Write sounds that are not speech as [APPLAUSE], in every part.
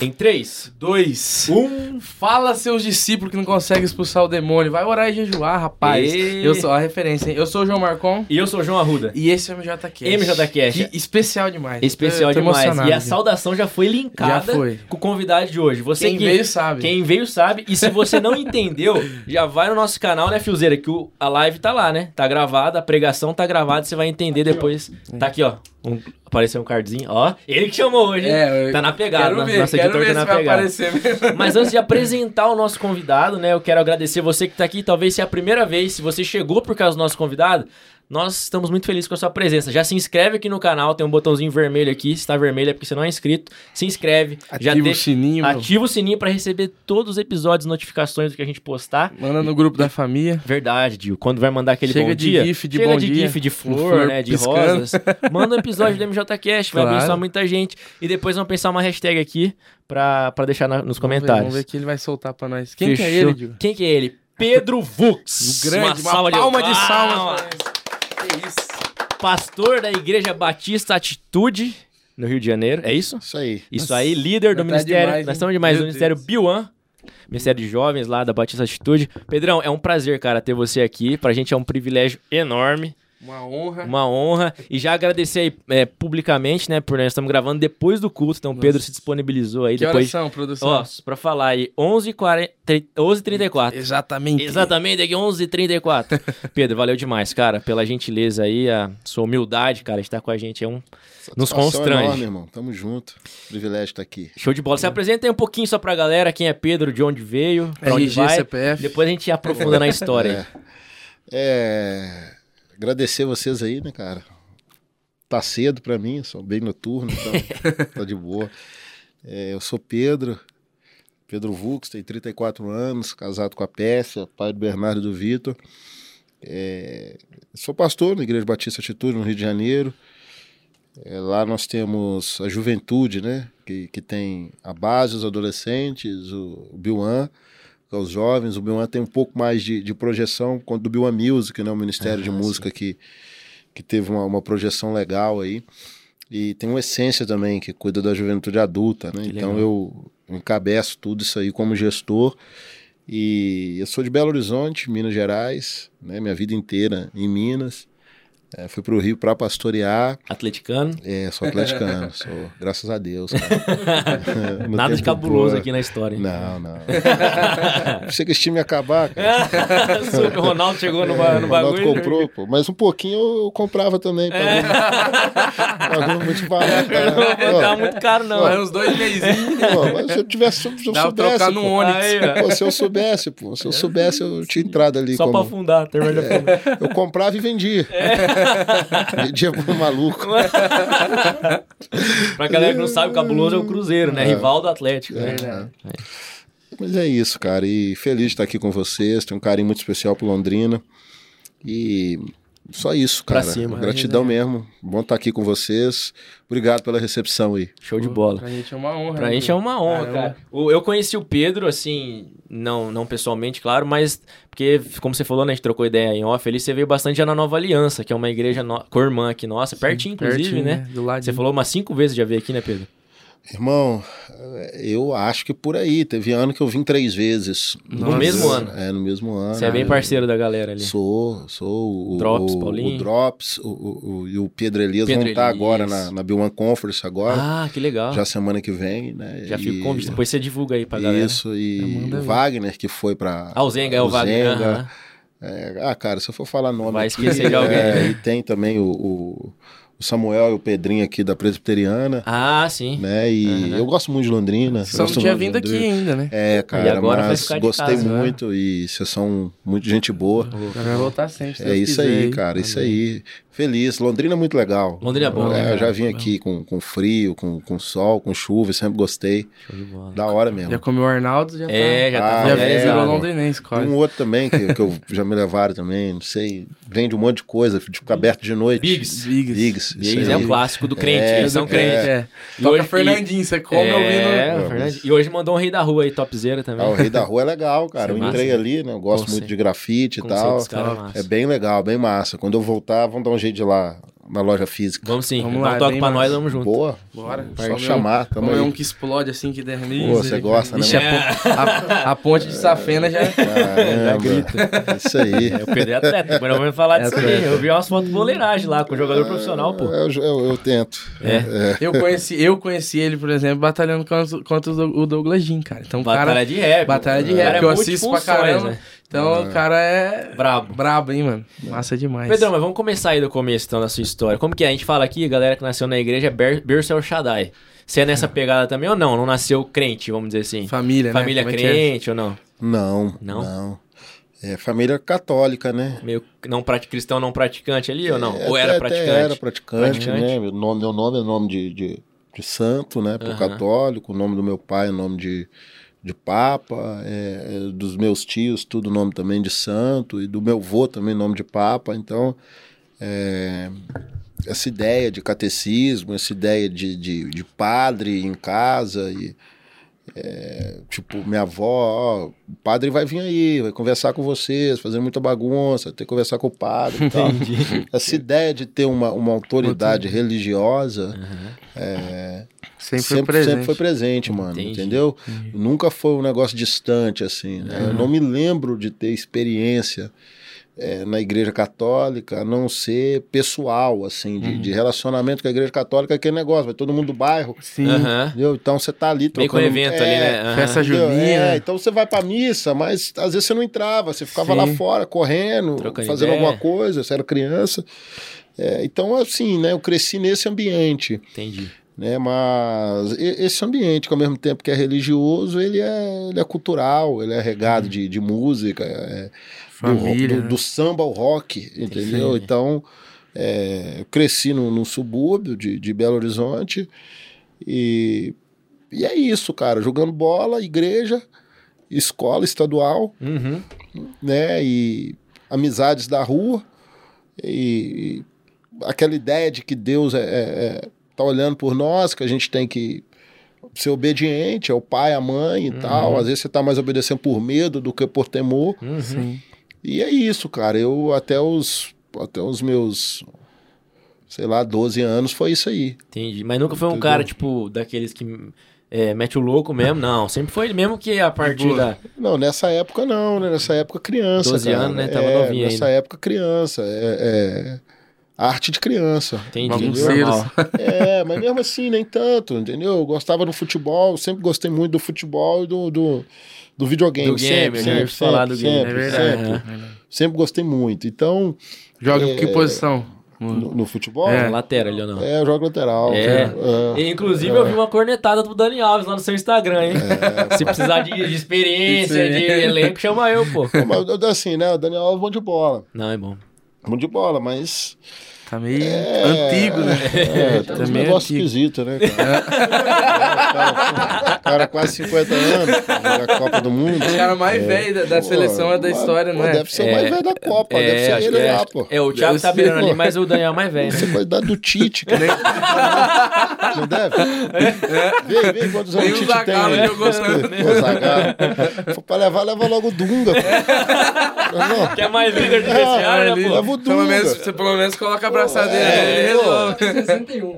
Em 3, Dois. 1. Fala seus discípulos que não conseguem expulsar o demônio. Vai orar e jejuar, rapaz. E- Eu sou a referência, hein? Eu sou o João Marcon E eu sou o João Arruda. e esse é o MJCast. MJCast. Que especial demais. Especial Eu tô demais. emocionado, E a gente. saudação já foi linkada Já foi. com o convidado de hoje. Você Quem é que- veio sabe. Quem veio sabe. E se você não entendeu, já vai no nosso canal, né, Filzeira? Que o- a live tá lá, né? Tá gravada, a pregação tá gravada, você vai entender depois. É. Tá aqui, ó. Um- apareceu um cardzinho, ó. Ele que chamou hoje, hein? É, eu- Tá na pegada, Quero nossa- ver, nossa quero editora ver tá na se vai pegada. aparecer mesmo. Mas antes de apresentar o nosso convidado, né, eu quero agradecer você que tá aqui. Talvez seja a primeira vez, se você chegou por causa do nosso convidado, nós estamos muito felizes com a sua presença. Já se inscreve aqui no canal, tem um botãozinho vermelho aqui. Se tá vermelho é porque você não é inscrito. Se inscreve, já Ativa o deixa. sininho, meu. Ativa o sininho pra receber todos os episódios, notificações do que a gente postar. manda no grupo da família. Verdade, Dio. Quando vai mandar aquele Chega bom de dia. gif de chega bom de dia, gif, de flor, flor né? De piscando. [LAUGHS] rosas. Manda um episódio do MJCast, vai Claro. abençoar muita gente. E depois vamos pensar uma hashtag aqui pra, pra deixar na- nos Vamos ver, comentários. Vamos ver que ele vai soltar pra nós. Quem que é Fechou. ele, Digo? Quem que é ele? Pedro Vux. O grande, uma, palma de salva. Que isso. Ah, Pastor da Igreja Batista Atitude, no Rio de Janeiro. É isso? Isso aí. Isso Nossa, aí, líder do tá Ministério. demais, hein? nós estamos demais, Meu do Ministério Deus. Biwan. Ministério de Jovens lá da Batista Atitude. Pedrão, é um prazer, cara, ter você aqui. Pra gente é um privilégio enorme, Uma honra. uma honra. E já agradecer aí é, publicamente, né? Por nós estamos gravando depois do culto, então o Pedro se disponibilizou aí Que horas depois. são, produção? Ó, pra falar aí, 11h40 11h34. Exatamente. Exatamente, é daqui [LAUGHS] 11h34. Pedro, valeu demais, cara, pela gentileza aí, a sua humildade, cara, estar com a gente é um Nos Satisfação constrange. enorme, irmão. Tamo junto. Privilégio estar aqui. show de É. bola. Se apresenta aí um pouquinho só pra galera, quem é Pedro, de onde veio, pra onde RG, vai. CPF. Depois a gente aprofunda na história. aí. É... Agradecer vocês aí, né, cara? Tá cedo pra mim, sou bem [LAUGHS] noturno, então [LAUGHS] tá de boa. É, eu sou Pedro, Pedro Vux, tenho 34 anos, casado com a Pérsia, pai do Bernardo e do Vitor. É, Sou pastor na Igreja Batista Atitude, no Rio de Janeiro. É, lá nós temos a juventude, né? Que, que tem a base, os adolescentes, o, o Biuan, que é os jovens. O Biuan tem um pouco mais de, de projeção quanto do Biuan Music, né? O Ministério de Música que, que teve uma, uma projeção legal aí. E tem uma essência também, que cuida da juventude adulta, né? Que Então legal. eu encabeço tudo isso aí como gestor. E eu sou de Belo Horizonte, Minas Gerais, né? Minha vida inteira em Minas. É, fui para o Rio para pastorear. Atleticano, É, [LAUGHS] sou atleticano, sou, graças a Deus. cara. No nada de tempo cabuloso bom. aqui né? na história. [LAUGHS] Não, não. Pensei que esse time ia acabar, cara. o Ronaldo chegou no, ba- É, no o Ronaldo bagulho. É. comprou, pô. Mas um pouquinho eu comprava também. Pagou muito [LAUGHS] barato. né? [LAUGHS] Não tá muito caro, não. Vai uns dois [LAUGHS] meizinhos. Pô, mas se eu tivesse, se eu Dá pra soubesse, trocar no pô. ônibus. né? Aí, ó. Pô, se eu soubesse, pô. Se eu soubesse, eu tinha entrado ali. Só pra como... É. afundar, terminar de afundar. [LAUGHS] Eu comprava e vendia. É. vendia pro maluco. Pra galera que não sabe, o cabuloso é o Cruzeiro, né? Rival do Atlético, né? É. Mas é isso, cara. E feliz de estar aqui com vocês. Tenho um carinho muito especial pro Londrina. E só isso, Pra cara. cima. Gratidão mesmo. Bom estar aqui com vocês. Obrigado pela recepção aí. Show de bola. Pra gente é uma honra. Pra né, gente é uma honra, Caramba. cara. O- Eu conheci o Pedro, assim, não, não pessoalmente, claro, mas porque, como você falou, né, a gente trocou ideia em off ali, você veio bastante já na Nova Aliança, que é uma igreja no... co-irmã aqui nossa, pertinho, inclusive, Pertinho, né? Do lado Você falou umas cinco vezes já veio aqui, né, Pedro? Irmão, eu acho que por aí. Teve ano que eu vim três vezes. Nossa. No mesmo ano. É, no mesmo ano. Você é bem parceiro da galera ali. Sou, sou o Drops, o, Paulinho. o Drops o, o- o- e o Pedro Elias Pedro vão estar Elias. agora na, na B1 Conference agora, Ah, que legal. Já, já semana que vem, né? já E- fico convite, depois você divulga aí pra galera. É, Isso, e Manda o ver. Wagner, que foi pra. Ah, o Zenga é o O Wagner. Zenga. aham. É, ah, cara, se eu for falar nome. Vai aqui, esquecer de alguém. é, e tem também o, o- o Samuel e o Pedrinho aqui da Presbiteriana, Ah, sim. né? E eu gosto muito de Londrina. Só não gosto tinha muito de vindo aqui Londrina. ainda, né? É, cara, agora vai mas ficar de gostei casa, né? muito e vocês são muito gente boa. Vai voltar sempre. se É Deus isso quiser, aí, cara, isso aí. Feliz. Londrina é muito legal. Londrina é bom, É, né, eu cara? já vim aqui com, com frio, com, com sol, com chuva, eu sempre gostei. Show de bola. Da hora mesmo. Já comeu o Arnaldo, já tá. É, já tá. Ah, já é, virou cara. londrinense, Tem um quase. outro também [LAUGHS] que, que eu já me levaram também, não sei. Vende um monte de coisa, fica aberto de noite. Biggs. Biggs. Bigs. E eles é o clássico do crente, É, eles são do crentes. É. E Toca hoje- Fernandinho, você come é, ouvindo. o Fernandinho. E hoje mandou um rei da rua aí, topzera também. Ah, o Rei da Rua é legal, cara. Isso né? é eu entrei massa, ali, né? Eu gosto Conceito. muito de grafite e Conceito tal. dos caras é massa. É bem legal, bem massa. Quando eu voltar, vamos dar um jeito de ir lá na loja física. Vamos sim. Vamos Vamos lá, lá, um toque bem pra nós, mais. tamo junto. Boa. Bora. Vai Só chamar, Meu, tamo meu é aí. um que explode assim, que derniza. Pô, você gosta, né, Ixi, mano? a, pon- a- a ponte de safena já... [LAUGHS] Caramba. Isso aí. É, o Pedro é atleta, mas não vamos falar É disso aí. atleta. Eu vi umas fotos de boleiragem lá com o jogador profissional, pô. Eu, eu- eu tento. É. Eu conheci, eu conheci ele, por exemplo, batalhando contra, contra o Doug- o Douglas Jean, cara. Então, o cara... Batalha de rap. Batalha de O cara rap, é que eu assisto pra multifunções, caramba. né? Então, o cara é... Brabo. Brabo, hein, mano? Massa demais. Pedrão, mas vamos começar aí do começo, então, da sua história. Como que é? A gente fala aqui, a galera que nasceu na igreja é Ber- berço é o Shaddai. Você é nessa pegada também ou não? Não nasceu crente, vamos dizer assim? Família, né? Família Como é que é? crente ou não? Não, Não? não. É família católica, né? Meio não prati- cristão não praticante ali ou não? É, ou era até- até praticante? era praticante, Praticante. né? Meu nome, meu nome é nome de, de, de santo, né? Pro Aham. católico. O nome do meu pai é nome de, de papa. é, é, dos meus tios, tudo nome também de santo. E do meu avô também nome de papa. Então, é, essa ideia de catecismo, essa ideia de, de, de padre em casa e... é, tipo, minha avó, ó, o padre vai vir aí, vai conversar com vocês, fazendo muita bagunça, tem que conversar com o padre [LAUGHS] e tal. Essa ideia de ter uma, uma autoridade religiosa É. Sempre, foi sempre, presente. sempre foi presente, mano. Entendi. É. Entendeu? Nunca foi um negócio distante, assim. né? Eu não me lembro de ter experiência eh, na igreja católica, a não ser pessoal, assim, Uhum. de, de relacionamento com a igreja católica, aquele negócio, vai todo mundo do bairro. Sim. Aham. Entendeu? Então você tá ali Meio com trocando. o evento ali, É, né? Aham. Festa entendeu? junina. É, então você vai pra missa, mas às vezes você não entrava, você ficava lá Sim. fora, correndo, Trocando fazendo ideia. alguma coisa, você era criança. É, então, assim, né, eu cresci nesse ambiente, Entendi. né, mas e- esse ambiente, que ao mesmo tempo que é religioso, ele é, ele é cultural, ele é Uhum. regado de, de música, é, do, ro- Família, do- né? do samba ao rock, entendeu? Entendi. Então, é, eu cresci num, num subúrbio de, de Belo Horizonte e, e é isso, cara. Jogando bola, igreja, escola estadual, Uhum. né? E amizades da rua e, e aquela ideia de que Deus é, é- é- tá olhando por nós, que a gente tem que ser obediente ao pai, à mãe e Uhum. tal. Às vezes você tá mais obedecendo por medo do que por temor. Uhum. Sim. E é isso, cara. Eu até os até os meus sei lá, 12 anos foi isso aí. Entendi. Mas nunca foi um Entendeu? cara, tipo, daqueles que é, mete o louco mesmo, não. Sempre foi ele mesmo que a partir Boa. da. Não, nessa época não, né? Nessa época criança, 12 cara. anos, né? Tava é, novinho Nessa época criança, é, é arte de criança. Entendi. Bagunceiros. Normal. É, mas mesmo assim, nem tanto, entendeu? Eu gostava do futebol, sempre gostei muito do futebol e do, do, do videogame. Do game, sempre, eu já sempre, ouvi falar do game, É sempre, [LAUGHS] verdade. sempre. é verdade. Sempre gostei muito. Então, Joga em que posição? No- no, no futebol, É. Lateral ali ou não? é, eu jogo lateral. É. é. E, Inclusive, eu vi uma cornetada do Dani Alves lá no seu Instagram, hein? É. Se precisar de, de experiência, de Experiência. elenco, chama eu, pô. Pô, Mas eu- assim, né? O Daniel Alves é bom de bola. Não, é bom. Bom de bola, mas. Tá meio antigo, né? [LAUGHS] É, tá um negócio esquisito, né, cara? O cara, o cara quase 50 anos, na Copa do Mundo. É. O cara mais velho da, da É. Pô, seleção é da mas- história, pô, não é? Deve ser o mais velho da Copa, deve ser acho ele que lá, pô. É, o Thiago Deve tá ser, beirando ali, pô. mas o Daniel é mais [LAUGHS] velho. Você né? pode dar do Tite, que nem... Não deve? Vem, vem, quantos anos É. Nem o o Tite tem? Zagallo né? jogou tanto, né? Pô, Zagallo. Pô, Pra levar, leva logo o [LAUGHS] Dunga, pô. Não, Que é mais líder de É, vestiário, né, ali, pô? [LAUGHS] Leva o Pelo Dunga. menos, você pelo menos coloca a abraçadeira É, dele, ele pô. resolve.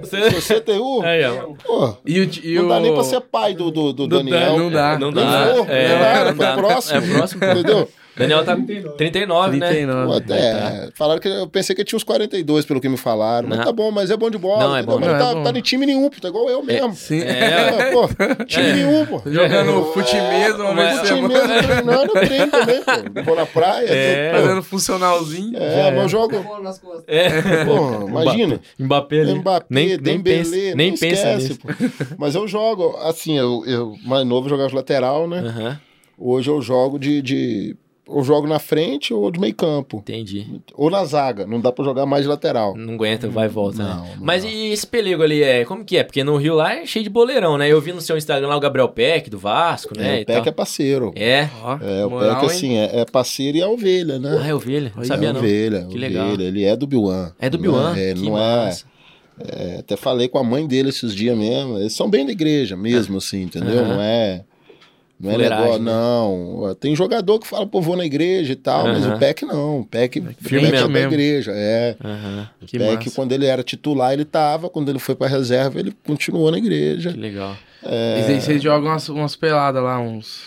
61. Você tem um? Aí, ó. Pô, E o, e não o... dá nem pra ser pai do, do, do do Daniel. Não dá. Não Nem dá. for, é, não dá, não foi dá. próximo. É próximo, pô. Entendeu? Daniel tá 39. 39, né? 39. Pô, até, falaram que eu pensei que tinha uns 42, pelo que me falaram. Mas Não. tá bom, mas é bom de bola. Não, é entendeu? bom, mas não, tá, é bom. tá em time nenhum, pô, tá igual eu mesmo. Sim. É. pô, time É. nenhum, pô. [LAUGHS] É. Jogando fute mesmo, uma vez Mas- por Time semana, mesmo treinando, eu treino também, pô. Vou na praia. É. tô- pô, fazendo funcionalzinho. é, mas eu jogo. Bola nas costas. É. Pô, imagina. Mbappé ali. Mbappé, nem, nem Dembélé, pensa, nem nem pensa esquece, nisso. pô. Mas eu jogo, assim, eu, eu mais novo eu jogava de lateral, né? Aham, Hoje eu jogo de, de. Ou jogo na frente ou de meio campo. entendi. Ou na zaga. Não dá pra jogar mais de lateral. Não aguenta, vai e volta, Não, né? não Mas dá. e esse pelego ali, é, como que é? Porque no Rio lá é cheio de boleirão, né? Eu vi no seu Instagram lá o Gabriel Peck, do Vasco, né? É, e o Peck tal. é parceiro. é... Ó, É, o moral, Peck, hein? assim, é, é parceiro e é ovelha, né? Ah, eu vi ele, não Aí, sabia é não. ovelha, Que ovelha. legal. Ele é do Biuan. É do Não Biuan, É, que não é, massa. é, Até falei com a mãe dele esses dias mesmo. Eles são bem da igreja mesmo, assim, entendeu? Aham. Não é. Não é Fuleiragem, negócio, né? não. Tem jogador que fala, pô, vou na igreja e tal, mas Aham. o PEC não. O PEC, o firme PEC é da mesmo. igreja, é. Aham, Que o PEC, massa. quando ele era titular, ele tava. Quando ele foi pra reserva, ele continuou na igreja. que legal. E aí vocês jogam umas, umas peladas lá, uns.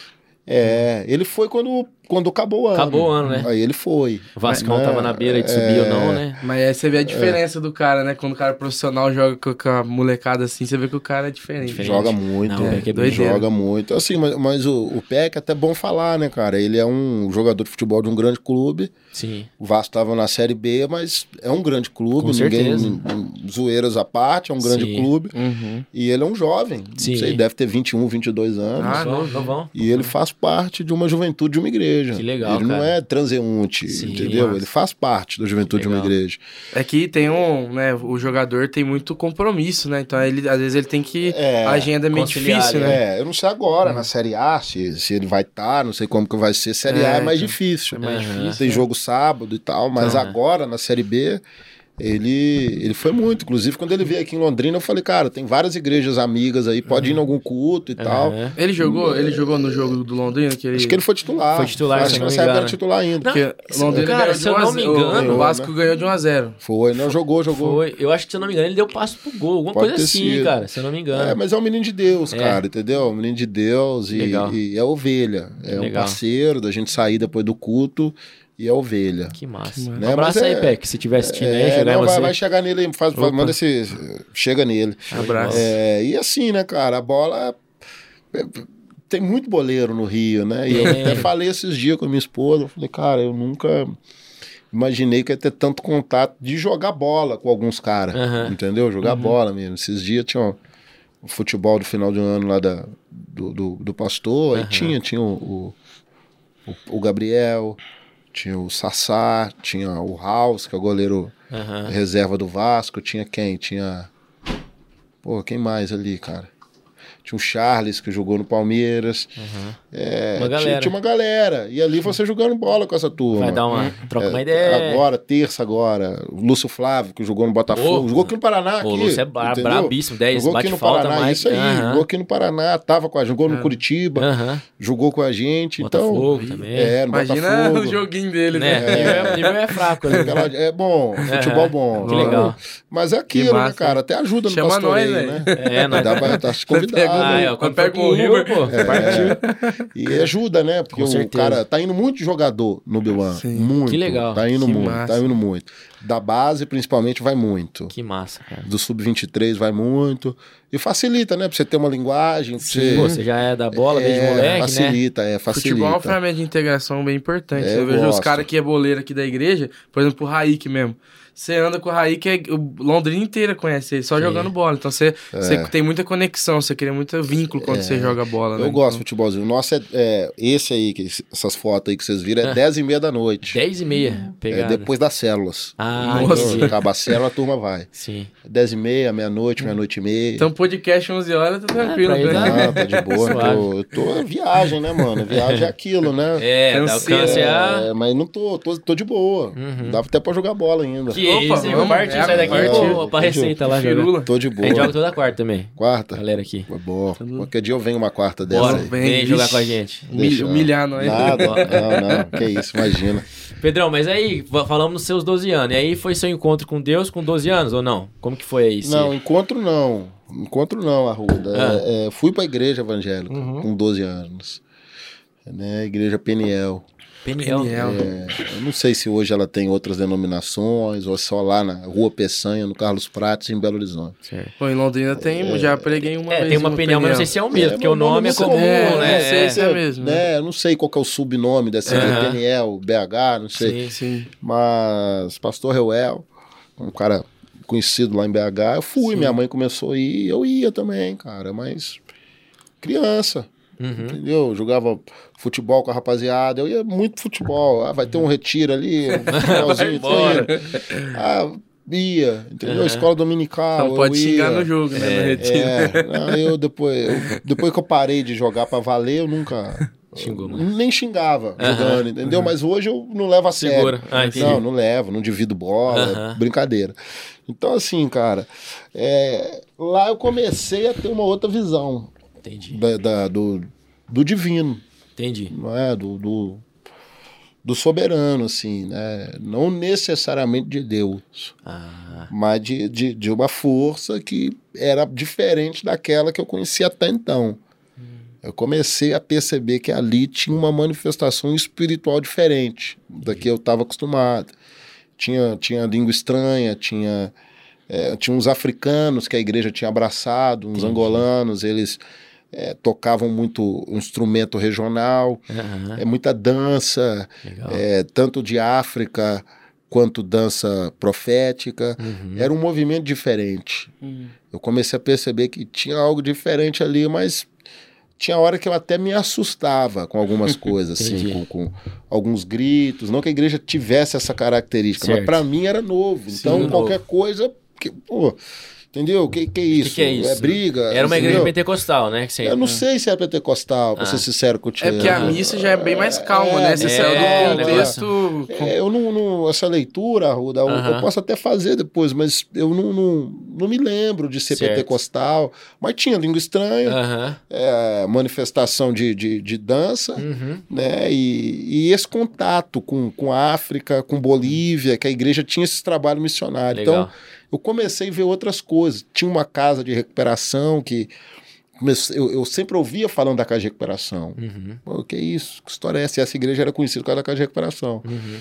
É, ele foi quando, quando acabou o ano. Acabou o ano, né? Aí ele foi. O Vascão Né? tava na beira de subir ou é. não, né? Mas aí você vê a diferença do cara, né? Quando o cara profissional joga com, com a molecada assim, você vê que o cara é diferente. Diferente. Joga muito, Não, o Peck é ele doideira. joga muito. Assim, mas, mas o, o Peck é até bom falar, né, cara? Ele é um jogador de futebol de um grande clube. Sim. O Vasco estava na Série B, mas é um grande clube. Com ninguém, certeza. n- Zoeiras à parte, é um grande Sim. clube. Uhum. E ele é um jovem. Sim. Não sei, deve ter 21, 22 anos. Ah, Novão, não. novão. E ele faz parte de uma juventude de uma igreja. Uhum. Que legal, Ele não cara. é transeunte, Sim, entendeu? massa. Ele faz parte da juventude de uma Legal. igreja. É que tem um, né? O jogador tem muito compromisso, né? Então ele, às vezes ele tem que. É, a agenda é meio conciliar difícil, ali, né? É, eu não sei Uhum. agora na Série A se, se ele vai estar, não sei como que vai ser. Série A é É, mais então. difícil. Uhum. É mais Aham. difícil. Tem né? jogo sábado e tal, mas Aham. agora na Série B ele, ele foi muito. Inclusive, quando ele veio aqui em Londrina, eu falei, cara, tem várias igrejas amigas aí, pode ir em algum culto e tal. Aham. Ele jogou? Ele jogou no jogo do Londrina? Que ele... Acho que ele foi titular. Foi titular, Acho se que não nessa me época engano. era titular ainda. Porque Não, Londrina cara, ganhou de se eu 1 a não me 0. engano- O Vasco ganhou de 1x0. Foi, não, jogou, jogou. Foi. Eu acho que, se eu não me engano, ele deu passo pro gol. Alguma Pode coisa ter assim, sido. cara. Se eu não me engano. É, mas é um menino de Deus, É. cara, entendeu? Um menino de Deus e, Legal. e é ovelha. É um Legal. parceiro da gente sair depois do culto e é ovelha. Que massa. Né, Um abraço mas aí, é- Peck, se tiver assistindo aí, É, chegar não, em vai, né, você. vai chegar nele, aí, faz, faz- Opa. manda esse. Chega nele. Abraço. É, e assim, né, cara, a bola. é, Tem muito boleiro no Rio, né? E eu Tem. até falei esses dias com a minha esposa, eu falei, cara, eu nunca imaginei que ia ter tanto contato de jogar bola com alguns caras. Aham. Uhum. Entendeu? Jogar bola mesmo. Esses dias tinha um, o futebol do final de ano lá da, do, do, do pastor, aí Aham. tinha, tinha o, o, o- o Gabriel, tinha o Sassá, tinha o House, que é o goleiro Aham. reserva do Vasco, tinha quem? Tinha. Pô, quem mais ali, cara? Tinha o Charles que jogou no Palmeiras. É, Uhum. Uma tinha- galera. Tinha, uma galera. E ali você jogando bola com essa turma. Vai dar uma. Troca uma É, ideia. Agora, terça agora, o Lúcio Flávio, que jogou no Botafogo, Ô, jogou aqui no Paraná. Pô, o aqui, Lúcio é bra- entendeu? brabíssimo. 10 Jogou aqui bate no falta, Paraná, mas. isso aí. Aham. Jogou aqui no Paraná, tava com a, jogou no Curitiba, Aham. jogou com a gente. então, Botafogo também. é, no Imagina Botafogo. o joguinho dele, Né? né? O nível- O nível é fraco ali. Aquela- É [LAUGHS] bom, futebol bom. Que legal. Mas é aquilo, Que massa, né, cara? Até ajuda no Chama nós, pastoreio, velho. né? [LAUGHS] É, não. Dá pra tá pega convidado. um- Ah, é, Quando quando pega pega o o Uber, Uber, pô. É, e ajuda, né? Porque Com o certeza. cara tá indo muito jogador no Bilan. Sim. Muito. Que legal. Tá indo Que muito, massa. tá indo muito. Da base, principalmente, vai muito. Que massa, cara. Do sub-23 vai muito. E facilita, né? Pra você ter uma linguagem. Pra você, Pô, você já é da bola desde É, moleque, né? Facilita, é, facilita. Futebol é uma ferramenta de integração bem importante. É, eu eu vejo os gosto. caras que é boleiro aqui da igreja, por exemplo, o Raik mesmo. Você anda com o Raik, é- o Londrina inteira conhece ele, só Sim. jogando bola. Então você, É. você tem muita conexão, você cria muito vínculo quando você joga bola. né? Eu gosto de futebolzinho. Nossa, é, é, esse aí, que, essas fotos aí que vocês viram, é 10 e meia da noite. 10 e meia. É Pegada. depois das células. Ah, Nossa. Então, entendi. acaba a célula, a turma vai. Sim. 10 e meia, Hum. meia-noite, meia-noite e meia. Então, podcast 11 horas, tá tranquilo, É, pra ele né? dá- Não, [LAUGHS] tá de boa. Suave. tô, eu tô é viagem, né, mano? Viagem é aquilo, né? É, dá ah, Canseira. alcance a. Uhum. É, mas não tô, tô, tô de boa. Dá até pra jogar bola ainda. Que Opa, isso, hein? vamos, Parte, é, sai daqui partiu. pô, pra receita Tá lá, jogar. Firula. Tô de A gente joga boa. toda quarta também. Quarta? Galera aqui. Boa. Qualquer dia eu venho uma quarta dessa Bora, aí. Vem, vem jogar vixe. com a gente. Humil- Deixa- Humilhar nós. Nada, não, não. Que isso, imagina. Pedrão, mas aí, va- falamos dos seus 12 anos. E aí foi seu encontro com Deus com 12 anos ou não? Como [LAUGHS] que Ah. foi aí? Não, Sim. encontro não. Encontro não, Arruda. É, é, fui pra igreja evangélica Uhum. com 12 anos. Né, igreja Peniel. Peniel. Peniel. É, eu não sei se hoje ela tem outras denominações ou é só lá na Rua Peçanha, no Carlos Prates, em Belo Horizonte. Certo. Pô, em Londrina tem, já preguei uma É, vez. tem uma peniel, mas não sei se é o mesmo, porque um o nome é comum, é, né? não sei É. se é mesmo. Né? Eu não sei qual que é o subnome dessa igreja, Aham. Peniel, BH, não sei. Sim. Sim. Mas pastor Reuel, um cara conhecido lá em BH, eu fui, minha mãe começou a ir, eu ia também, cara, mas criança. Uhum. Entendeu? Eu jogava futebol com a rapaziada, eu ia muito futebol. Ah, vai ter um retiro [LAUGHS] ali, um futebolzinho. tô embora. indo. Ah, ia, entendeu? Escola Não dominical. Ah, eu Então, pode ia. xingar no jogo, né? no retiro. É, não, eu depois, eu- depois que eu parei de jogar pra valer, eu nunca. Xingou, eu mano. Nem xingava jogando, entendeu? Mas hoje eu não levo a sério. Segura. Ah, entendi. não, não levo, não divido bola, Aham. é brincadeira. Então, assim, cara, é, lá eu comecei a ter uma outra visão Entendi. da, da- do, do divino, Entendi. não é? Do, do, do soberano, assim, né? Não necessariamente de Deus, Ah, mas de, de, de uma força que era diferente daquela que eu conhecia até então. Eu comecei a perceber que ali tinha uma manifestação espiritual diferente da que eu estava acostumado. Tinha, tinha língua estranha, tinha, é, tinha uns africanos que a igreja tinha abraçado, uns angolanos, eles é, tocavam muito um instrumento regional, aham, é, muita dança, legal. é, tanto de África quanto dança profética. Uhum. Era um movimento diferente. Hum. Eu comecei a perceber que tinha algo diferente ali, mas tinha hora que eu até me assustava com [LAUGHS] algumas coisas, assim, Entendi. com, com alguns gritos. Não que a igreja tivesse essa característica, Certo. mas pra mim era novo. Sim, Então, novo. qualquer coisa. Que, pô, entendeu? O que, que é isso? que é isso? briga? Era uma igreja entendeu? pentecostal, né? Que você... assim, Eu não sei se era pentecostal, pra Ah. ser sincero contigo. É porque a missa já é bem mais calma, É, né? Você é, saiu é, do o contexto. com- É, eu não, não- Essa leitura, Ruda, eu- Aham. eu posso até fazer depois, mas eu não, não, não me lembro de ser Certo. Ah. pentecostal. Mas tinha língua estranha, Aham. é, manifestação de, de, de dança, Uhum. né? E, e esse contato com, com a África, com Bolívia, que a igreja tinha esse trabalho missionário. Legal. Então, eu comecei a ver outras coisas. Tinha uma casa de recuperação que. comece- Eu, eu sempre ouvia falando da casa de recuperação. Uhum. Pô, que isso? Que história é essa? E essa igreja era conhecida como a casa de recuperação. Uhum.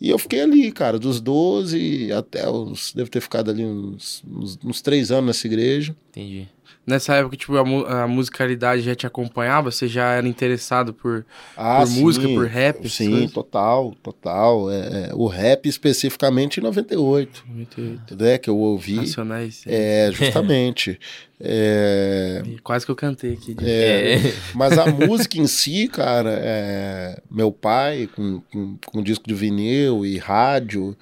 E eu fiquei ali, cara, dos 12 até os. Devo ter ficado ali uns, uns, uns três anos nessa igreja. Entendi. Nessa época, tipo, a, mu- a musicalidade já te acompanhava? Você já era interessado por, Ah, por música, sim. por rap? essas Sim, coisas? total, total. É, é, o rap especificamente em 98, Muito né? Que eu ouvi. Ah, nacionais. É, [LAUGHS] justamente. É, E Quase que eu cantei aqui. de- é, É. [LAUGHS] mas a música em si, cara, é, meu pai com, com, com disco de vinil e rádio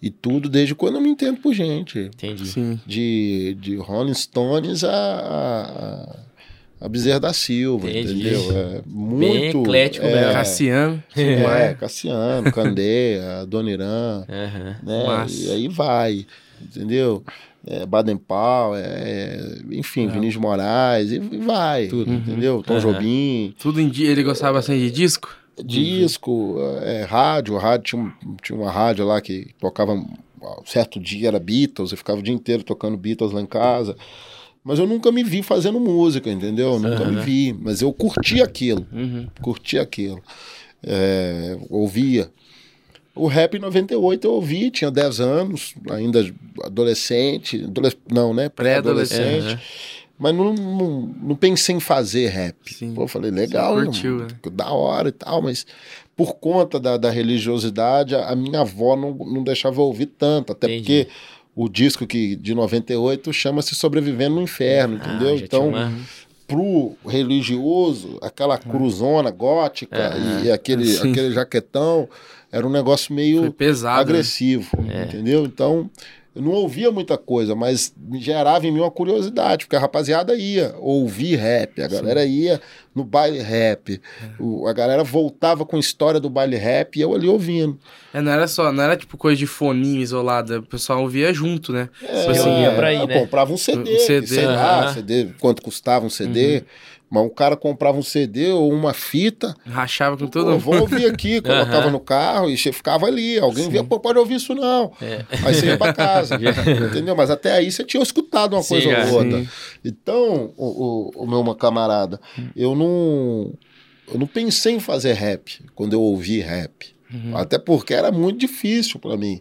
e tudo, desde quando eu me entendo por gente. Entendi. Sim. De, de Rolling Stones a, a, a Bezerra da Silva, Entendi. entendeu? É, muito. eclético é, mesmo. Cassiano. É, Maia. Cassiano, Candeia, [LAUGHS] Dona Irã, Aham. né? Massa. E aí vai, entendeu? É, Baden Powell, é, enfim, É. Vinícius Moraes, e, e vai, Tudo. Uhum. entendeu? Tom Aham. Jobim, Tudo em dia. Ele gostava bastante de disco? disco, é, rádio, rádio tinha, um- tinha uma rádio lá que tocava, um certo dia era Beatles, eu ficava o dia inteiro tocando Beatles lá em casa. Mas eu nunca me vi fazendo música, entendeu? Eu Nunca me Aham. vi, mas eu curti aquilo Uhum. curti aquilo. É, ouvia. O rap em 98 eu ouvi, tinha 10 anos, ainda adolescente, adoles- não, né? Pré-adolescente. Pré-adolescente. Mas não, não, não pensei em fazer rap. Sim. Pô, eu falei, legal, Você né, curtiu, mano? da hora e tal, mas por conta da, da religiosidade, a, a minha avó não, não deixava eu ouvir tanto, até Entendi. porque o disco que, de 98 chama-se Sobrevivendo no Inferno, Ah, entendeu? já tinha Então, uma- pro religioso, aquela cruzona gótica É, e aquele, Sim. aquele jaquetão, era um negócio Foi meio pesado. né? agressivo, né? É. entendeu? Então, eu não ouvia muita coisa, mas gerava em mim uma curiosidade, porque a rapaziada ia ouvir rap, a galera ia no baile rap, É. o- a galera voltava com a história do baile rap e eu ali ouvindo. Né? É, não era só, não era tipo coisa de foninho isolada. O pessoal ouvia junto, né? É, assim, Tipo ia pra aí, eu né? comprava um CD, Um CD, sei lá, aham. Uhum. CD, quanto custava um CD, mas o cara comprava um CD ou uma fita, Rachava com todo Todo mundo. vou ouvir [LAUGHS] aqui, colocava Aham. no carro e che- ficava ali. Alguém via, pô, pode ouvir isso não. É. Aí você [LAUGHS] ia pra casa, entendeu? Mas até aí você tinha escutado uma Sim, coisa já. ou outra. Sim. Então, o, o- o meu camarada, eu não, eu não pensei em fazer rap quando eu ouvi rap. Uhum. Até porque era muito difícil pra mim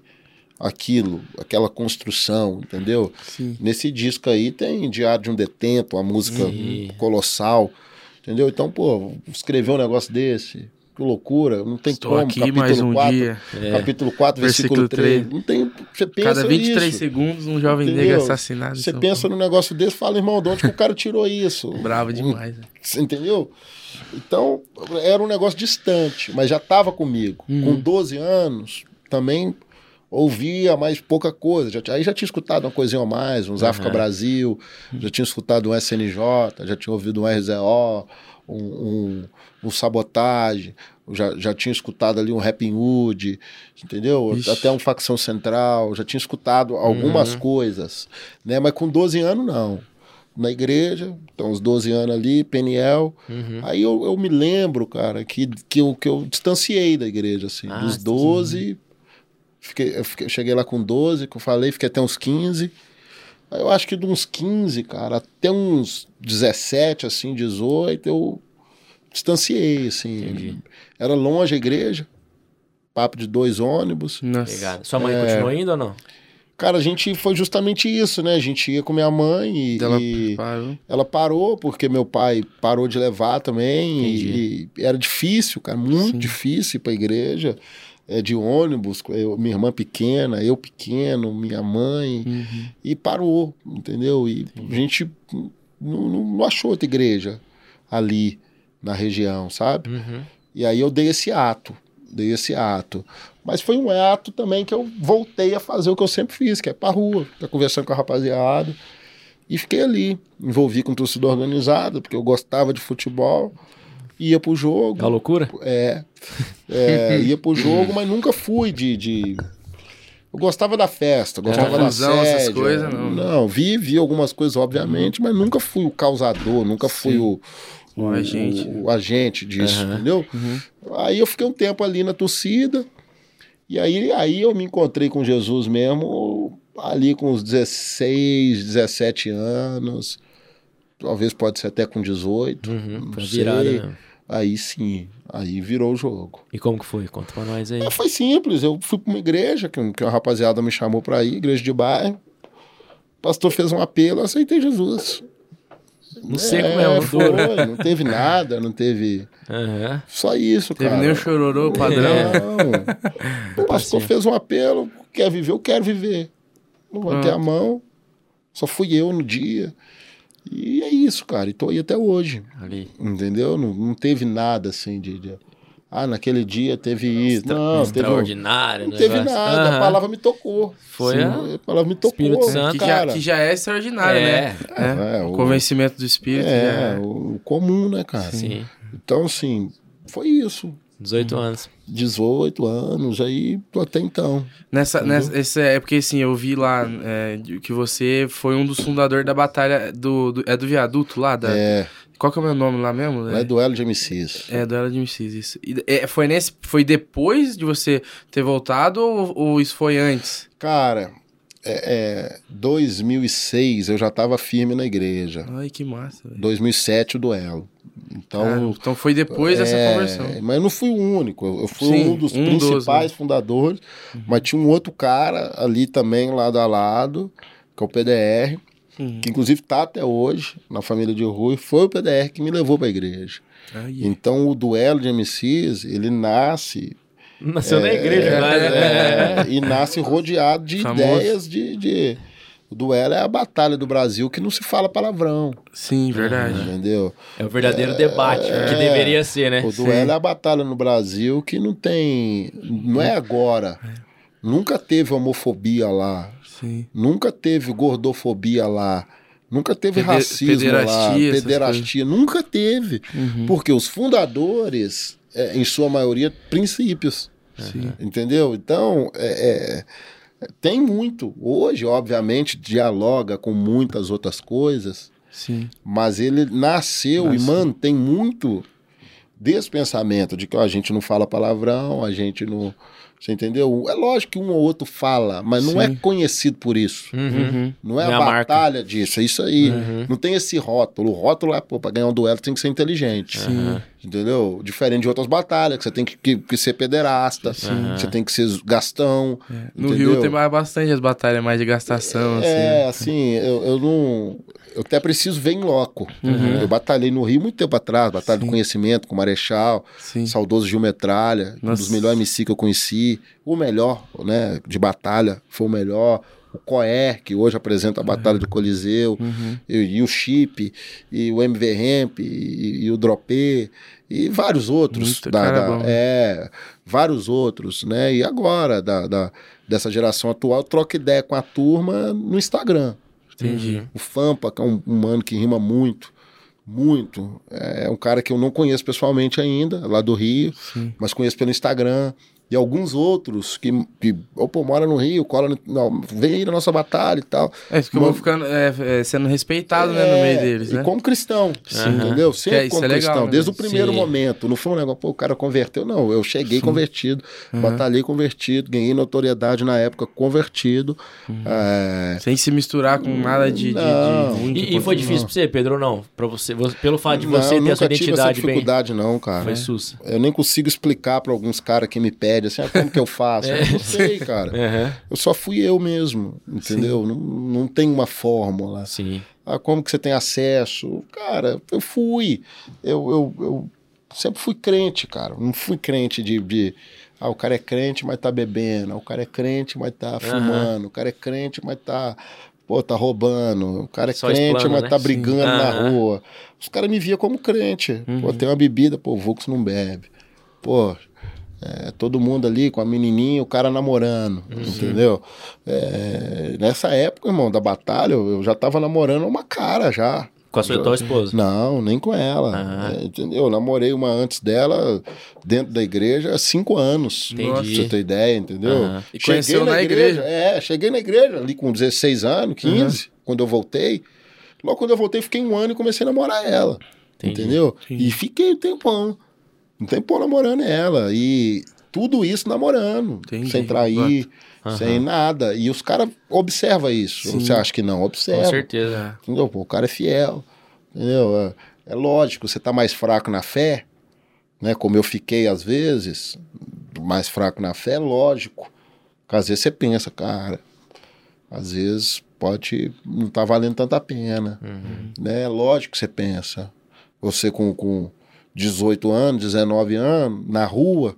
aquilo, aquela construção, entendeu? Sim. Nesse disco aí tem Diário de um Detento, uma música Sim. colossal, entendeu? Então, pô, escrever um negócio desse, que loucura, não tem Estou como. aqui mais um dia. É. capítulo 4, Versículo versículo 3. três. Não tem, você pensa Cada 23 nisso. segundos, um jovem Entendeu? negro é assassinado. em Você São pensa num negócio desse, fala, irmão, de onde que o cara tirou isso? Paulo. Bravo demais. né? Você entendeu? Então, era um negócio distante, mas já estava comigo. Com 12 anos, também ouvia mais pouca coisa. Já, tinha- aí já tinha escutado uma coisinha a mais, uns Aham. África Brasil, já tinha escutado um SNJ, já tinha ouvido um RZO, um, um, um Sabotage, já, já tinha escutado ali um Rapping Hood, entendeu? Ixi. Até um Facção Uhum. Central, já tinha escutado algumas coisas, né? Mas com 12 anos, não. na igreja, então uns 12 anos ali, Peniel. Uhum. Aí eu, eu me lembro, cara, que, que, eu, que eu distanciei da igreja, assim. Ah, dos sim. 12, fiquei, eu fiquei- cheguei lá com 12, que eu falei, fiquei até uns 15. Aí Eu acho que de uns 15, cara, até uns 17, assim, 18, eu distanciei, assim. Entendi. Era longe a igreja, papo de dois ônibus. Nossa. Obrigado. Sua É. mãe continua indo ou não? Cara, a gente foi justamente isso, né? A gente ia com minha mãe e... Ela e- parou. ela parou, porque meu pai parou de levar também. E, e era difícil, cara, muito Sim. difícil ir pra igreja. É, de ônibus, eu- minha irmã pequena, eu pequeno, minha mãe. Uhum. E parou, entendeu? E a gente não, não- não achou outra igreja ali na região, sabe? Uhum. E aí eu dei esse ato, dei esse ato. Mas foi um ato também que eu voltei a fazer o que eu sempre fiz, que é pra rua, ficar conversando com a rapaziada. E fiquei ali, envolvi com torcida organizada, porque eu gostava de futebol, ia pro jogo. É uma loucura? É, [LAUGHS] é, ia pro jogo, mas nunca fui de. de- Eu gostava da festa, gostava da Confusão, essas sede, coisas, não. Não, vi, vi algumas coisas, obviamente, mas nunca fui o causador, nunca fui Sim. o, O agente. o agente disso, Aham. entendeu? Uhum. Aí eu fiquei um tempo ali na torcida, e aí, aí eu me encontrei com Jesus mesmo, ali com uns 16, 17 anos, talvez pode ser até com 18. Uhum. Foi Não virada sei. mesmo. Aí sim, aí virou o jogo. E como que foi? Conta pra nós aí. É, foi simples. Eu fui pra uma igreja que, um- que uma rapaziada me chamou pra ir, igreja de bairro. O pastor fez um apelo, eu aceitei Jesus. É, No seco é, mesmo, no foi, duro. não teve nada, não teve. Aham. Só isso, Teve cara. nem o chororô padrão. É. [LAUGHS] Não. O pastor fez um apelo, quer viver, eu quero viver. Levantei Ah. a mão, só fui eu no dia. E é isso, cara. E tô aí até hoje. Ali. Entendeu? Não, não teve nada assim de. de- Ah, naquele dia teve isso. Não, teve um- Extraordinário, não teve negócio. nada, Aham. a palavra me tocou. Foi Sim, a- a... palavra me tocou, Espírito Santo. Que, cara. já, que já é extraordinário, É. né? É. É, o o- convencimento do espírito. É, já o o comum, né, cara? Sim. Então, assim, foi isso. 18 anos. 18 anos, aí tô até então. Nessa, nessa, esse é porque assim, eu vi lá é, de- que você foi um dos fundadores da batalha do, do- É do viaduto lá? Da, É, Qual que é o meu nome lá mesmo? não é duelo de MCs. É, do Ela de MCs, isso. E, é, foi, nesse, foi depois de você ter voltado ou, ou isso foi antes? Cara, é, é, 2006 eu já tava firme na igreja. Ai, que massa, velho. 2007 o duelo. Então, Cara, então foi depois dessa É, conversão. Mas eu não fui o único. Eu eu fui Sim, um dos um dos, Uhum. principais fundadores. Mas tinha um outro cara ali também, lado a lado, que é o PDR, Uhum. que inclusive tá até hoje na família de Rui. Foi o PDR que me levou pra igreja. Ai, Então o duelo de MCs, ele nasce. Nasceu na igreja, é, quase, né? é, e nasce rodeado de Famoso. ideias de. de- o duelo é a batalha do Brasil que não se fala palavrão, sim, verdade. entendeu? É o verdadeiro debate, o que é. deveria ser, né? O duelo é a batalha no Brasil que não tem. Não é agora. Nunca teve homofobia lá. Sim. Nunca teve gordofobia lá. Nunca teve Pede- racismo lá. pederastia, essas Pederastia. Nunca teve. Uhum. Porque os fundadores, é, em sua maioria, princípios. Sim. Entendeu? Então, é, é, tem muito. Hoje, obviamente, dialoga com muitas outras coisas Sim. mas ele nasceu e Nasceu. mantém muito desse pensamento de que ó, a gente não fala palavrão, a gente não. Você entendeu? É lógico que um ou outro fala, mas não é Sim. conhecido por isso. Uhum. Uhum. Não é Não é a a marca. batalha disso, é isso aí. Uhum. Não tem esse rótulo. O rótulo é, pô, pra ganhar um duelo tem que ser inteligente. Aham. Entendeu? Diferente de outras batalhas, que você tem que, que- que ser pederasta, Sim. você tem que ser gastão. é. No entendeu? Rio tem mais- bastante as batalhas mais de gastação, assim. É, né? assim, eu, eu não. Eu até preciso ver em loco. Uhum. Eu batalhei no Rio muito tempo atrás, batalha Sim. do conhecimento com o Marechal, Sim. saudoso Gil Metralha, um Nossa. dos melhores MC que eu conheci, o melhor, né, de batalha, foi o melhor. O Coé, que hoje apresenta a Batalha do Coliseu, Uhum. e, e o Chip, e o MV Ramp, e, e o Dropê, e vários outros. Muito cara bom. né? é, vários outros, né? E agora, da, da- dessa geração atual, troca ideia com a turma no Instagram. Entendi. O Fampa, que é um, um mano que rima muito, é muito. É um cara que eu não conheço pessoalmente ainda, lá do Rio, Sim. mas conheço pelo Instagram. E alguns outros que, que opa, mora no Rio, cola no, não, vem aí na nossa batalha e tal. É, isso que eu vou ficando é, é, sendo respeitado, né, no meio É, deles, E né? como cristão, Sim. entendeu? Sempre Que é- isso como é legal, cristão, né? desde o primeiro Sim. momento. Não foi um negócio, pô, o cara converteu. Não, eu cheguei convertido, batalhei convertido, ganhei notoriedade na época convertido. Uhum. É, Sem se misturar com nada de, de, Não. de ruim. que E, e foi aconteceu. difícil pra você, Pedro, ou não? Pra você, você- pelo fato de Uhum. não, você ter a nunca sua tive essa identidade bem. dificuldade, né? não, cara. Foi sussa. Eu nem consigo explicar pra alguns caras que me pedem assim, ah, como que eu [LAUGHS] faço? Eu não sei, cara. Aham. Eu só fui eu mesmo, entendeu? Não, não tem uma fórmula. Sim. Ah, como que você tem acesso? Cara, eu fui. Eu, eu, eu sempre fui crente, cara. Não fui crente de, de. Ah, o cara é crente, mas tá bebendo. Ah, O cara é crente, mas tá fumando. O cara é crente, mas tá. Pô, tá roubando. O cara é Só crente, explana, mas né? tá brigando na Aham. Uhum. rua. Os caras me viam como crente. Pô, tem uma bebida, pô, o Vux não bebe. Pô. é, todo mundo ali com a menininha, o cara namorando, Uhum. entendeu? É, nessa época, irmão, da batalha, eu eu já tava namorando uma cara já. Com a sua atual esposa. Não, nem com ela. Ah. É, entendeu? Eu namorei uma antes dela, dentro da igreja, há cinco anos. Entendi. Pra você ter ideia, entendeu? Aham. E conheceu na igreja. É, cheguei na igreja ali com 16 anos, 15, quando eu voltei. Logo quando eu voltei, fiquei um ano e comecei a namorar ela. Entendi. Entendeu? E fiquei um tempão. Um tempão namorando ela. E tudo isso namorando. Entendi. Sem trair, Aham. sem nada. E os caras observam isso. Sim. Você acha que não? Com Observa. certeza. Entendeu? Pô, o cara é fiel. Entendeu? É, é lógico, você tá mais fraco na fé, né? Como eu fiquei às vezes, mais fraco na fé, é lógico. Porque às vezes você pensa, cara, às vezes pode não tá valendo tanta pena. Né? É lógico que você pensa. Você com, com 18 anos, 19 anos, na rua,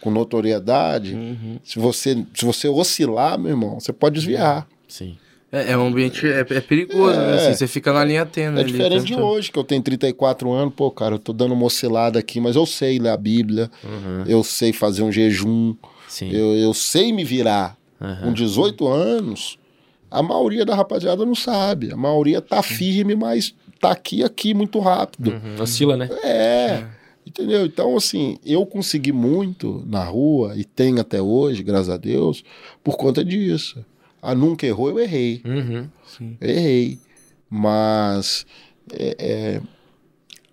com notoriedade, se, você, se você oscilar, meu irmão, você pode desviar. Sim. É, é um ambiente. É, é perigoso, né? É. Assim, você fica na linha tênue. É ali, tá diferente de tanto- hoje, que eu tenho 34 anos, pô, cara, eu tô dando uma oscilada aqui, mas eu sei ler a Bíblia, eu sei fazer um jejum, Sim. eu, eu sei me virar. Aham. Com 18 anos, a maioria da rapaziada não sabe. A maioria tá firme, mas tá aqui, aqui, muito rápido. Uhum. Oscila, né? É. Entendeu? Então, assim, eu consegui muito na rua e tenho até hoje, graças a Deus, por conta disso. Ah, nunca errou, eu errei. Uhum. Errei. Mas é, é,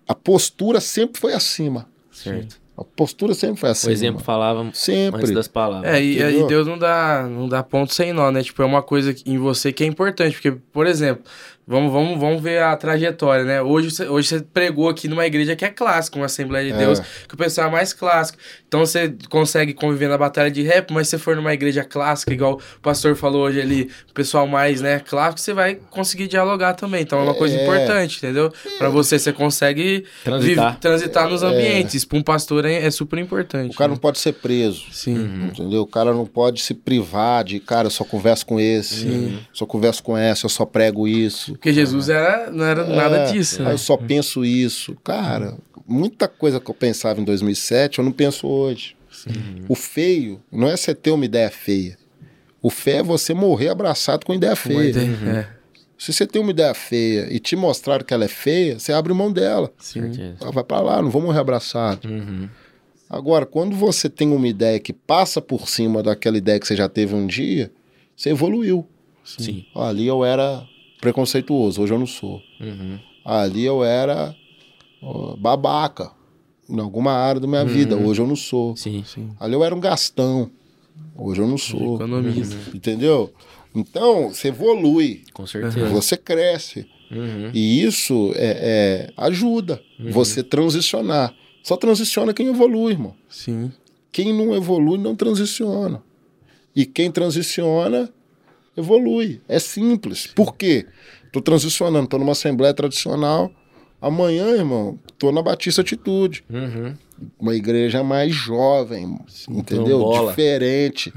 a postura sempre foi acima. Certo. A postura sempre foi O acima. exemplo falava antes Sempre. das palavras. É, e, Entendeu? e Deus não dá, não dá ponto sem nó, né? Tipo, é uma coisa que- em você que é importante. Porque, por exemplo, vamos, vamos, vamos ver a trajetória, né? Hoje, você- hoje você pregou aqui numa igreja que é clássica, uma Assembleia de É. Deus, que o pessoal é mais clássico. Então você consegue conviver na batalha de rap, mas se você for numa igreja clássica, igual o pastor falou hoje ali, o pessoal mais, né, clássico, você vai conseguir dialogar também. Então é uma coisa É. importante, entendeu? Pra você, você consegue Transitar. vive- transitar nos ambientes. Isso pra um pastor é, é super importante. É. O cara né? não pode ser preso. Sim. Entendeu? O cara não pode se privar de, cara, eu só converso com esse, só converso com essa, eu só prego isso. Porque Jesus era, não era nada É, disso, aí né? Eu só penso isso. Cara, muita coisa que eu pensava em 2007, eu não penso hoje. O feio não é você ter uma ideia feia. O feio é você morrer abraçado com ideia Uma feia. ideia- é, Se você tem uma ideia feia e te mostraram que ela é feia, você abre mão dela. sim. Ela vai pra lá, não vou morrer abraçado. Uhum. Agora, quando você tem uma ideia que passa por cima daquela ideia que você já teve um dia, você evoluiu. Ah, Sim. Ali eu era preconceituoso, hoje eu não sou. Ah, Uhum. Ali eu era ó, babaca em alguma área da minha vida, hoje eu não sou. Sim. Ali eu era um gastão, hoje eu não sou. né? Economista. Entendeu? Então, você evolui, Com certeza. você cresce. Uhum. E isso é, é, ajuda você transicionar. Só transiciona quem evolui, irmão. Sim. Quem não evolui não transiciona. E quem transiciona, evolui. É simples. Por quê? Tô transicionando, tô numa assembleia tradicional. Amanhã, irmão, tô na Batista Atitude. Uhum. Uma igreja mais jovem, então entendeu? Quilombola. Diferente.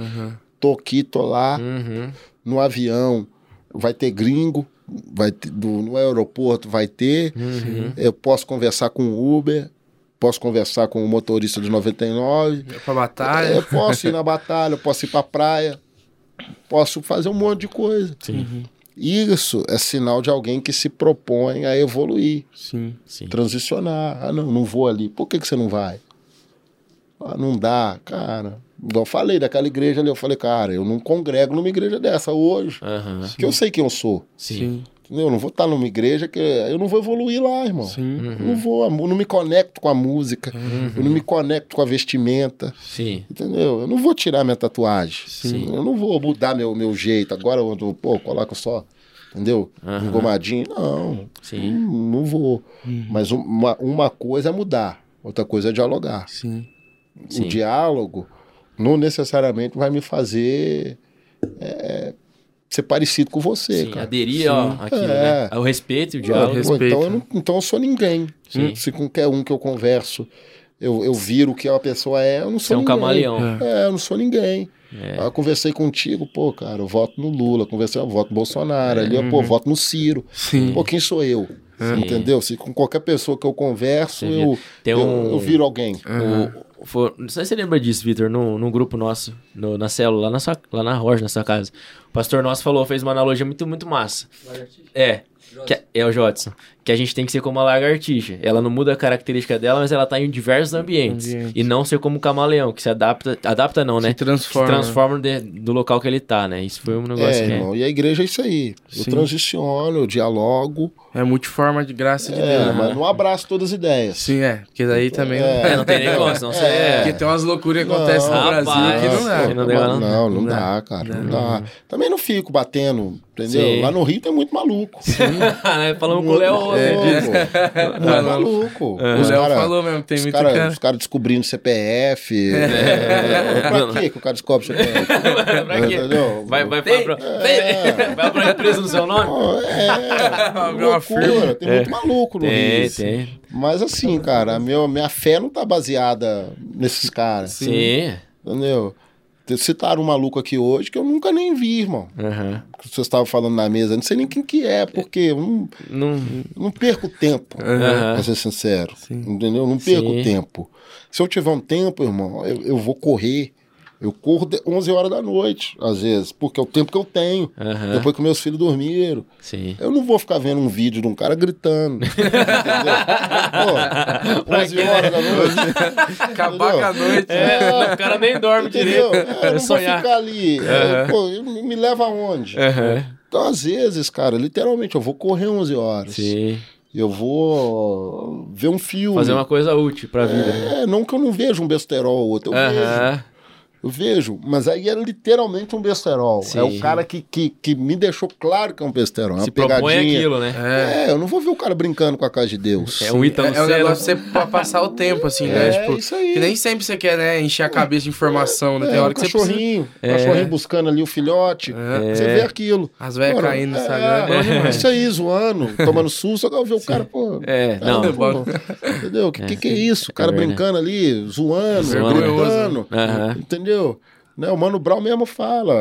Tô aqui, tô lá Uhum. no avião vai ter gringo, vai ter- do- no aeroporto vai Uhum. ter. Eu posso conversar com o Uber, posso conversar com o motorista de 99. É Pra batalha. Eu posso ir na batalha, eu posso ir pra praia, posso fazer um monte de coisa. Sim. Isso é sinal de alguém que se propõe a evoluir, Sim. Sim. transicionar. Ah, não, não vou ali. Por que, que você não vai? Ah, não dá, cara. Igual eu falei daquela igreja ali, eu falei, cara, eu não congrego numa igreja dessa hoje. Aham. Porque eu sei quem eu sou. Sim. Entendeu? Eu não vou estar numa igreja que eu não vou evoluir lá, irmão. Sim. Eu Não vou, eu não me conecto com a música, Uhum. eu não me conecto com a vestimenta, Sim. entendeu? Eu não vou tirar minha tatuagem, Sim. eu não vou mudar meu, meu jeito. Agora eu ando, pô, coloco só, entendeu? Aham. Engomadinho, não, Sim. Uhum. não, não vou. Mas uma, uma coisa é mudar, outra coisa é dialogar. Sim. Sim. O diálogo não necessariamente vai me fazer é, ser parecido com você, Sim, cara. aderir Sim. ó, aquilo, É. né? O respeito e o Pô, diálogo. respeito, então, né? eu não- então eu sou ninguém. Sim. Se com qualquer um que eu converso, eu, eu viro o que a pessoa é, eu não Você sou é um ninguém. camaleão. É. É, eu não sou ninguém. É. Aí eu conversei contigo, pô, cara, eu voto no Lula, conversei, eu voto no Bolsonaro, ali, eu, pô, eu voto no Ciro. Sim. Pô, quem sou eu? Uhum. Sim. Entendeu? Se com qualquer pessoa que eu converso, Você eu, Tem eu, um. eu viro alguém. o- foi- não sei se você lembra disso, Vitor, num, num grupo nosso, no- na célula, lá na, sua, lá na Rocha, na sua casa. O pastor nosso falou, fez uma analogia muito, muito massa. É. que a- é o Jotson. Que a gente tem que ser como a lagartixa. Ela não muda a característica dela, mas ela tá em diversos ambientes. Ambientes. E não ser como o camaleão, que se adapta. Adapta não, né? Se transforma. Se transforma de- do local que ele tá, né? Isso foi um negócio É, que irmão, e a igreja é isso aí. Eu Sim. transiciono, eu dialogo, É multiforma de graça de é, Então, Deus. né? mas não abraço todas as ideias. Sim, é. Porque daí também. É, não tem negócio, não. Você é. [LAUGHS] Porque tem umas loucuras que acontecem no Não, Brasil rapaz. que não Aqui é. não dá, não. não, não, Não dá. dá, cara. Não, Não dá. Também não fico batendo, entendeu? Sim. Lá no Rio tem muito maluco. [LAUGHS] Né? Falamos com o Léo. Muito né? louco. Muito maluco. É. O Os Léo cara- falou mesmo, tem os muito cara- [LAUGHS] cara. Os caras [LAUGHS] descobrindo CPF. É. Pra quê que o cara descobre CPF? pra quê? Entendeu? Vai, vai, vai, pra, tem- [LAUGHS] vai pra empresa no seu nome? Ó, [LAUGHS] É, Abriu uma loucura. Tem muito maluco no É. Tem, Rio. tem. Mas assim, cara, a meu- minha fé não tá baseada nesses caras, Sim. entendeu? Citaram um maluco aqui hoje que eu nunca nem vi, irmão. Aham. que vocês estavam falando na mesa, não sei nem quem que é, porque eu não, Não. eu não perco tempo, né, Aham. pra ser sincero. Sim. Entendeu? Eu não perco Sim. tempo. Se eu tiver um tempo, irmão, eu, eu vou correr. Eu corro de 11 horas da noite, às vezes, porque é o tempo que eu tenho. Aham. Depois que meus filhos dormiram. Sim. Eu não vou ficar vendo um vídeo de um [LAUGHS] cara gritando. entendeu? Pô, Pra 11 quê? horas da noite. Acabar com a noite. É, não, o cara nem dorme Entendeu? [LAUGHS] É, direito. É Eu não vou sonhar. É. ficar ali. É, pô, me me leva aonde? Aham. Então, às vezes, cara, literalmente, eu vou correr 11 É. horas. Sim. Eu vou ver um filme. Fazer uma coisa útil pra vida. né? É, não que eu não veja um besterol ou outro. Eu vejo. Aham. Eu vejo. Mas aí era literalmente um besterol. Sim. É o cara que, que, que me deixou claro que é um besterol. É uma Se propõe pegadinha. aquilo, né? É. É, eu não vou ver o cara brincando com a casa de Deus. É um Ítalo É, é um Senna. negócio pra você pa- passar o tempo, assim, né? É, Tipo, isso aí. que nem sempre você quer, né, encher a cabeça de informação, né? Tem É, hora um que você precisa. cachorrinho, É. cachorrinho buscando ali o filhote. Você vê aquilo. As velhas Mano, caindo no é, Instagram. É, bom [LAUGHS] demais. Isso aí, zoando, tomando susto. Agora eu ver o cara, pô. tá É, cara, não. pô, Entendeu? O que, que, que é isso? O cara verdade. brincando ali, zoando, Zoando. gritando. né? Aham. Entendeu? Né, o Mano Brown mesmo fala,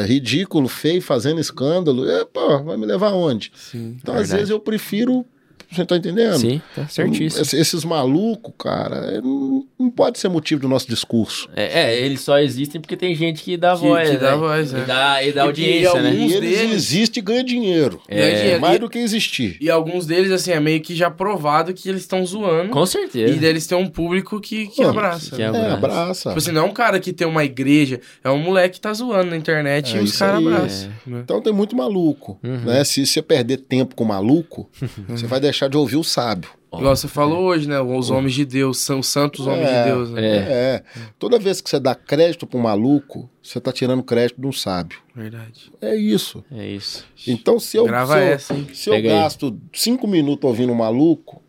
é ridículo, feio, fazendo escândalo. É, pô, vai me levar aonde? Sim. Então, às Verdade. vezes, eu prefiro. Você tá entendendo? Sim, tá certíssimo. Esse- Esses malucos, cara, é, não, não pode ser motivo do nosso discurso. É, é, eles só existem porque tem gente que dá Que- voz, que né? dá voz, E é. dá, e dá E- e audiência, algum- né? E É, Uns eles deles- existem e ganham dinheiro. É Ganha dinheiro. Mais É, E- do que existir. E alguns deles, assim, é meio que já provado que eles estão zoando. Com E certeza. daí eles têm um público que, que Mano, abraça. que né? ab- É, abraça. abraça. Tipo assim, não é um cara que tem uma igreja, é um moleque que tá zoando na internet É e os isso caras aí. abraçam. né? Então tem muito maluco. Uhum. Né? Se você perder tempo [LAUGHS] com maluco, você vai deixar de ouvir o sábio. Igual você falou hoje, né? Os homens de Deus, são os santos homens É, de Deus, né? É. É. Toda vez que você dá crédito para um maluco, você tá tirando crédito de um sábio. Verdade. É isso. É isso. Então, se eu, Grava se eu, essa, hein? se eu Pega aí. gasto cinco minutos ouvindo um maluco,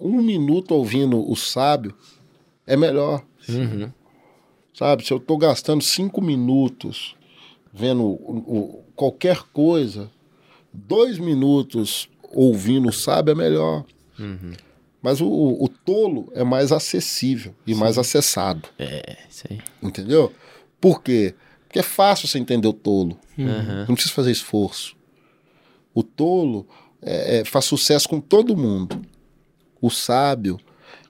um minuto ouvindo o sábio, é melhor. Uhum. Sabe? Se eu tô gastando cinco minutos vendo o- o- qualquer coisa, dois minutos ouvindo o sábio é melhor. Mas o, o tolo é mais acessível e mais acessado. É isso aí. Entendeu? Por quê? Porque é fácil você entender o tolo. Aham. Não precisa fazer esforço. O tolo é, é, faz sucesso com todo mundo. O sábio,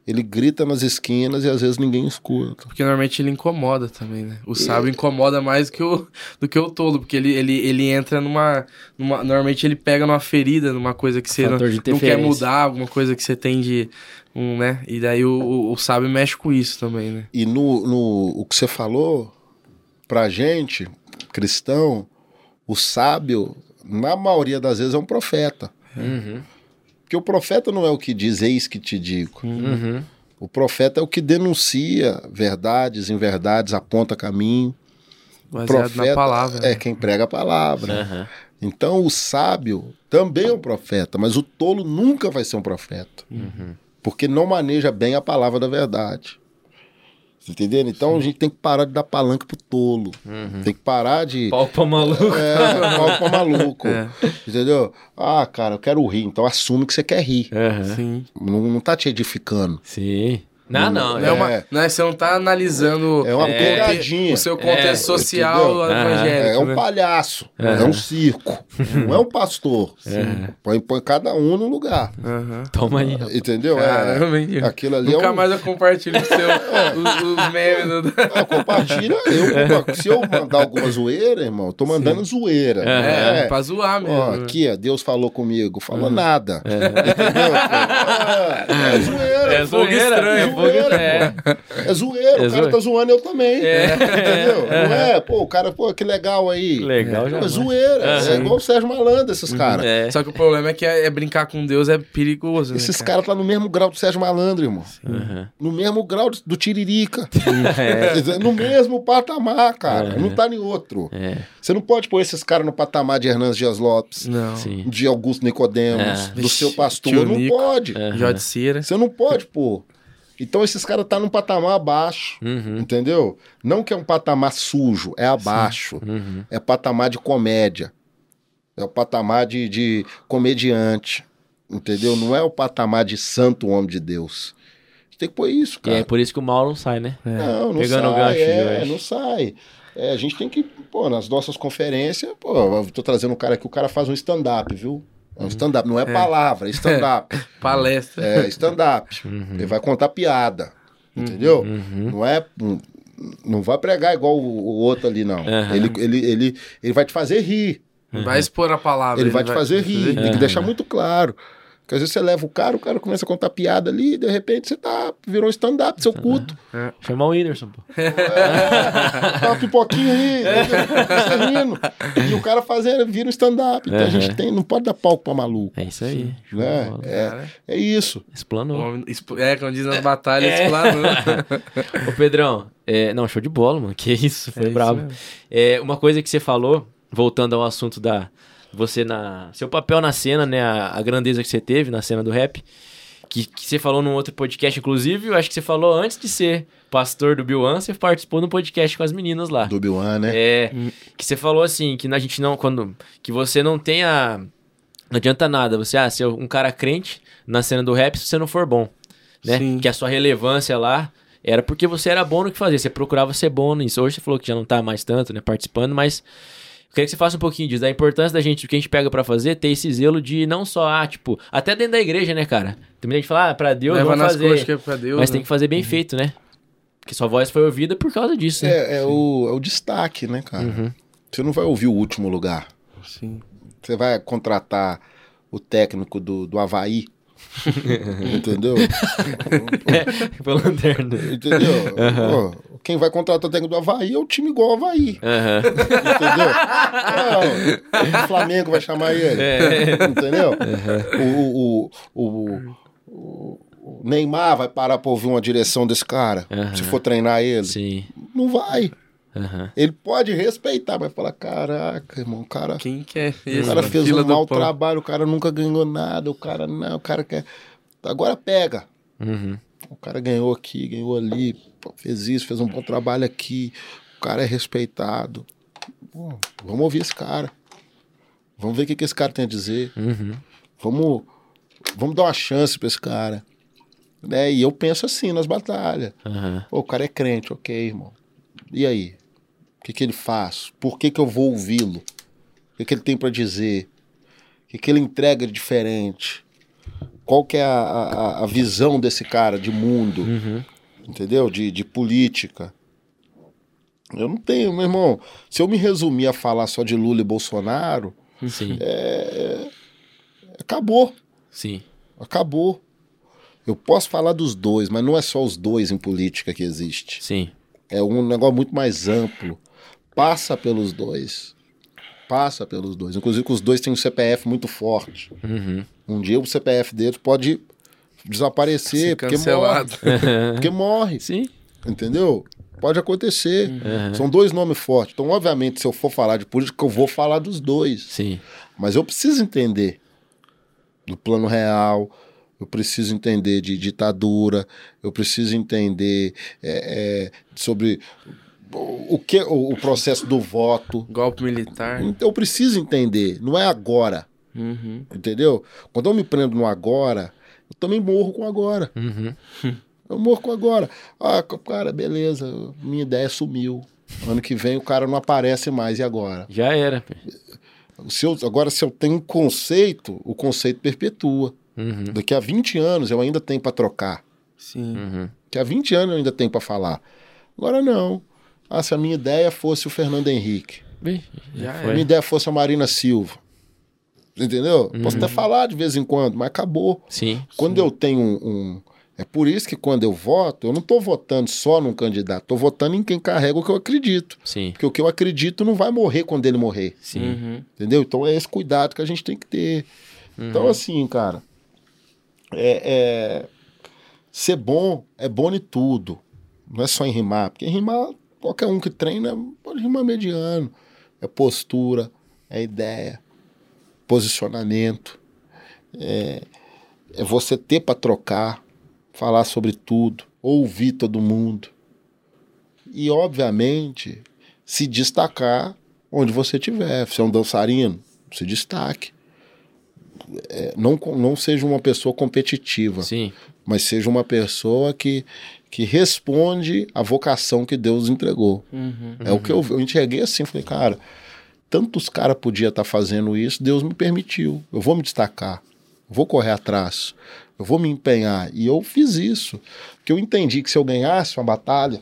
Ele grita nas esquinas e às vezes ninguém escuta. Porque normalmente ele incomoda também, né? O sábio incomoda mais do que o, do que o tolo, porque ele, ele, ele entra numa, numa- Normalmente ele pega numa ferida, numa coisa que você não, Fator de não quer interferência. mudar, alguma coisa que você tem de. Um, né? E daí o, o, o sábio mexe com isso também, né? E no, no o que você falou, pra gente, cristão, o sábio, na maioria das vezes, é um profeta. Uhum. Porque o profeta não é o que diz, eis que te digo. Uhum. O profeta é o que denuncia verdades, inverdades, aponta caminho. Baseado na palavra. né? é quem prega a palavra. Aham. Então o sábio também é um profeta, mas o tolo nunca vai ser um profeta. Porque não maneja bem a palavra da verdade. Entendendo? Então a gente tem que parar de dar palanca pro tolo. Tem que parar de. Pau pra maluco. É, pau pra maluco. É. Entendeu? Ah, cara, eu quero rir. Então assume que você quer rir. Aham. Sim. Não, não tá te edificando. Sim. Não, não. É, é- uma, né, você não tá analisando É uma o- pegadinha. o seu contexto É, social entendeu? Aham. evangélico. É, um né? palhaço, é um circo, não é um pastor. Põe, põe cada um no lugar. Aham. Toma aí. Entendeu? É, Caramba, hein, Diego? aquilo ali Nunca é um. É. mais eu compartilho o [LAUGHS] seu, os, os memes do. Ah, compartilha eu. compa- Se eu mandar alguma zoeira, irmão, eu tô mandando zoeira. É, né? pra zoar mesmo. Ó, aqui, ó, Deus falou comigo. Falou nada. Entendeu? Ah, É, zoeira. É fogo zoeira, estranho, é fogo estranho. É zoeira. É o cara zoeira. tá zoando eu também. Entendeu? Não é? Pô, o cara, pô, que legal aí. Legal já É vai. zoeira. É igual o Sérgio Malandro, esses caras. É. Só que o problema é que é, é brincar com Deus é perigoso. né, Esses cara? caras tá no mesmo grau do Sérgio Malandro, irmão. Aham. No mesmo grau de- do Tiririca. É. Quer dizer, No mesmo patamar, cara. Não tá em outro. É. Você não pode pôr esses caras no patamar de Hernandes Dias Lopes, Não. Sim. de Augusto Nicodemos, É. do Vixe, seu pastor. tio Não Nico. pode. Aham. Jó de Cira. Você não pode, pô. Então esses caras tá num patamar abaixo. Uhum. Entendeu? Não que é um patamar sujo, é abaixo. Uhum. É patamar de comédia. É o patamar de, de comediante. Entendeu? Não é o patamar de santo homem de Deus. Tem que pôr isso, E é cara. por isso que o mal não sai, né? Não, não Pegando o sai. gancho, é, Jorge. não sai. É, a gente tem que, pô, nas nossas conferências, pô, eu tô trazendo um cara aqui, o cara faz um stand-up, viu? Uhum. É um stand-up, não é palavra, é [LAUGHS] stand-up. Palestra. É stand-up. Uhum. Ele vai contar piada. Entendeu? Não é. Não vai pregar igual o, o outro ali, não. Aham. Ele, ele, ele, ele vai te fazer rir. Uhum. Vai expor a palavra. ele vai te fazer rir. Tem que Aham. deixar muito claro. Porque às vezes você leva o cara, o cara começa a contar piada ali, e de repente você tá, virou um stand-up, seu culto. Chamar o Whindersson, pô. Tá uma pipoquinha [LAUGHS] aí, tá rindo. E o cara fazer, vira um stand-up. Então a gente Aham. tem, não pode dar palco pra maluco. É isso aí. Show de Né? bola. É, é isso. O Explanou. homem expo- É, como diz nas batalhas, É. [LAUGHS] né? explanando. Ô, Pedrão, é, não, show de bola, mano. Que isso, foi É isso brabo. mesmo. É, uma coisa que você falou, voltando ao assunto da você na seu papel na cena, né, a, a grandeza que você teve na cena do rap, que, que você falou num outro podcast, inclusive, eu acho que você falou antes de ser pastor do Bill One, você participou de um podcast com as meninas lá. Do Biwan, né? É, Hum. que você falou assim, que a gente não, quando, que você não tenha, não adianta nada, você, ah, ser um cara crente na cena do rap se você não for bom, né? Sim. Que a sua relevância lá era porque você era bom no que fazia, você procurava ser bom nisso. Hoje você falou que já não tá mais tanto, né, participando, mas eu queria que você faça um pouquinho disso, da importância da gente, o que a gente pega pra fazer, ter esse zelo de não só, ah, tipo, até dentro da igreja, né, cara? Tem muita gente que fala, ah, pra Deus, Leva vamos nas coisas fazer. que é pra Deus. Mas né? tem que fazer bem feito, né? Porque sua voz foi ouvida por causa disso, [LAUGHS] né? É, é o, é o destaque, né, cara? Uhum. Você não vai ouvir o último lugar. Sim. Você vai contratar o técnico do, do [LAUGHS] Havaí. Entendeu? Foi lanterna. Entendeu? Pô, quem vai contratar o técnico do Havaí é o time igual ao Havaí. [LAUGHS] Aham. [LAUGHS] Entendeu? Não, o Flamengo vai chamar ele. É. Entendeu? O, o, o, o- o Neymar vai parar pra ouvir uma direção desse cara. Aham. Se for treinar ele. Sim. Não vai. Aham. Ele pode respeitar, mas falar: caraca, irmão, o cara. Quem que é O esse? cara na fez fila um do mau pão? trabalho, o cara nunca ganhou nada, o cara não, o cara quer. Agora pega. Uhum. O cara ganhou aqui, ganhou ali, pô, fez isso, fez um bom trabalho aqui, o cara é respeitado. Pô, vamos ouvir esse cara. Vamos ver o que, que esse cara tem a dizer. Uhum. Vamos, vamos dar uma chance pra esse cara. Né? E eu penso assim nas batalhas. Aham. Pô, o cara é crente, ok, irmão. E aí? O que, que ele faz? Por que, que eu vou ouvi-lo? O que, que ele tem pra dizer? O que, que ele entrega de diferente? qual que é a, a, a visão desse cara de mundo, entendeu? De, de política. Eu não tenho, meu irmão. Se eu me resumir a falar só de Lula e Bolsonaro, Sim, É. acabou. sim. Acabou. Eu posso falar dos dois, mas não é só os dois em política que existe. Sim. É um negócio muito mais amplo. Passa pelos dois. Passa pelos dois. Inclusive que os dois têm um CPF muito forte. Uhum. [LAUGHS] Um dia o CPF deles pode desaparecer, Ser porque morre, cancelado. né? porque morre, sim. entendeu? Pode acontecer. Uhum. São dois nomes fortes. Então, obviamente, se eu for falar de política, eu vou falar dos dois. Sim. Mas eu preciso entender do plano real, eu preciso entender de ditadura, eu preciso entender é, é, sobre o, o que o, o processo do voto. Golpe militar. Então, eu preciso entender, não é agora, Uhum. entendeu? Quando eu me prendo no agora, eu também morro com agora. Uhum. Eu morro com agora. Ah, cara, beleza, minha ideia sumiu. Ano que vem o cara não aparece mais, e agora? Já era. pê. Se eu- agora, se eu tenho um conceito, o conceito perpetua. Uhum. Daqui a 20 anos eu ainda tenho para trocar. Sim. Uhum. Daqui a 20 anos eu ainda tenho para falar. Agora não. Ah, se a minha ideia fosse o Fernando Henrique. Bem, já Já era. Se a minha foi. ideia fosse a Marina Silva. Entendeu? Posso até falar de vez em quando, mas acabou. Uhum. Sim. Quando eu tenho um, um- É por isso que quando eu voto, eu não estou votando só num candidato. Estou votando em quem carrega o que eu acredito. Sim. Porque o que eu acredito não vai morrer quando ele morrer. Sim. Uhum. Entendeu? Então é esse cuidado que a gente tem que ter. Então, assim, cara, é, é- ser bom é bom em tudo. Não é só em rimar, porque em rimar, qualquer um que treina pode rimar mediano. É postura, é ideia, posicionamento, é, é você ter para trocar, falar sobre tudo, ouvir todo mundo. E, obviamente, se destacar onde você estiver. Se é um dançarino, se destaque. É, não, com- não seja uma pessoa competitiva, [LAUGHS] Sim. mas seja uma pessoa que, que responde à vocação que Deus entregou. Uhum. É o que eu, eu enxerguei assim, falei, cara, tantos caras podiam estar fazendo isso, Deus me permitiu. Eu vou me destacar, eu vou correr atrás, eu vou me empenhar. E eu fiz isso. Porque eu entendi que se eu ganhasse uma batalha,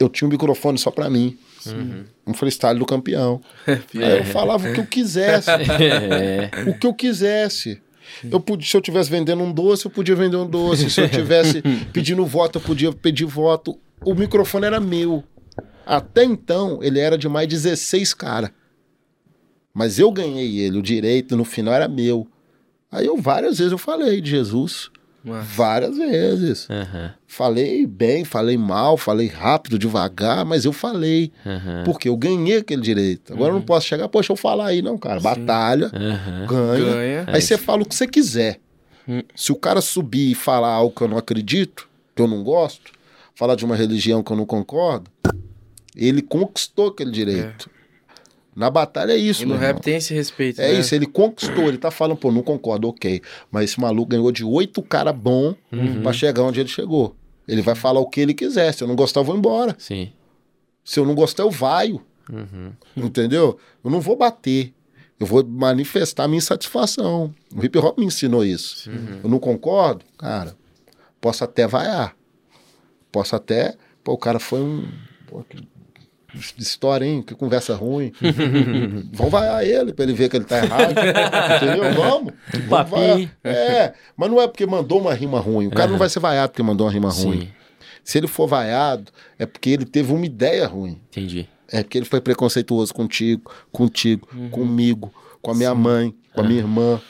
eu tinha um microfone só pra mim. Um freestyle do campeão. Aí eu falava o que eu quisesse. É. o que eu quisesse. Eu podia, se eu estivesse vendendo um doce, eu podia vender um doce. Se eu estivesse pedindo voto, eu podia pedir voto. O microfone era meu. Até então, ele era de mais 16 caras. Mas eu ganhei ele, o direito no final era meu. Aí eu várias vezes eu falei de Jesus. Mas- Várias vezes. Aham. Falei bem, falei mal, falei rápido, devagar, mas eu falei. Aham. Porque eu ganhei aquele direito. Agora eu não posso chegar, poxa, eu falar aí, não, cara. Batalha, Aham. ganha. Ganha. Aí é você fala o que você quiser. É Hum. Se o cara subir e falar algo que eu não acredito, que eu não gosto, falar de uma religião que eu não concordo, ele conquistou aquele direito. Na batalha é isso, E no meu rap irmão. tem esse respeito. É né? isso, ele conquistou, ele tá falando, pô, não concordo, ok. Mas esse maluco ganhou de oito caras bom Uhum. pra chegar onde ele chegou. Ele vai falar o que ele quiser. Se eu não gostar, eu vou embora. Sim. Se eu não gostar, eu vaio. Uhum. Entendeu? Eu não vou bater. Eu vou manifestar minha insatisfação. O hip hop me ensinou isso. Uhum. Eu não concordo? Cara, posso até vaiar. Posso até. Pô, o cara foi um. Pô, que história, hein? Que [LAUGHS] conversa ruim. Vão vaiar ele pra ele ver que ele tá errado. Entendeu? Vamos. Vamos papinho. vaiar. É, mas não é porque mandou uma rima ruim. O cara Aham. não vai ser vaiado porque mandou uma rima Tá ruim. Sim. Se ele for vaiado, é porque ele teve uma ideia ruim. Entendi. É porque ele foi preconceituoso contigo, contigo, Uhum. comigo, com a minha mãe, com a minha É. irmã.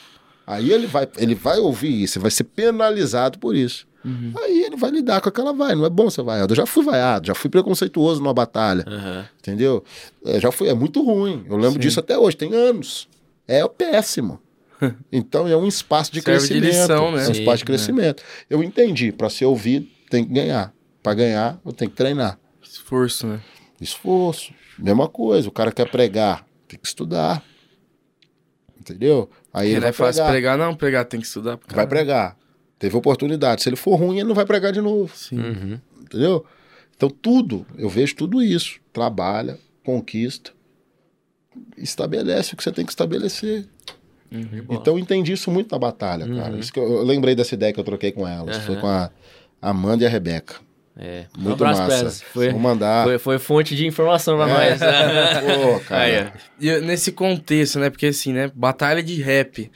Aí ele vai, ele vai ouvir isso, ele vai ser penalizado por isso. Uhum. Aí ele vai lidar com aquela vai. Não é bom ser vaiado. Eu já fui vaiado, já fui preconceituoso numa batalha, Aham. entendeu? É, já fui, é muito ruim. Eu lembro disso até hoje, tem anos. [LAUGHS] É péssimo. Então é um espaço de Serve de crescimento. lição, né? É um espaço de Sim, crescimento. Eu entendi, para ser ouvido, tem que ganhar. Para ganhar, eu tenho que treinar Esforço, né? esforço. Mesma coisa, o cara quer pregar, tem que estudar. Entendeu? Porque Aí ele não é vai fácil pregar. pregar, não. Pregar tem que estudar. pra Vai caralho. pregar. Teve oportunidade. Se ele for ruim, ele não vai pregar de novo. Sim. Uhum. Entendeu? Então, tudo, eu vejo tudo isso. Trabalha, conquista, estabelece o que você tem que estabelecer. Uhum. Então eu entendi isso muito na batalha, cara. Isso que eu, eu lembrei dessa ideia que eu troquei com elas. Uhum. Foi com a Amanda e a Rebeca. É. Muito um abraço pra massa. elas. Foi, Vou mandar. foi, foi fonte de informação pra É. nós. [LAUGHS] Pô, cara. [LAUGHS] Aí, ó. E eu- nesse contexto, né? Porque assim, né? Batalha de rap.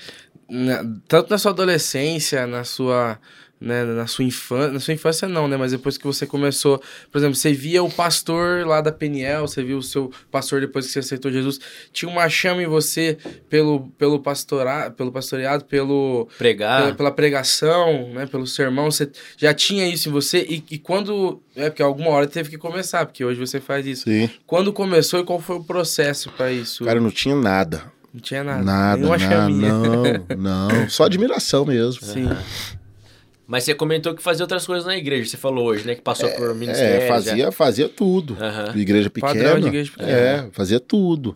na- tanto na sua adolescência, na sua. Né, na sua infância. Na sua infância não, né? Mas depois que você começou. Por exemplo, você via o pastor lá da Peniel, você viu o seu pastor depois que você aceitou Jesus. Tinha uma chama em você pelo, pelo, pastora, pelo pastoreado, pelo, É. pela, Pregar. pela pregação, né, pelo sermão, você já tinha isso em você e, e quando é porque alguma hora teve que começar, porque hoje você faz isso. Sim. Quando começou e qual foi o processo pra isso? Cara, eu não tinha nada. não tinha nada, Nada, nada, nenhuma chaminha. não, não. Só admiração mesmo. [LAUGHS] Sim. Mas você comentou que fazia outras coisas na igreja, você falou hoje, né? Que passou por ministério. É, fazia, fazia tudo. já. Aham. Igreja Padrão de pequena. igreja pequena. É, fazia tudo.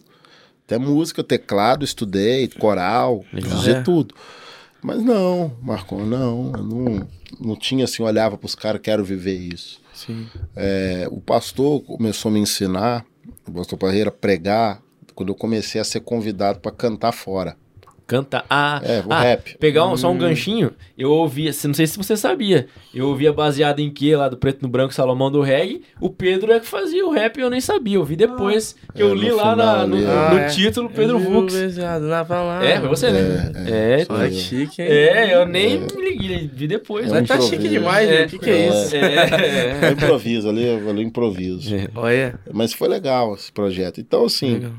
Até música, teclado, estudei, coral, Legal. fazia É. tudo. Mas não, Marcão, não. Eu não, não tinha assim, olhava pros caras, quero viver isso. Sim. É, o pastor começou a me ensinar, o pastor Parreira, a pregar, quando eu comecei a ser convidado para cantar fora. Canta a. É, o Ah, rap. Pegar um- Hum. só um ganchinho, eu ouvia, se- não sei se você sabia, eu ouvia baseado em que lá do Preto no Branco, Salomão do Reggae, o Pedro é que fazia o rap e eu nem sabia, eu vi depois, Ah. que eu É, no li lá na- final no, ali, no é. Ah, é. título Pedro Eu Vux. beijado na palavra. É, foi você, né? É, Tá é, chique, hein? é, eu nem me liguei, vi depois. É né? um Mas tá chique improviso. demais, né? É. O que, que é isso? É. Eu improviso, ali, ali eu improviso. É. Olha. Mas foi legal esse projeto. Então, assim, Legal.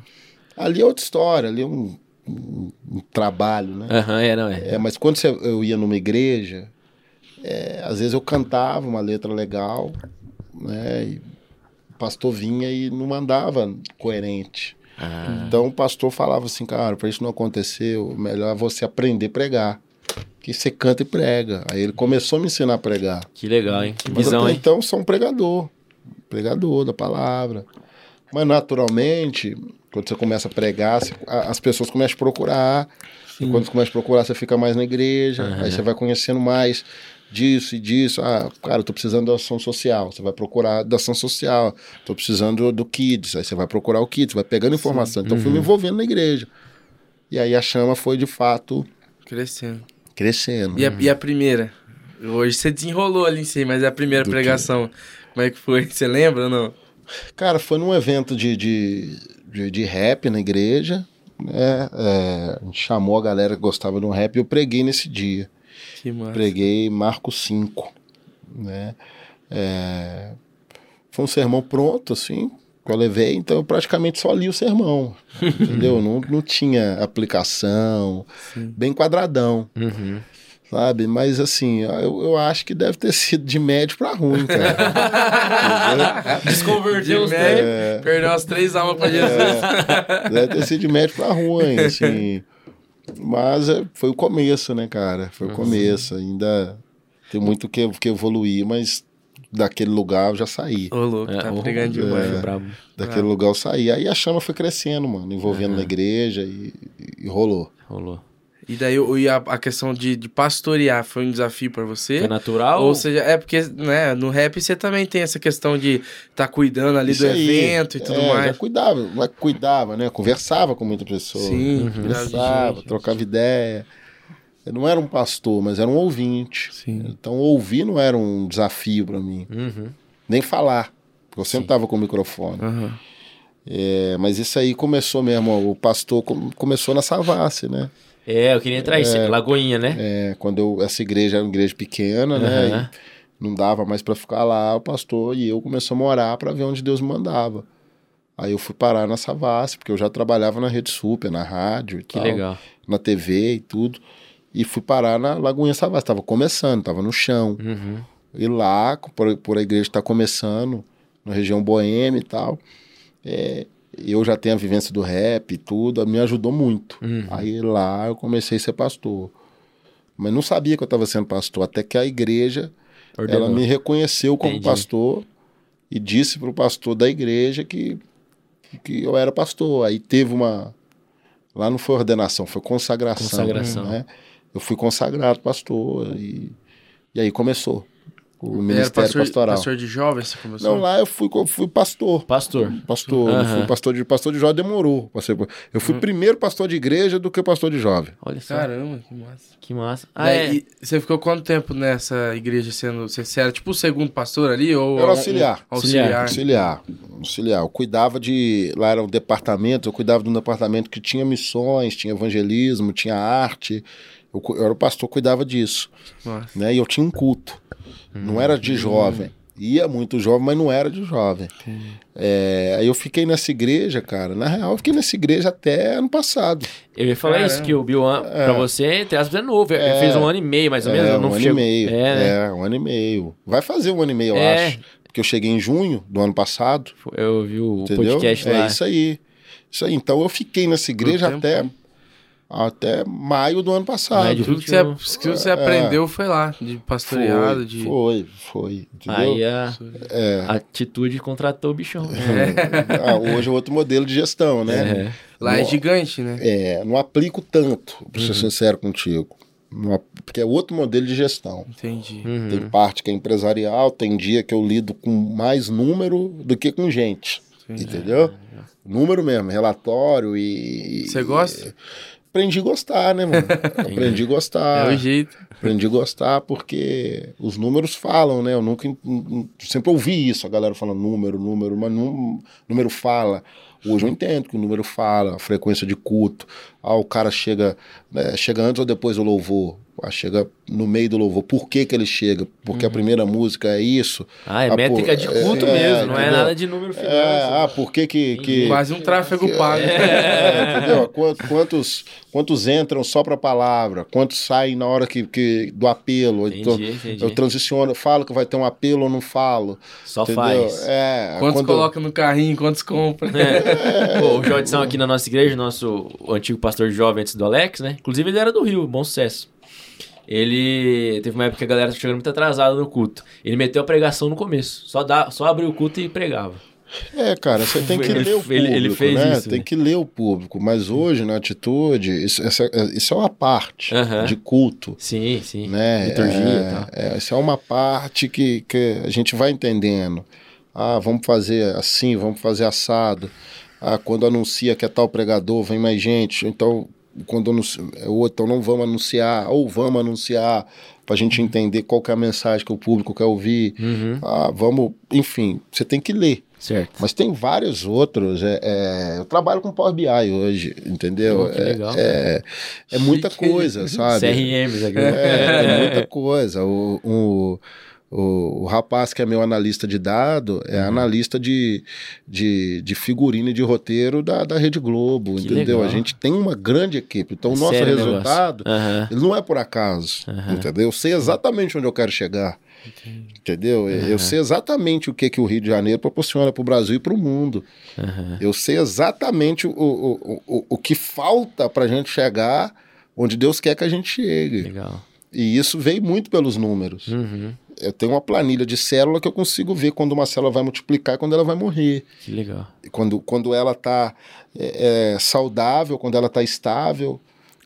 ali é outra história, ali é um, um- um trabalho, né? Aham, é, não é. É, mas quando você- eu ia numa igreja, é, às vezes eu cantava uma letra legal, né? E o pastor vinha e não mandava coerente. Ah, Então o pastor falava assim, cara, para isso não acontecer, o melhor é você aprender a pregar. Que você canta e prega. Aí ele começou a me ensinar a pregar. que legal, hein? Que Mas visão, até hein? então sou um pregador. Pregador da palavra. Mas naturalmente, quando você começa a pregar, você- a- as pessoas começam a procurar. E quando você começa a procurar, você fica mais na igreja. Aí você vai conhecendo mais disso e disso. Ah, cara, eu tô precisando da ação social. Você vai procurar da ação social. Tô precisando do Kids. Aí você vai procurar o Kids, vai pegando informação. Então fui me envolvendo na igreja. E aí a chama foi de fato Crescendo. crescendo. E a, e a primeira? Hoje você desenrolou ali em si, mas é a primeira Do quê? pregação. Como é que foi? Você lembra ou não? Cara, foi num evento de, de, de, de rap na igreja. Né? É, a gente chamou a galera que gostava de um rap e eu preguei nesse dia. Que massa. Preguei Marco 5. Né? É, foi um sermão pronto, assim, que eu levei, então eu praticamente só li o sermão. entendeu? Não, não tinha aplicação, bem quadradão. Uhum. Sabe? Mas assim, eu, eu acho que deve ter sido de médio pra ruim, cara. Ah, Desconverteu os [LAUGHS] De três. médio, Perdeu as três almas pra Jesus. Deve ter sido de médio pra [LAUGHS] ruim, assim. Mas é, foi o começo, né, cara? Foi Uhum. o começo. Ainda tem muito que, que evoluir, mas daquele lugar eu já saí. Ô, louco, tá ô, pregando demais. é, né? brabo. Daquele lugar eu saí. Aí a chama foi crescendo, mano, Uhum. envolvendo na igreja e, e rolou. Rolou. E daí o- e a, a questão de, de pastorear foi um desafio pra você? Foi natural? Ou seja, é porque né, no rap você também tem essa questão de tá cuidando ali Isso do aí. evento e tudo É, Já mais. cuidava, mas cuidava, né? Conversava com muita pessoa. Sim, cuidado de Conversava, gente. trocava ideia. Eu não era um pastor, mas era um ouvinte. Sim. Então ouvir não era um desafio pra mim. Uhum. nem falar. porque Eu sempre tava com o microfone. Aham. É, mas isso aí começou mesmo, o pastor com- começou na Savassi, né? É, eu queria entrar aí, Lagoinha, né? É, quando eu, essa igreja era uma igreja pequena, Aham. né? E não dava mais para ficar lá, o pastor e eu começamos a orar para ver onde Deus me mandava. Aí eu fui parar na Savassi, porque eu já trabalhava na Rede Super, na rádio e Que tal, legal. na TV e tudo. E fui parar na Lagoinha Savassi, tava começando, tava no chão. Uhum. E lá, por, por a igreja estar começando, na região boêmia e tal, é, eu já tenho a vivência do rap e tudo, me ajudou muito. Uhum. Aí lá eu comecei a ser pastor. Mas não sabia que eu estava sendo pastor, até que a igreja, Ordenou. ela me reconheceu como Entendi. pastor e disse para o pastor da igreja que, que eu era pastor. Aí teve uma... Lá não foi ordenação, foi consagração. Consagração. né? Eu fui consagrado pastor e, e aí começou. O Era Ministério pastor, Pastoral. Pastor de jovens, você começou? Não, lá eu fui, co- fui pastor. Pastor. Pastor, eu Aham. fui pastor de pastor de jovem demorou. pra ser- Eu fui primeiro pastor de igreja do que pastor de jovem. Olha só. Caramba, que massa. Que massa. Ah, Daí, é. e você ficou quanto tempo nessa igreja sendo. Você você era tipo o segundo pastor ali? Ou Eu era um- auxiliar. um auxiliar. Auxiliar, auxiliar. Eu cuidava de. Lá era um departamento, eu cuidava de um departamento que tinha missões, tinha evangelismo, tinha arte. Eu, cu- eu era o pastor, cuidava disso. Nossa. né? E eu tinha um culto. Não era Hum. de jovem. Ia muito jovem, mas não era de jovem. É, aí eu fiquei nessa igreja, cara. Na real, eu fiquei nessa igreja até ano passado. Eu ia falar isso, Caramba. que o Bill, An- pra você, entre aspas, é novo. Ele fez um ano e meio, mais ou menos. É, eu um não ano chego- e meio. É, né? É, um ano e meio. Vai fazer um ano e meio, eu É. acho. Porque eu cheguei em junho do ano passado. Eu ouvi o entendeu? podcast é lá. isso aí. Isso aí. Então eu fiquei nessa igreja Por até, tempo, até maio do ano passado. Maio de Tudo que você, tudo que você aprendeu foi lá, de É. foi, pastoreado, de. foi, foi. Entendeu? É. Aí é. a, a atitude contratou o bichão. [LAUGHS] Ah, hoje é outro modelo de gestão, né? É. Lá é gigante, né? É, não aplico tanto, pra Uhum. ser sincero contigo. Não ap- porque é outro modelo de gestão. Entendi. Uhum. Tem parte que é empresarial, tem dia que eu lido com mais número do que com gente. Entendi. É, Entendeu? Número mesmo, relatório e. Você gosta? Aprendi a gostar, [LAUGHS] né, mano? Aprendi a É gostar. o jeito. Aprendi a gostar porque os números falam, né? Eu nunca. Sempre ouvi isso, a galera falando número, número, mas num- número fala. Hoje eu entendo que o número fala, a frequência de culto. Ah, o cara chega, né, chega antes ou depois do louvor. Ah, chega no meio do louvor. Por que, que ele chega? Porque a primeira música é isso. Ah, é Ah, pô, métrica de culto é, mesmo, não é entendeu? nada de número final. É, assim. ah, por que que. que Quase um tráfego pago. [LAUGHS] é, entendeu? Quant- Quantos, quantos entram só para a palavra? Quantos saem na hora que, que do apelo? Então, Entendi, entendi. eu transiciono, eu falo que vai ter um apelo ou não falo. Só entendeu? faz. É, Quantos quando- coloca no carrinho, quantos compra. né? É. Pô, o Jordição aqui na nossa igreja, nosso antigo pastor jovem antes do Alex, né? Inclusive ele era do Rio, bom sucesso. Ele teve uma época que a galera tá chegando muito atrasada no culto. Ele meteu a pregação no começo. Só, dá, só abriu o culto e pregava. É, cara, você tem que Ele- ler o ele- público, ele fez né? isso, tem né? que ler o público. Mas hoje, na atitude, isso, essa- isso é uma parte Aham. de culto. Sim, sim. né? Liturgia é, e tal. é, isso é uma parte que, que a gente vai entendendo. Ah, vamos fazer assim, vamos fazer assado. Ah, quando anuncia que é tal pregador, vem mais gente. Então, quando anuncia, é outro, então não vamos anunciar, ou vamos anunciar, para a gente entender qual que é a mensagem que o público quer ouvir. Uhum, Ah, vamos, enfim, você tem que ler. certo. Mas tem vários outros. é, é, eu trabalho com Power BI hoje, entendeu? Pô, que É- legal. é, é muita [LAUGHS] Chique. coisa, sabe? CRMs aqui. É, tem [LAUGHS] muita coisa. O, o, o, o rapaz que é meu analista de dado Uhum. é analista de, de, de figurino e de roteiro da, da Rede Globo, Que entendeu? legal. É A gente tem uma grande equipe. Então, o nosso Sério negócio. resultado Aham. ele não é por acaso, Aham. entendeu? Eu sei exatamente onde eu quero chegar. Entendeu? Eu- Eu sei exatamente o que, que o Rio de Janeiro proporciona para o Brasil e para o mundo. Aham. Eu sei exatamente o, o, o, o que falta para a gente chegar onde Deus quer que a gente chegue. Legal. E isso veio muito pelos números. Uhum, Eu tenho uma planilha de célula que eu consigo ver quando uma célula vai multiplicar e quando ela vai morrer. Que legal. E Quando, quando ela está é, é, saudável, quando ela está estável.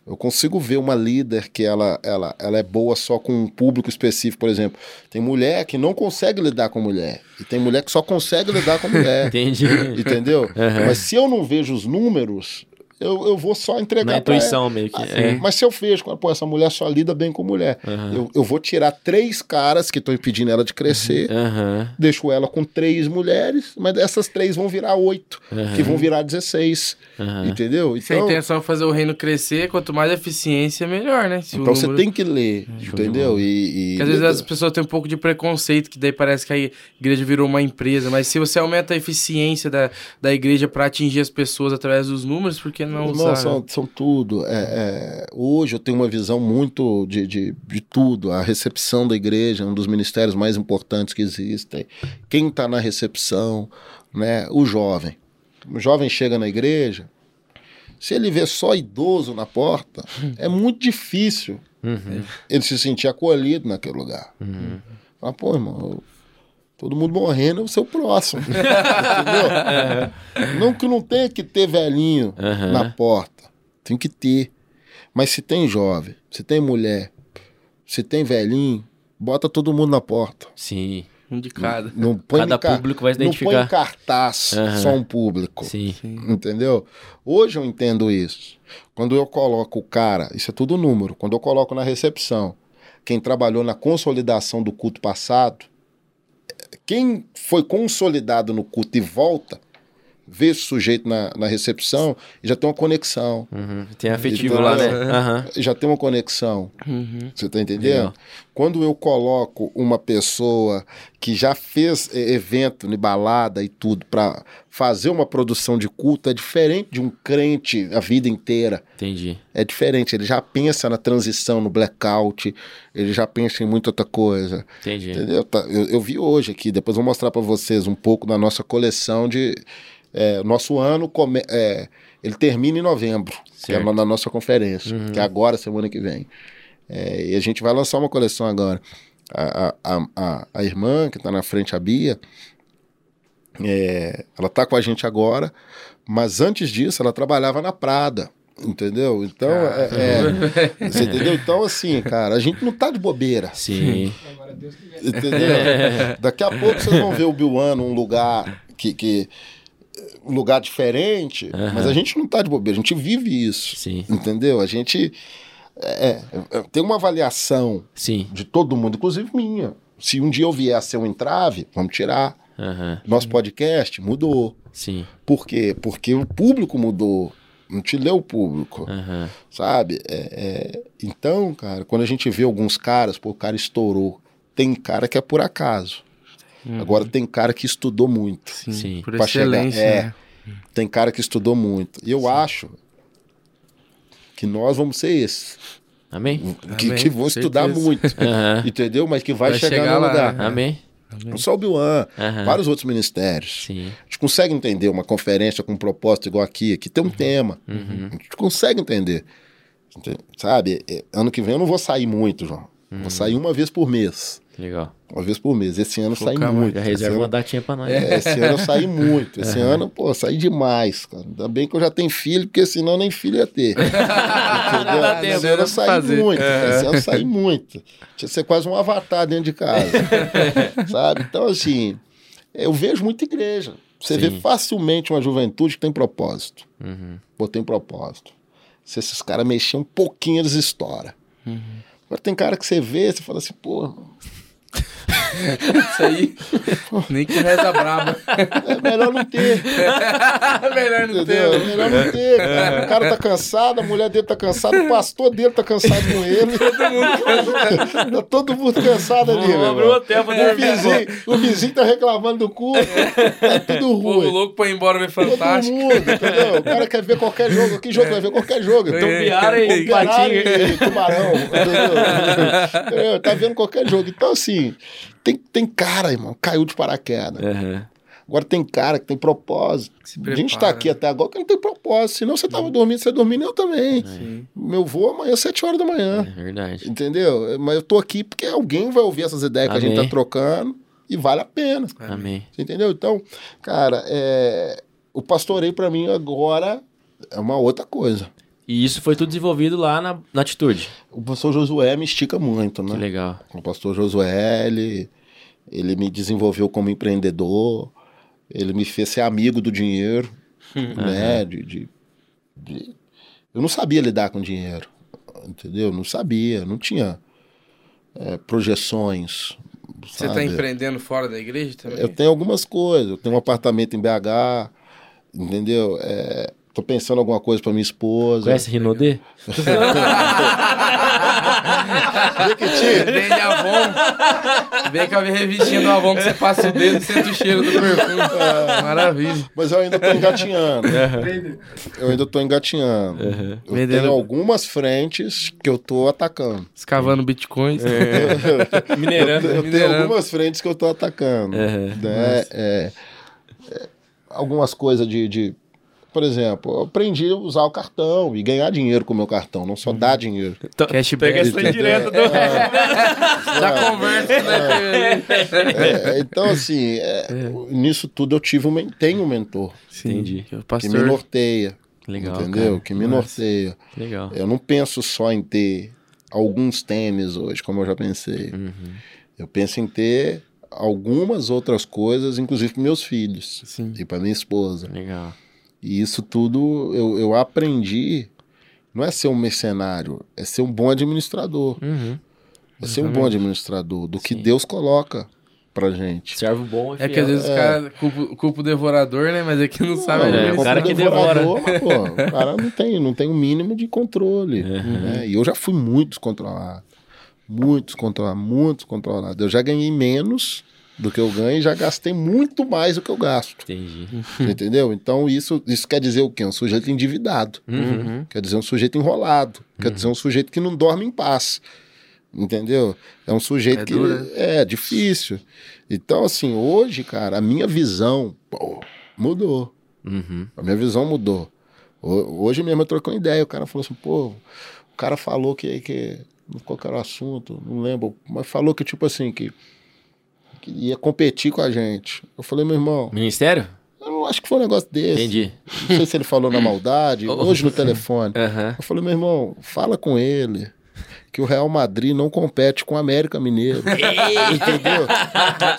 Eu consigo ver uma líder que ela, ela, ela é boa só com um público específico, por exemplo. Tem mulher que não consegue lidar com mulher. E tem mulher que só consegue lidar com mulher. [LAUGHS] [LAUGHS] Entendi. entendeu? Aham. Mas se eu não vejo os números, eu, eu vou só Na entregar pra ela. intuição meio que. Ah, é. Mas se eu vejo, pô, essa mulher só lida bem com mulher. Aham. Eu, eu vou tirar três caras que estão impedindo ela de crescer. Aham. Deixo ela com três mulheres, mas essas três vão virar oito, que vão virar 16. Aham. Entendeu? Se a Então, intenção é fazer o reino crescer, quanto mais eficiência, melhor, né? Se o então você número- tem que É, ler, entendeu? E, e- Porque às vezes as pessoas têm um pouco de preconceito, que daí parece que a igreja virou uma empresa. Mas se você aumenta a eficiência da, da igreja pra atingir as pessoas através dos números, por que não Não, usar? são, são tudo. É, é, hoje eu tenho uma visão muito de, de, de tudo. A recepção da igreja é um dos ministérios mais importantes que existem. Quem está na recepção, né? O jovem. O jovem chega na igreja, se ele vê só idoso [LAUGHS] na porta, é muito difícil Uhum. ele se sentir acolhido naquele lugar. Fala, pô, irmão, eu- todo mundo morrendo, eu sou o próximo. [LAUGHS] Uhum. Entendeu? Não que não tenha que ter velhinho Aham. na porta. Tem que ter. Mas se tem jovem, se tem mulher, se tem velhinho, Bota todo mundo na porta. Sim. Um de cada. Não põe Cada em car- público vai se não põe em identificar. cartaz Aham. só um público. Sim. Entendeu? Hoje eu entendo isso. Quando eu coloco o cara, isso é tudo número, quando eu coloco na recepção, quem trabalhou na consolidação do culto passado, quem foi consolidado no culto e volta, vê esse sujeito na, na recepção e já tem uma conexão. Uhum. Tem afetivo Então, lá, né? é. Aham. Já tem uma conexão. Uhum. Você tá entendendo? Legal. Quando eu coloco uma pessoa que já fez eh, evento em balada e tudo para fazer uma produção de culto, é diferente de um crente a vida inteira. Entendi. É diferente, ele já pensa na transição, no blackout, ele já pensa em muita outra coisa. Entendi. Entendeu? Tá, Eu, eu vi hoje aqui, depois eu vou mostrar para vocês um pouco da nossa coleção de. eh, nosso ano come- eh, ele termina em novembro que é Certo. lá na nossa conferência, Uhum. que é agora, semana que vem. É, e a gente vai lançar uma coleção agora. A, a, a, a, a irmã que está na frente, a Bia, é, ela está com a gente agora, mas antes disso ela trabalhava na Prada, entendeu? Então, Ah. Ah, é, é, você entendeu? Então, assim, cara, a gente não tá de bobeira, Sim. [LAUGHS] entendeu? Daqui a pouco vocês vão ver o Biuano, um lugar que... que um lugar diferente, Aham. mas a gente não tá de bobeira, a gente vive isso. Sim. Entendeu? A gente é, é, tem uma avaliação Sim. de todo mundo, inclusive minha. Se um dia eu vier a ser um entrave, vamos tirar. Aham. Nosso podcast mudou. Sim. Por quê? Porque o público mudou. Não te leu o público, Aham. sabe? É, é, então, cara, quando a gente vê alguns caras, pô, o cara estourou. Tem cara que é por acaso. Agora tem cara que estudou muito. [LAUGHS] Uhum. Sim. Sim. Por Pra chegar- excelência. é. né? Tem cara que estudou muito. E eu acho que nós vamos ser esses. Amém? Que, Amém, que vão com Tá estudar certeza. [LAUGHS] muito. [LAUGHS] Aham. Entendeu? Mas que vai, Vai chegar, chegar no lá, lugar. né? Amém? Não só o Biuan, Aham. vários outros ministérios. Sim. A gente consegue entender uma conferência com um propósito igual aqui, que tem um tema. A gente consegue entender. Ente- Sabe? É, Ano que vem eu não vou sair muito, João. Vou sair uma vez por mês. Legal. Tá Uma vez por mês. Esse ano eu saí Focar mais. muito. Já Esse reserva uma ano, datinha pra nós. é, esse ano eu saí muito. Esse ano, pô, eu saí demais, cara. Ainda bem que eu já tenho filho, porque senão nem filho ia ter. [LAUGHS] Entendeu? Ah, dá tempo, Esse dá ano pra eu saí Tá fazer. muito, cara. É. esse ano eu saí muito. Tinha que ser quase um avatar dentro de casa. sabe? Então, assim, eu vejo muita igreja. Você vê Sim. facilmente uma juventude que tem propósito. Uhum. Pô, tem propósito. Se esses caras mexerem um pouquinho, eles estouram. Agora tem cara que você vê, você fala assim, pô, Isso [LAUGHS] aí. Nem que reza braba. [LAUGHS] é melhor não ter. Melhor não Entendeu? ter. Melhor É. não ter, cara. O cara tá cansado, a mulher dele tá cansada, o pastor dele tá cansado [LAUGHS] com ele. Todo mundo tá todo mundo cansado ali, meu Vamos abrir um irmão. hotel pra O dormir. vizinho, o vizinho tá reclamando do cu, tá tudo O povo ruim. louco pra ir embora ver Todo fantástico. mundo, entendeu? O cara quer ver qualquer jogo. Que jogo vai ver? Qualquer jogo. Então, É. Piara e Operário patinho. e Tubarão, entendeu? Entendeu? Tá vendo qualquer jogo. Então, assim, tem, tem cara, irmão, caiu de paraquedas. Aham. Agora tem cara que tem propósito. Se A gente tá prepara. aqui até agora que não tem propósito. Senão você tava dormindo, você dormindo, eu também. Sim. Meu voo amanhã às 7 horas da É manhã. verdade. Entendeu? Mas eu tô aqui porque alguém vai ouvir essas ideias que a gente Amém. tá trocando e vale a pena. Amém. Você entendeu? Então, cara, é, o pastoreio pra mim agora é uma outra coisa. E isso foi tudo desenvolvido lá na, na atitude. O pastor Josué me estica muito, Que né? legal. O pastor Josué, ele, ele me desenvolveu como empreendedor, ele me fez ser amigo do dinheiro, Uhum. né? De, de- de- Eu não sabia lidar com dinheiro, entendeu? Não sabia, não tinha eh, projeções. Você tá sabe? empreendendo fora da igreja também? Eu tenho algumas coisas, eu tenho um apartamento em BH, entendeu? Eh, tô pensando alguma coisa para minha esposa. Conhece Rinodê? Vende Avon. Vem com a revistinha do Avon que você passa o dedo e sente o cheiro do perfume. Ah. Maravilha. Mas eu ainda [LAUGHS] tô engatinhando. Eu ainda tô engatinhando. Eu Vendendo- tenho algumas frentes que eu tô atacando. Escavando bitcoins. [LAUGHS] Mineirando. É. Eu tenho Minerando. algumas frentes que eu tô atacando. Aham. né? É, é, algumas coisas de, de- Por exemplo, eu aprendi a usar o cartão e ganhar dinheiro com o meu cartão, não só dar [LAUGHS] dinheiro. Então, Cashback. Pega essa indireta do... Da conversa, Ah. né? É, então, assim, é, nisso tudo eu tive um, men- tenho um mentor Entendi. O que me pastor. norteia. Legal, entendeu? cara. Que me Nossa. norteia. Legal. Eu não penso só em ter alguns temas hoje, como eu já pensei. Eu penso em ter algumas outras coisas, inclusive para meus filhos Sim. e para minha esposa. Legal. E isso tudo eu, eu aprendi. Não é ser um mercenário, é ser um bom administrador. Uhum. É ser um bom administrador do que Deus coloca pra gente. Serve bom e É que fiel. às vezes os caras culpam culpa o devorador, né? Mas aqui não Tá sabe. é, às o vezes- como cara que devorador, mas, pô, o cara não tem, não tem o mínimo de É. controle. Uhum. né? E eu já fui muito descontrolado. Muito descontrolado, muito descontrolado. Eu já ganhei menos do que eu ganho e já gastei muito mais do que eu gasto. Entendi. Entendeu? Então isso, isso quer dizer o quê? Um sujeito endividado. Hum. Uhum. Quer dizer um sujeito enrolado. Quer dizer um sujeito que não dorme em paz. Entendeu? É um sujeito É que né? duro, é difícil. Então, assim, hoje, cara, a minha visão pô, mudou. Uhum. A minha visão mudou. Ho- Hoje mesmo eu troquei uma ideia. O cara falou assim, pô, o cara falou que. que qual que era o assunto? Não lembro. Mas falou que, tipo assim, que, que ia competir com a gente. Eu falei, meu irmão, Ministério? eu não acho que foi um negócio desse. Entendi. Não sei se ele falou na maldade, hoje no telefone. Aham. Eu falei, meu irmão, fala com ele que o Real Madrid não compete com o América [LAUGHS] Mineiro. Entendeu?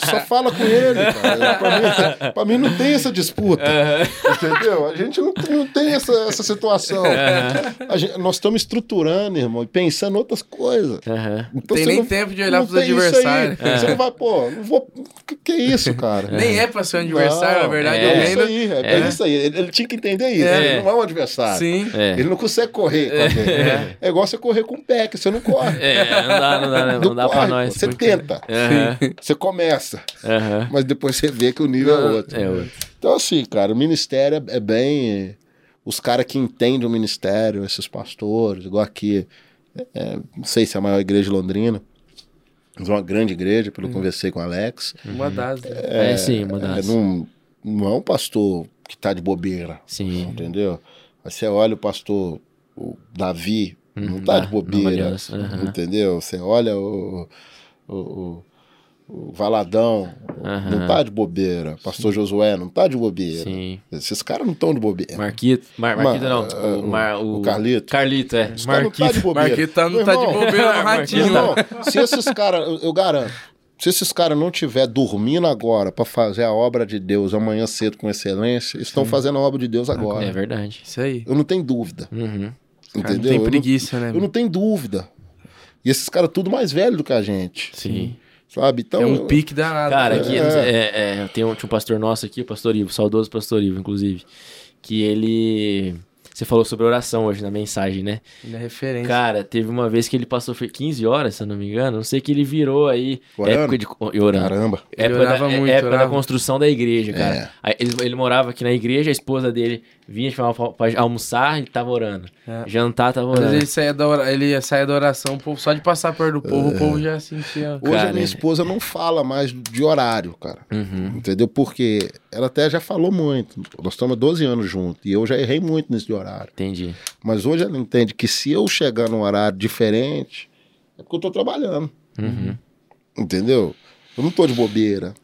Só fala com ele, cara. Pra mim, pra mim não tem essa disputa. Entendeu? A gente não, não tem essa, essa situação. A gente- nós estamos estruturando, irmão, e pensando outras coisas. Aham. Então, Tem você nem não- tempo de olhar não pros tem isso aí. adversários. Você não vai, pô, não vou. Que, que é isso, cara? Nem é pra ser um adversário, na verdade. É, É, isso menos. aí, é, É. isso aí. Ele, ele tinha que entender isso. É. Ele não é um adversário. Sim. É. Ele não consegue correr com a gente. É. igual você correr com o pé, que você não corre. É, não dá, não dá, não, dá pra corre, nós. é. Você tá tenta, Aham. você começa, Aham. mas depois você vê que o nível é outro. É outro. Então, assim, cara, o ministério é é bem. Os caras que entendem o ministério, esses pastores, igual aqui, é, não sei se é a maior igreja de Londrina, mas é uma grande igreja, pelo Uhum. que eu conversei com o Alex. Uma das. né? É, sim, uma É, das. não, não é um pastor que tá de bobeira. Sim. Entendeu? Aí você olha o pastor o Davi, não tá Hum, dá, de Nova bobeira. Aliança, aham. Entendeu? Você olha o, o, o- o Valadão, Aham. não tá de bobeira. Pastor Josué, não tá de bobeira. Sim. Esses caras não estão de bobeira. Marquito. Mar, Marquito Ma- ah, não. O, Mar, o, o Carlito. Carlito, é. Os caras não tá de bobeira. Marquito tá- não Meu tá de irmão, tá- bobeira no ratinho. meu irmão, tá. se esses caras, eu, eu garanto, se esses caras não tiver dormindo agora pra fazer a obra de Deus amanhã cedo com excelência, estão fazendo a obra de Deus agora. É verdade. Isso aí. Eu não tenho dúvida. Uhum. Cara, não Entendeu? tem Eu não- preguiça, né? Eu não tenho dúvida. E esses caras tudo mais velho do que a gente. Sim. Sabe? Então, É um eu- pique danado. Cara, né? aqui É. é, é, tem um, tinha um pastor nosso aqui, o pastor Ivo, saudoso pastor Ivo, inclusive. Que ele. Você falou sobre oração hoje na mensagem, né? Ele é referência. Cara, teve uma vez que ele passou foi 15 horas, se eu não me engano. Não sei que ele virou aí. Orando? Época de. co- e né? Orando. Caramba. Ele Época, da, é, orava muito, época da orava. construção da igreja, cara. É. Aí ele, ele morava aqui na igreja, a esposa dele vinha chamava pra, pra almoçar, ele tava orando. É. Jantar, tava Às vezes orando. ele saia da, ora- ele saia da oração, o povo- só de passar perto do povo, É. o povo já sentia. Hoje Cara, a minha é. esposa não fala mais de horário, cara. Uhum. Entendeu? Porque ela até já falou muito. Nós estamos 12 anos juntos e eu já errei muito nesse de horário. Entendi. Mas hoje ela entende que se eu chegar num horário diferente, é porque eu tô trabalhando. Uhum. Entendeu? Eu não tô de bobeira.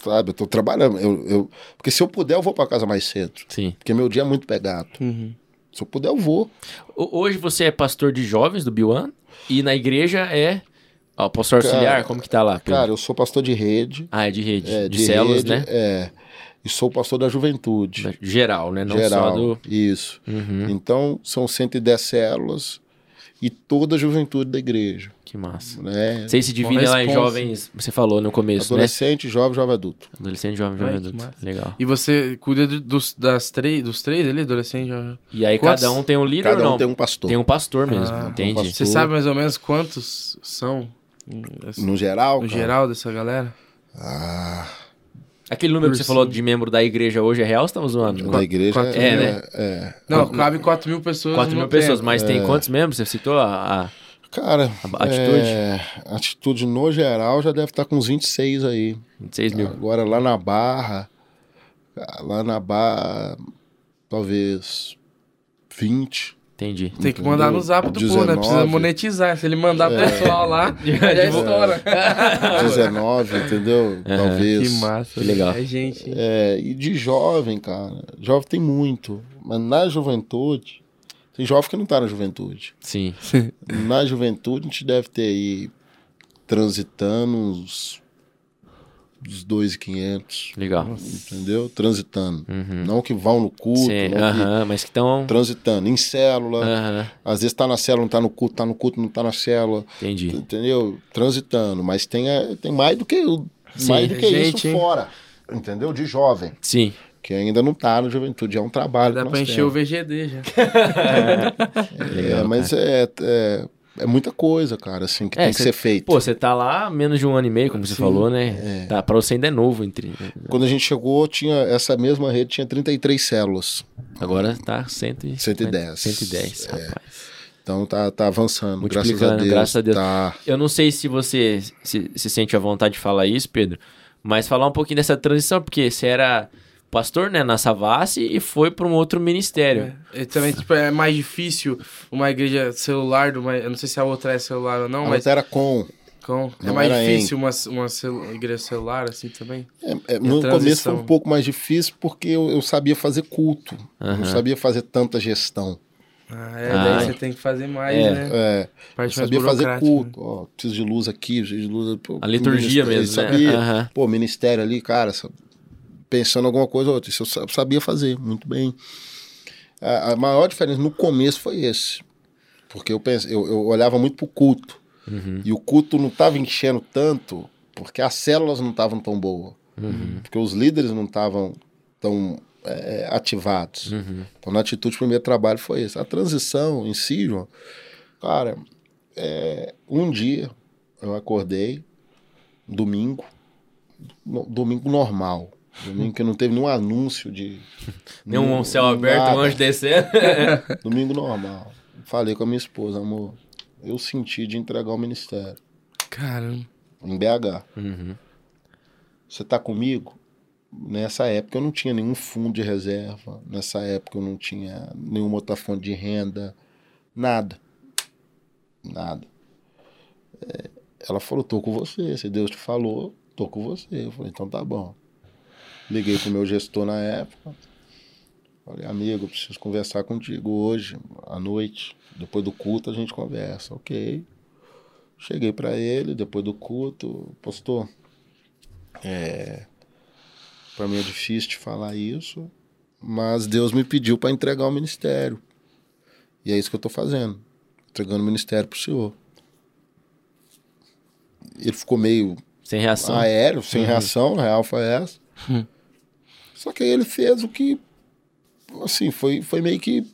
Sabe? Eu tô trabalhando. Eu, eu... Porque se eu puder, eu vou pra casa mais cedo. Sim. Porque meu dia é muito pegado. Uhum. Se eu puder, eu vou. Tá O- hoje você é pastor de jovens do Biwan e na igreja é ó, pastor Cara, auxiliar, como que tá lá? Pedro? Cara, eu sou pastor de rede. ah, é de rede, É, de, células, rede, né? É. E sou pastor da juventude. Da- Geral, né? Não geral. só do... Isso. Uhum. Então, são 110 células e toda a juventude da igreja. Que massa. Né? Vocês se dividem lá em Uhum. responsa. jovens, você falou no começo, né? Adolescente, jovem, jovem adulto. Adolescente, jovem, jovem Ai, que adulto. massa. Legal. E você cuida de- dos, das três, dos três ali, adolescente? já- E aí Quantos- cada um tem um líder Cada ou um não? tem um pastor. Tem um pastor mesmo, Ah, um entende? pastor. Você sabe mais ou menos quantos são? hum, assim, No geral, No cara? geral dessa galera? Ah, Aquele número que Por você falou cima. de membro da igreja hoje é real ou estamos zoando? da igreja quatro mil, é, né? é. Não, cabe 4 mil pessoas. 4 no mil pessoas, templo. mas tem quantos membros? Você citou a. a- Cara, A- atitude? é, atitude no geral já deve estar com uns 26 aí. 26 mil. Agora lá na Barra, lá na Barra, talvez 20. Entendi. Tem que mandar no zap do povo, né? 19. Precisa monetizar. Se ele mandar É. pessoal [LAUGHS] lá, já estoura. [LAUGHS] [LAUGHS] 19, entendeu? Talvez. Ah. Que massa. Que legal. É gente. É, e de jovem, cara. Jovem tem muito. Mas na juventude, Tem jovem que não tá na juventude. Sim. Na juventude, a gente deve ter aí transitando uns, uns 2,500. Legal. Entendeu? Transitando. Uhum. Não que vão no culto, Sim, não que- aham, mas que estão. transitando em célula. Aham, Às vezes tá na célula, não tá no culto, tá no culto, não tá na célula. entendi. Entendeu? Transitando. Mas tem, a- tem mais do que, o- Sim, mais do que gente, isso hein? fora. Entendeu? De jovem. Sim. Que ainda não tá na juventude. É um trabalho. Dá que pra nós encher o temos. VGD já. É, mas é, é, é muita coisa, cara, assim, que né? É, tem que cê- ser feito. Pô, você tá lá há menos de um ano e meio, como você falou, né? Tá, pra você ainda é novo. Entre... Quando a gente chegou, tinha essa mesma rede tinha 33 células. Agora tá 110. 110. 110, rapaz. Então tá, tá avançando, graças a Multiplicando, Deus. graças a Deus. Tá. Eu não sei se você se, se sente à vontade de falar isso, Pedro, mas falar um pouquinho dessa transição, porque você era pastor, né, na Savassi e foi pra um outro ministério. É, e também, tipo, é mais difícil uma igreja celular, de uma- eu não sei se a outra é celular ou não, A mas outra era com. com- é não mais era em- difícil uma, uma celu- igreja celular, assim, também. É, é, no transição? começo foi um pouco mais difícil porque eu, eu sabia fazer culto, Aham. não sabia fazer tanta gestão. Ah, é, Ah, daí é. você tem que fazer mais, É, né? É, eu Parte mais sabia fazer burocrática, né? culto, ó, preciso de luz aqui, preciso de luz. pô, A liturgia ministério, mesmo, né? sabia. Aham. Pô, ministério ali, cara, sa- pensando em alguma coisa ou outra, isso eu sa- sabia fazer muito bem. A, a maior diferença no começo foi esse, porque eu, pense, eu, eu olhava muito pro culto Uhum. e o culto não tava enchendo tanto porque as células não estavam tão boas. Uhum. porque os líderes não estavam tão é, ativados. Uhum. Então, na atitude, o primeiro trabalho foi esse. A transição em si, João, cara, é, um dia eu acordei, domingo, no- domingo normal. Domingo que não teve nenhum anúncio de. [LAUGHS] Nenhum céu aberto, nada. um anjo [LAUGHS] descendo. Domingo normal. Falei com a minha esposa, amor, eu senti de entregar o ministério Caramba. [LAUGHS] em BH. Uhum. você tá comigo? Nessa época eu não tinha nenhum fundo de reserva, nessa época eu não tinha nenhuma outra fonte de renda, nada. Nada. É, ela falou: tô com você, se Deus te falou, tô com você. Eu falei: então tá bom. Liguei pro meu gestor na época. Falei, amigo, eu preciso conversar contigo hoje, à noite. Depois do culto a gente conversa. Ok. Cheguei para ele, depois do culto, postou. Para mim é difícil te falar isso, mas Deus me pediu para entregar o ministério. E é isso que eu tô fazendo. Entregando o ministério pro senhor. Ele ficou meio Sem reação. aéreo, sem reação, na real foi essa. Só que aí ele fez o que assim, foi foi meio que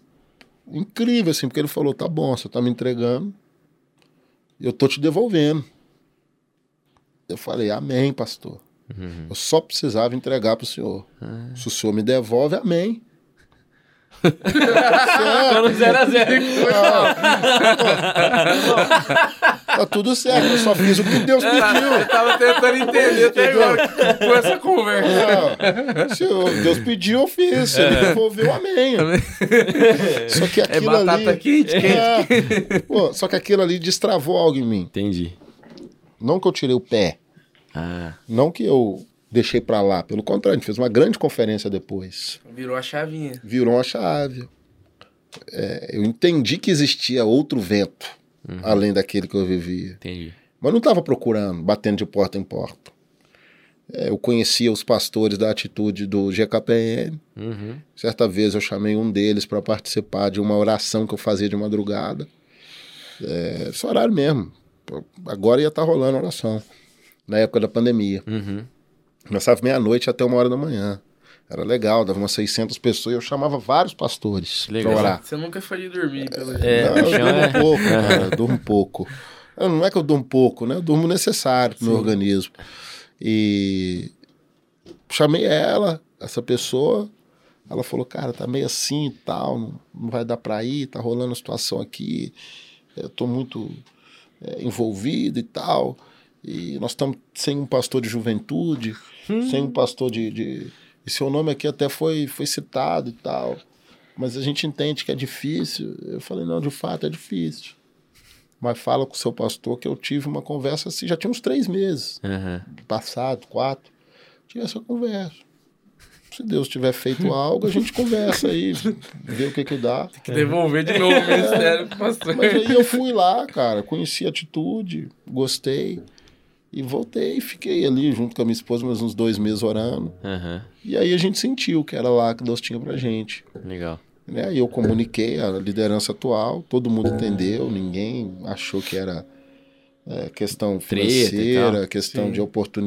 incrível assim, porque ele falou: "Tá bom, você tá me entregando. Eu tô te devolvendo". Eu falei: "Amém, pastor". Uhum. Eu só precisava entregar pro senhor. Se o senhor me devolve, amém. Quando zero a zero. Tá tudo certo, eu só fiz o que Deus Eu pediu. tava tentando entender até agora com essa conversa. Não, se o Deus pediu, eu fiz. Se ele devolveu, amém. Só que É aquilo batata ali. quente, [LAUGHS] quente. É. Pô, só que aquilo ali destravou algo em mim. Entendi. Não que eu tirei o pé, Ah, não que eu deixei pra lá. Pelo contrário, a gente fez uma grande conferência depois. Virou a chavinha. virou uma chave. É, eu entendi que existia outro vento além daquele que eu vivia, entendi. mas não estava procurando, batendo de porta em porta. É, eu conhecia os pastores da atitude do GKPN. Uhum. Certa vez eu chamei um deles para participar de uma oração que eu fazia de madrugada. É, esse horário mesmo. Pô, Agora ia estar rolando a oração, na época da pandemia. Uhum. Começava meia-noite até uma hora da manhã. Era legal, dava umas 600 pessoas e eu chamava vários pastores Que legal. pra orar. Você nunca foi de dormir, pelo jeito. É, Não, eu chama- durmo um pouco, cara, eu durmo um pouco. Eu- Não é que eu durmo pouco, né? Eu durmo o necessário pro meu organismo. E chamei ela, essa pessoa. Ela falou, cara, tá meio assim e tal, não, não vai dar pra ir, tá rolando a situação aqui. Eu tô muito é, envolvido e tal. E nós estamos sem um pastor de juventude, Hum. sem um pastor de, de. E seu nome aqui até foi, foi citado e tal. Mas a gente entende que é difícil. Eu falei, não, de fato é difícil. Mas fala com o seu pastor que eu tive uma conversa assim, já tinha uns três meses Aham. passado, quatro. Tive essa conversa. Se Deus tiver feito algo, a gente conversa aí, vê o que que dá. Que devolver de novo o ministério pro pastor. Mas aí eu fui lá, cara, conheci a atitude, gostei. E voltei, fiquei ali junto com a minha esposa mais uns dois meses orando. Aham, E aí a gente sentiu que era lá que Deus tinha pra gente. legal. Né? E eu comuniquei a liderança atual, todo mundo entendeu, ninguém achou que era é, questão Treta e financeira, questão Sim. de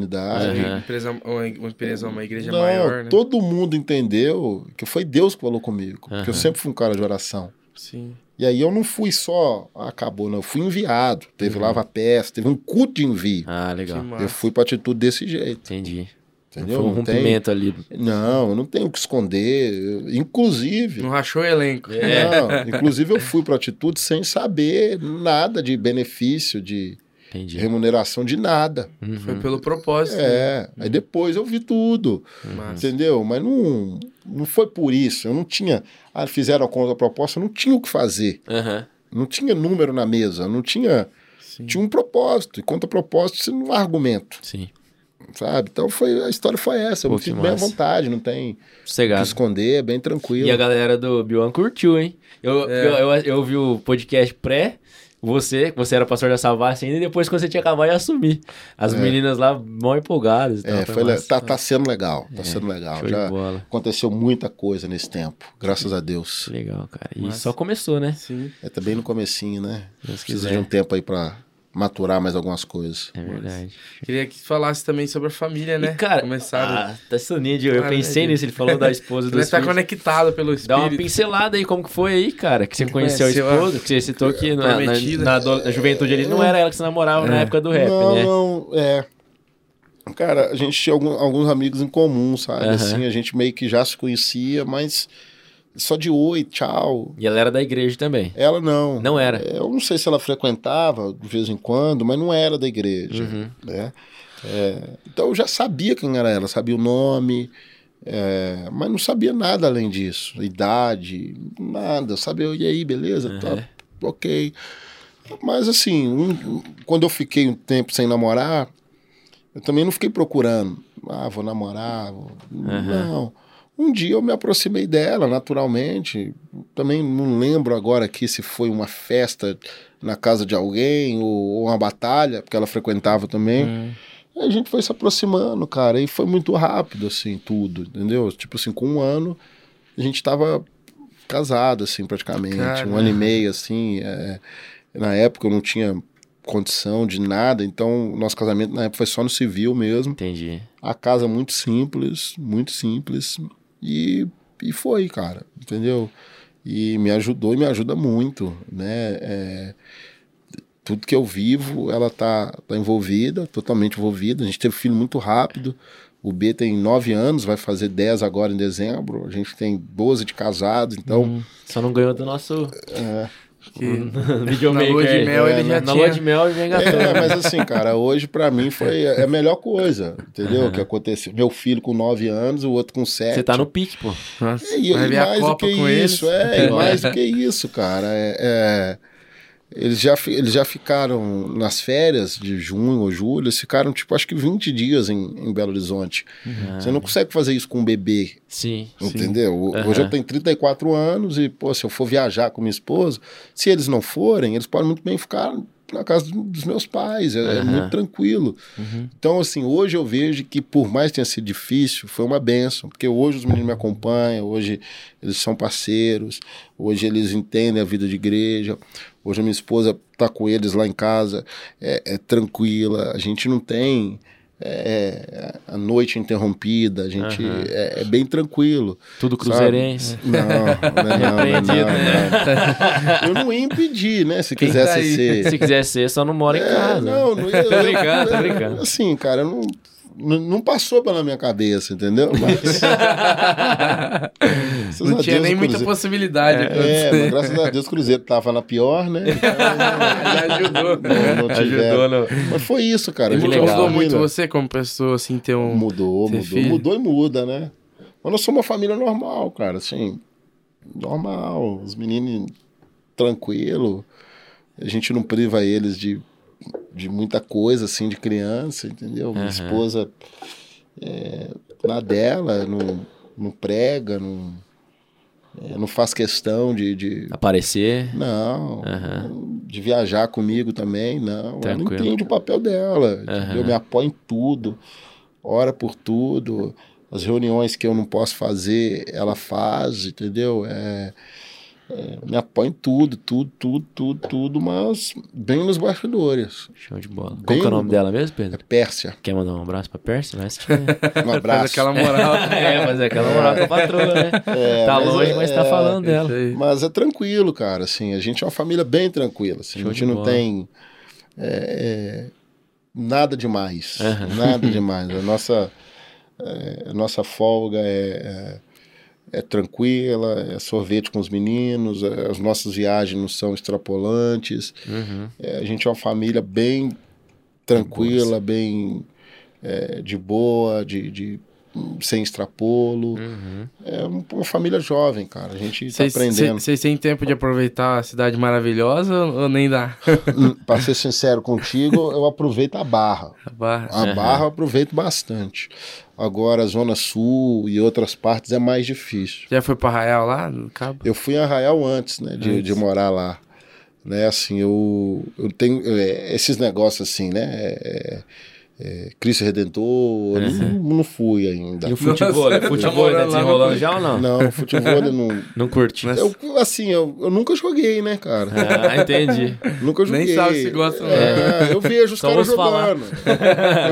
oportunidade. Aham. Uma empresa, uma, uma empresa, uma igreja Não, maior, né? todo mundo entendeu que foi Deus que falou comigo, porque eu Aham. sempre fui um cara de oração. Sim. E aí eu não fui só, ah, acabou, não, eu fui enviado, Uhum. teve lava-pés, teve um culto de envio. Ah, legal. Que Eu massa. fui pra atitude desse jeito, Entendi. entendeu? Foi um Não, tem, rompimento ali. não, eu não tenho o que esconder, eu- inclusive... Não rachou o elenco. É. Não, inclusive eu fui para atitude sem saber nada de benefício, de Entendi. remuneração, de nada. Uhum. Foi pelo propósito. né? É, aí depois eu vi tudo, Massa. entendeu? Mas não, não foi por isso. Eu não tinha. Ah, fizeram a contraproposta, eu não tinha o que fazer. Aham. Não tinha número na mesa, não tinha. Sim. Tinha um propósito, e contra propósito você não há argumento, Sim. sabe? Então foi, a história foi essa. Eu Pô, me que sinto bem à massa. vontade, não tem o que Sossegado. esconder, é bem tranquilo. E a galera do Bion curtiu, hein? Eu, É. eu, eu, eu vi o podcast pré, você, que você era pastor da Savassi ainda, e depois quando você tinha acabado de assumir. As meninas lá mó empolgadas. e tal, É, foi le- massa. É, tá, tá sendo legal, tá sendo legal. Show Já- de bola. Aconteceu muita coisa nesse tempo, graças a Deus. Legal, cara. E Massa. só começou, né? Sim. É também no comecinho, né? Deus Precisa quiser. de um tempo aí pra maturar mais algumas coisas. É verdade. Queria que falasse também sobre a família, né? E, cara, Começaram. ah, tá soninho, eu Ah, pensei né, nisso, ele falou da [LAUGHS] esposa do Você tá conectado pelo Espírito. Dá uma pincelada aí, como que foi aí, cara? Que você conheceu a conheceu a- esposa, que você citou que na, na, Prometida. na ado- na juventude ali não era ela que você namorava na É. época do rap, não, né? não, é. Cara, a gente tinha algum- alguns amigos em comum, sabe? Aham. Assim, a gente meio que já se conhecia, mas só de oi, tchau. E ela era da igreja também. Ela não. Não era. É, Eu não sei se ela frequentava de vez em quando, mas não era da igreja. Uhum. né? É, então eu já sabia quem era ela, sabia o nome, é, mas não sabia nada além disso, idade, nada. Eu sabia, e aí, beleza? É, Uhum. Tá, ok. Mas assim, um- um- quando eu fiquei um tempo sem namorar, eu também não fiquei procurando. Ah, vou namorar. vou- Não. Um dia eu me aproximei dela, naturalmente. Também não lembro agora aqui se foi uma festa na casa de alguém ou, ou uma batalha, porque ela frequentava também. Hum. Aí a gente foi se aproximando, cara, e foi muito rápido, assim, tudo, entendeu? Tipo assim, com um ano, a gente tava casado, assim, praticamente. Cara. Um ano e meio, assim. é, na época eu não tinha condição de nada, então nosso casamento na época foi só no civil mesmo. Entendi. A casa é muito simples, muito simples. E, e foi, cara, entendeu? E me ajudou e me ajuda muito, né? É, tudo que eu vivo, ela tá, tá envolvida, totalmente envolvida. A gente teve filho muito rápido. O B tem nove anos, vai fazer dez agora em dezembro. A gente tem 12 de casado, então. Só não ganhou do nosso [LAUGHS] Que... videomaker. Na lua de mel aí. É, ele já né? Na tinha- lua de mel ele já engatou. [LAUGHS] É, mas assim, cara, hoje pra mim foi é a melhor coisa, entendeu? Que aconteceu. Meu filho com nove anos, o outro com sete. Você tá no pique, pô. Nossa, É, e vai e ver mais a do Copa que com isso, eles. é, É. e mais do que isso, cara. É, é, eles, já, fi- eles já ficaram nas férias de junho ou julho, eles ficaram tipo acho que 20 dias em, em Belo Horizonte. Você Ah. não consegue fazer isso com um bebê, Ah, Sim. Sim. entendeu? O- Aham. Hoje eu tenho 34 anos e, pô, se eu for viajar com minha esposa, se eles não forem, eles podem muito bem ficar na casa do- dos meus pais, é, é Aham. Uhum. muito tranquilo. Então, assim, hoje eu vejo que, por mais que tenha sido difícil, foi uma benção, porque hoje os meninos me acompanham, hoje eles são parceiros, hoje eles entendem a vida de igreja, hoje a minha esposa está com eles lá em casa, é, é tranquila, a gente não tem é, a noite interrompida, a gente Aham. é, é bem tranquilo. Tudo cruzeirense. Não, não, é não, não, é não, Repreendido, não. Eu não ia impedir, né, se Quem quisesse tá aí? ser. Se quiser ser, só não mora em É, casa. Não, não ia. Tô brincando, tô brincando. [LAUGHS] Assim, cara, eu não, não, não passou pela minha [LAUGHS] cabeça, entendeu? Mas, [LAUGHS] graças Não a tinha Deus, nem o muita Cruzeiro- possibilidade. É, mas graças a Deus o Cruzeiro tava na [LAUGHS] pior, né? Já ajudou. né? Não, não tiveram. Ajudou, né? não. Mas foi isso, cara. E A gente legal. mudou é uma muito família. você como pessoa, assim, ter um... Mudou, ter mudou. filho. Mudou e muda, né? Mas nós somos uma família normal, cara, assim. Normal. Os meninos tranquilo. A gente não priva eles de, de muita coisa, assim, de criança, entendeu? Minha Aham. esposa é, na dela, não, não prega, não, é, não faz questão de. de- Aparecer. não. Aham. De viajar comigo também, não. Tranquilo. Ela entende o papel dela. Aham. entendeu? Me apoia em tudo, ora por tudo. As reuniões que eu não posso fazer, ela faz, entendeu? É, é, me apoia em tudo, tudo, tudo, tudo, tudo, mas bem nos bastidores. Show de bola. Qual Bem que é o nome no- dela mesmo, É Pedro? Pérsia. Quer mandar um abraço pra Percy? Vai assistir. [LAUGHS] Um Faz abraço. aquela moral. é, mas é [LAUGHS] aquela moral com a patroa, né? É, tá mas longe, é- mas tá falando dela. Isso aí. Mas é tranquilo, cara, assim, a gente é uma família bem tranquila, assim, Show a de gente não bola. tem é, é, nada demais, Aham. [LAUGHS] nada demais, a nossa, é, a nossa folga é, é, é tranquila, é sorvete com os meninos, é, as nossas viagens não são extrapolantes, Uhum. é, a gente é uma família bem tranquila, bem é, de boa, de... de- sem extrapolo. Uhum. É uma família jovem, cara. A gente tá Vocês aprendendo. vocês- vocês têm tempo de aproveitar a cidade maravilhosa ou nem dá? [LAUGHS] Hum, Pra ser sincero contigo, eu aproveito a barra. A barra. A Aham. barra eu aproveito bastante. Agora, a Zona Sul e outras partes é mais difícil. Já foi pra Arraial lá, no Cabo? Eu fui em Arraial antes, né, de, Antes. de morar lá. Né, assim, eu, eu tenho é, esses negócios assim, né? é, é, Cristo Redentor, eu não, não fui ainda. E o futebol? Nossa, O futebol tá tá morando lá, desenrolando né? já ou não? Não, futebol eu [LAUGHS] não. Não curte. [LAUGHS] Mas- Eu, assim, eu, eu nunca joguei, né, cara? Ah, entendi. Nunca joguei. Nem sabe se gosta ou não. É, eu vejo os Só caras ouço falar. jogando.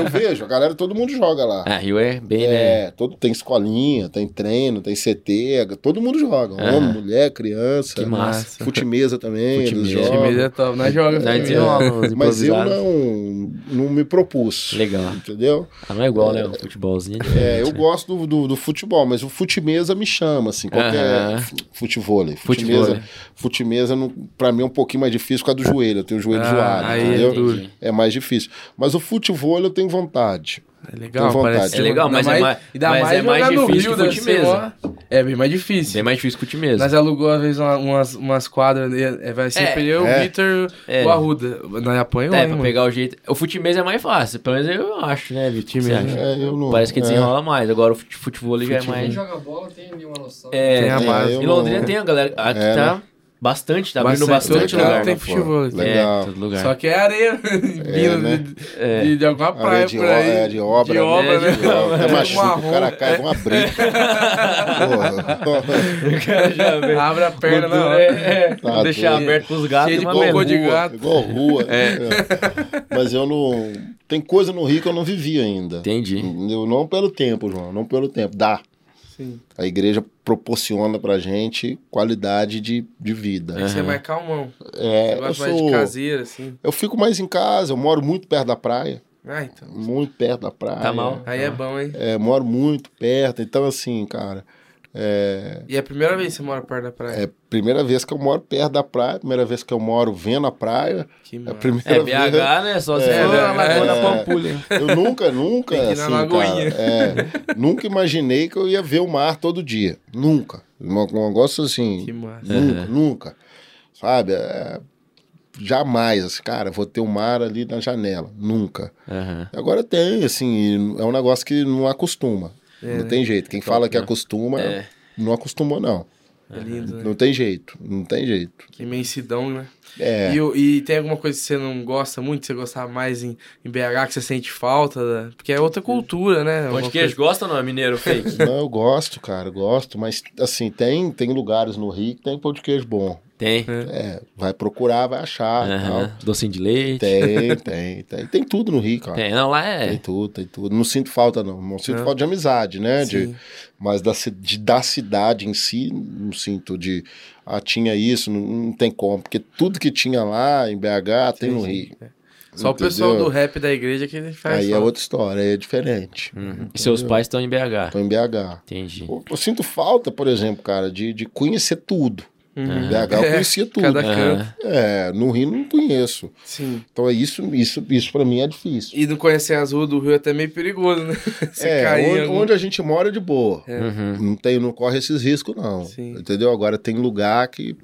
Eu vejo, a galera, todo mundo joga lá. Ah, Rio é bem, né? É, todo, tem escolinha, tem treino, tem CT, todo mundo joga. Aham. Homem, mulher, criança. Ah. Que massa. Futimesa também, eles Futimesa. jogam. Time é né? top. Nós joga. Nós futebol. desenrolamos, Mas eu improvisados. não, não me propus. Legal. Entendeu? Ah, não é igual, né? O futebolzinho. É, diferente, eu né? gosto do, do, do futebol, mas o futimesa me chama, assim, Aham. qualquer Futevôlei. futevôlei. Futimesa, futimesa não, pra mim é um pouquinho mais difícil por causa do joelho, eu tenho o joelho Ah, zoado, aí é entendeu? duro. É mais difícil. Mas o futebol eu tenho vontade. É legal, Tenho vontade. parece. É legal, mas é mais- ainda mas é mais jogar no difícil que deve fute ser mesa. mó- É bem mais difícil. Bem mais difícil que o time mesmo. Nós alugou uma vez uma- umas, umas quadras, né? É, vai sempre eu, o É. Vitor, É. o Arruda. Nós apanhamos É, lá, hein, pra mano? pegar o jeito. O futimesa é mais fácil, pelo menos eu acho, né, Vitinho? Você acha? É, eu não- Parece que é. desenrola mais. Agora o fute- futebol já é mais. Quem joga bola tem ali uma noção. É, Tem a base. eu em não- Londrina tem a galera. Aqui É, tá bastante, tá abrindo Bastante, bastante, todo lugar. tem né? futebol. É, Legal. todo lugar. Só que é areia, [LAUGHS] vindo né? de, É. [LAUGHS] de- de alguma Areia praia de por o- aí. é, de obra, de né? obra, É, né? É. de [LAUGHS] Até machuca, Marrom. o cara cai, vamos abrir. Porra. O cara já vê. [LAUGHS] Abre a perna na hora. É, é. Tá deixar doido. aberto pros gatos. Cheio de uma cocô merda. de gato. Igual rua. É. Mas eu não. Tem coisa no Rio que eu não vivi ainda. Entendi. Eu não pelo tempo, João, não pelo tempo. Dá. Sim. A igreja proporciona pra gente qualidade de, de vida. Você é mais calmão. É, Você eu, gosta mais de sou, caseira, assim. eu fico mais em casa, eu moro muito perto da praia. Ah, então. Muito perto da praia. Tá mal. Aí é bom, hein? É, moro muito perto. Então, assim, cara. É, E é a primeira vez que você mora perto da praia. é primeira vez que eu moro perto da praia, primeira vez que eu moro vendo a praia. Que É a massa. primeira É, vez. BH, né? Só se É, for na é, Lagoa da é. Pampulha. Eu nunca, nunca, Tem que ir na assim, cara, Lagoinha. é, nunca imaginei que eu ia ver o mar todo dia. Nunca. Um um negócio assim, Que massa. nunca, nunca. Sabe? É, jamais, assim, cara, vou ter o mar ali na janela. Nunca. Aham. Agora tem, assim, é um negócio que não acostuma. É, não né? tem jeito. Quem fala que não. acostuma, É. não acostumou, não. É lindo, né? Não tem jeito, não tem jeito. Que imensidão, né? É. E, o- e tem alguma coisa que você não gosta muito, que você gostava mais em, em BH, que você sente falta? da- Porque é outra cultura, né? Pão de Alguma queijo gosta ou não? É mineiro [LAUGHS] fake. Não, eu gosto, cara, eu gosto, mas assim, tem, tem lugares no Rio que tem pão de queijo bom. Tem. É, vai procurar, vai achar. e Aham. tal. Docinho de leite. Ah, Tem, tem, tem. Tem tudo no Rio, cara. Tem, não, lá Tem é. tudo, tem tudo. Não sinto falta, não. Não sinto Não. falta de amizade, né? coisa- assim. De, Sim. mas da, ci- de, da cidade em si, não sinto de. Ah, tinha isso, não, não tem como. Porque tudo que tinha lá em BH tem no Sim, é. Rio. Só o Entendeu? pessoal do rap da igreja que ele faz. Aí só. Hum. é outra história, aí é diferente. Uhum. E seus pais estão em BH. Tô em BH. Entendi. Eu, eu sinto falta, por exemplo, cara, de, de conhecer tudo. Uhum. Em BH eu [LAUGHS] É, conhecia tudo. cada- Aham. É, no Rio não conheço. Sim. Então é isso, isso, isso para mim é difícil. E não conhecer as ruas do Rio é até meio perigoso, né? [LAUGHS] Você É, cair em onde, algum- onde a gente mora é de boa. Uhum. Não, tem, não corre esses riscos, não. Sim. Entendeu? Agora tem lugar que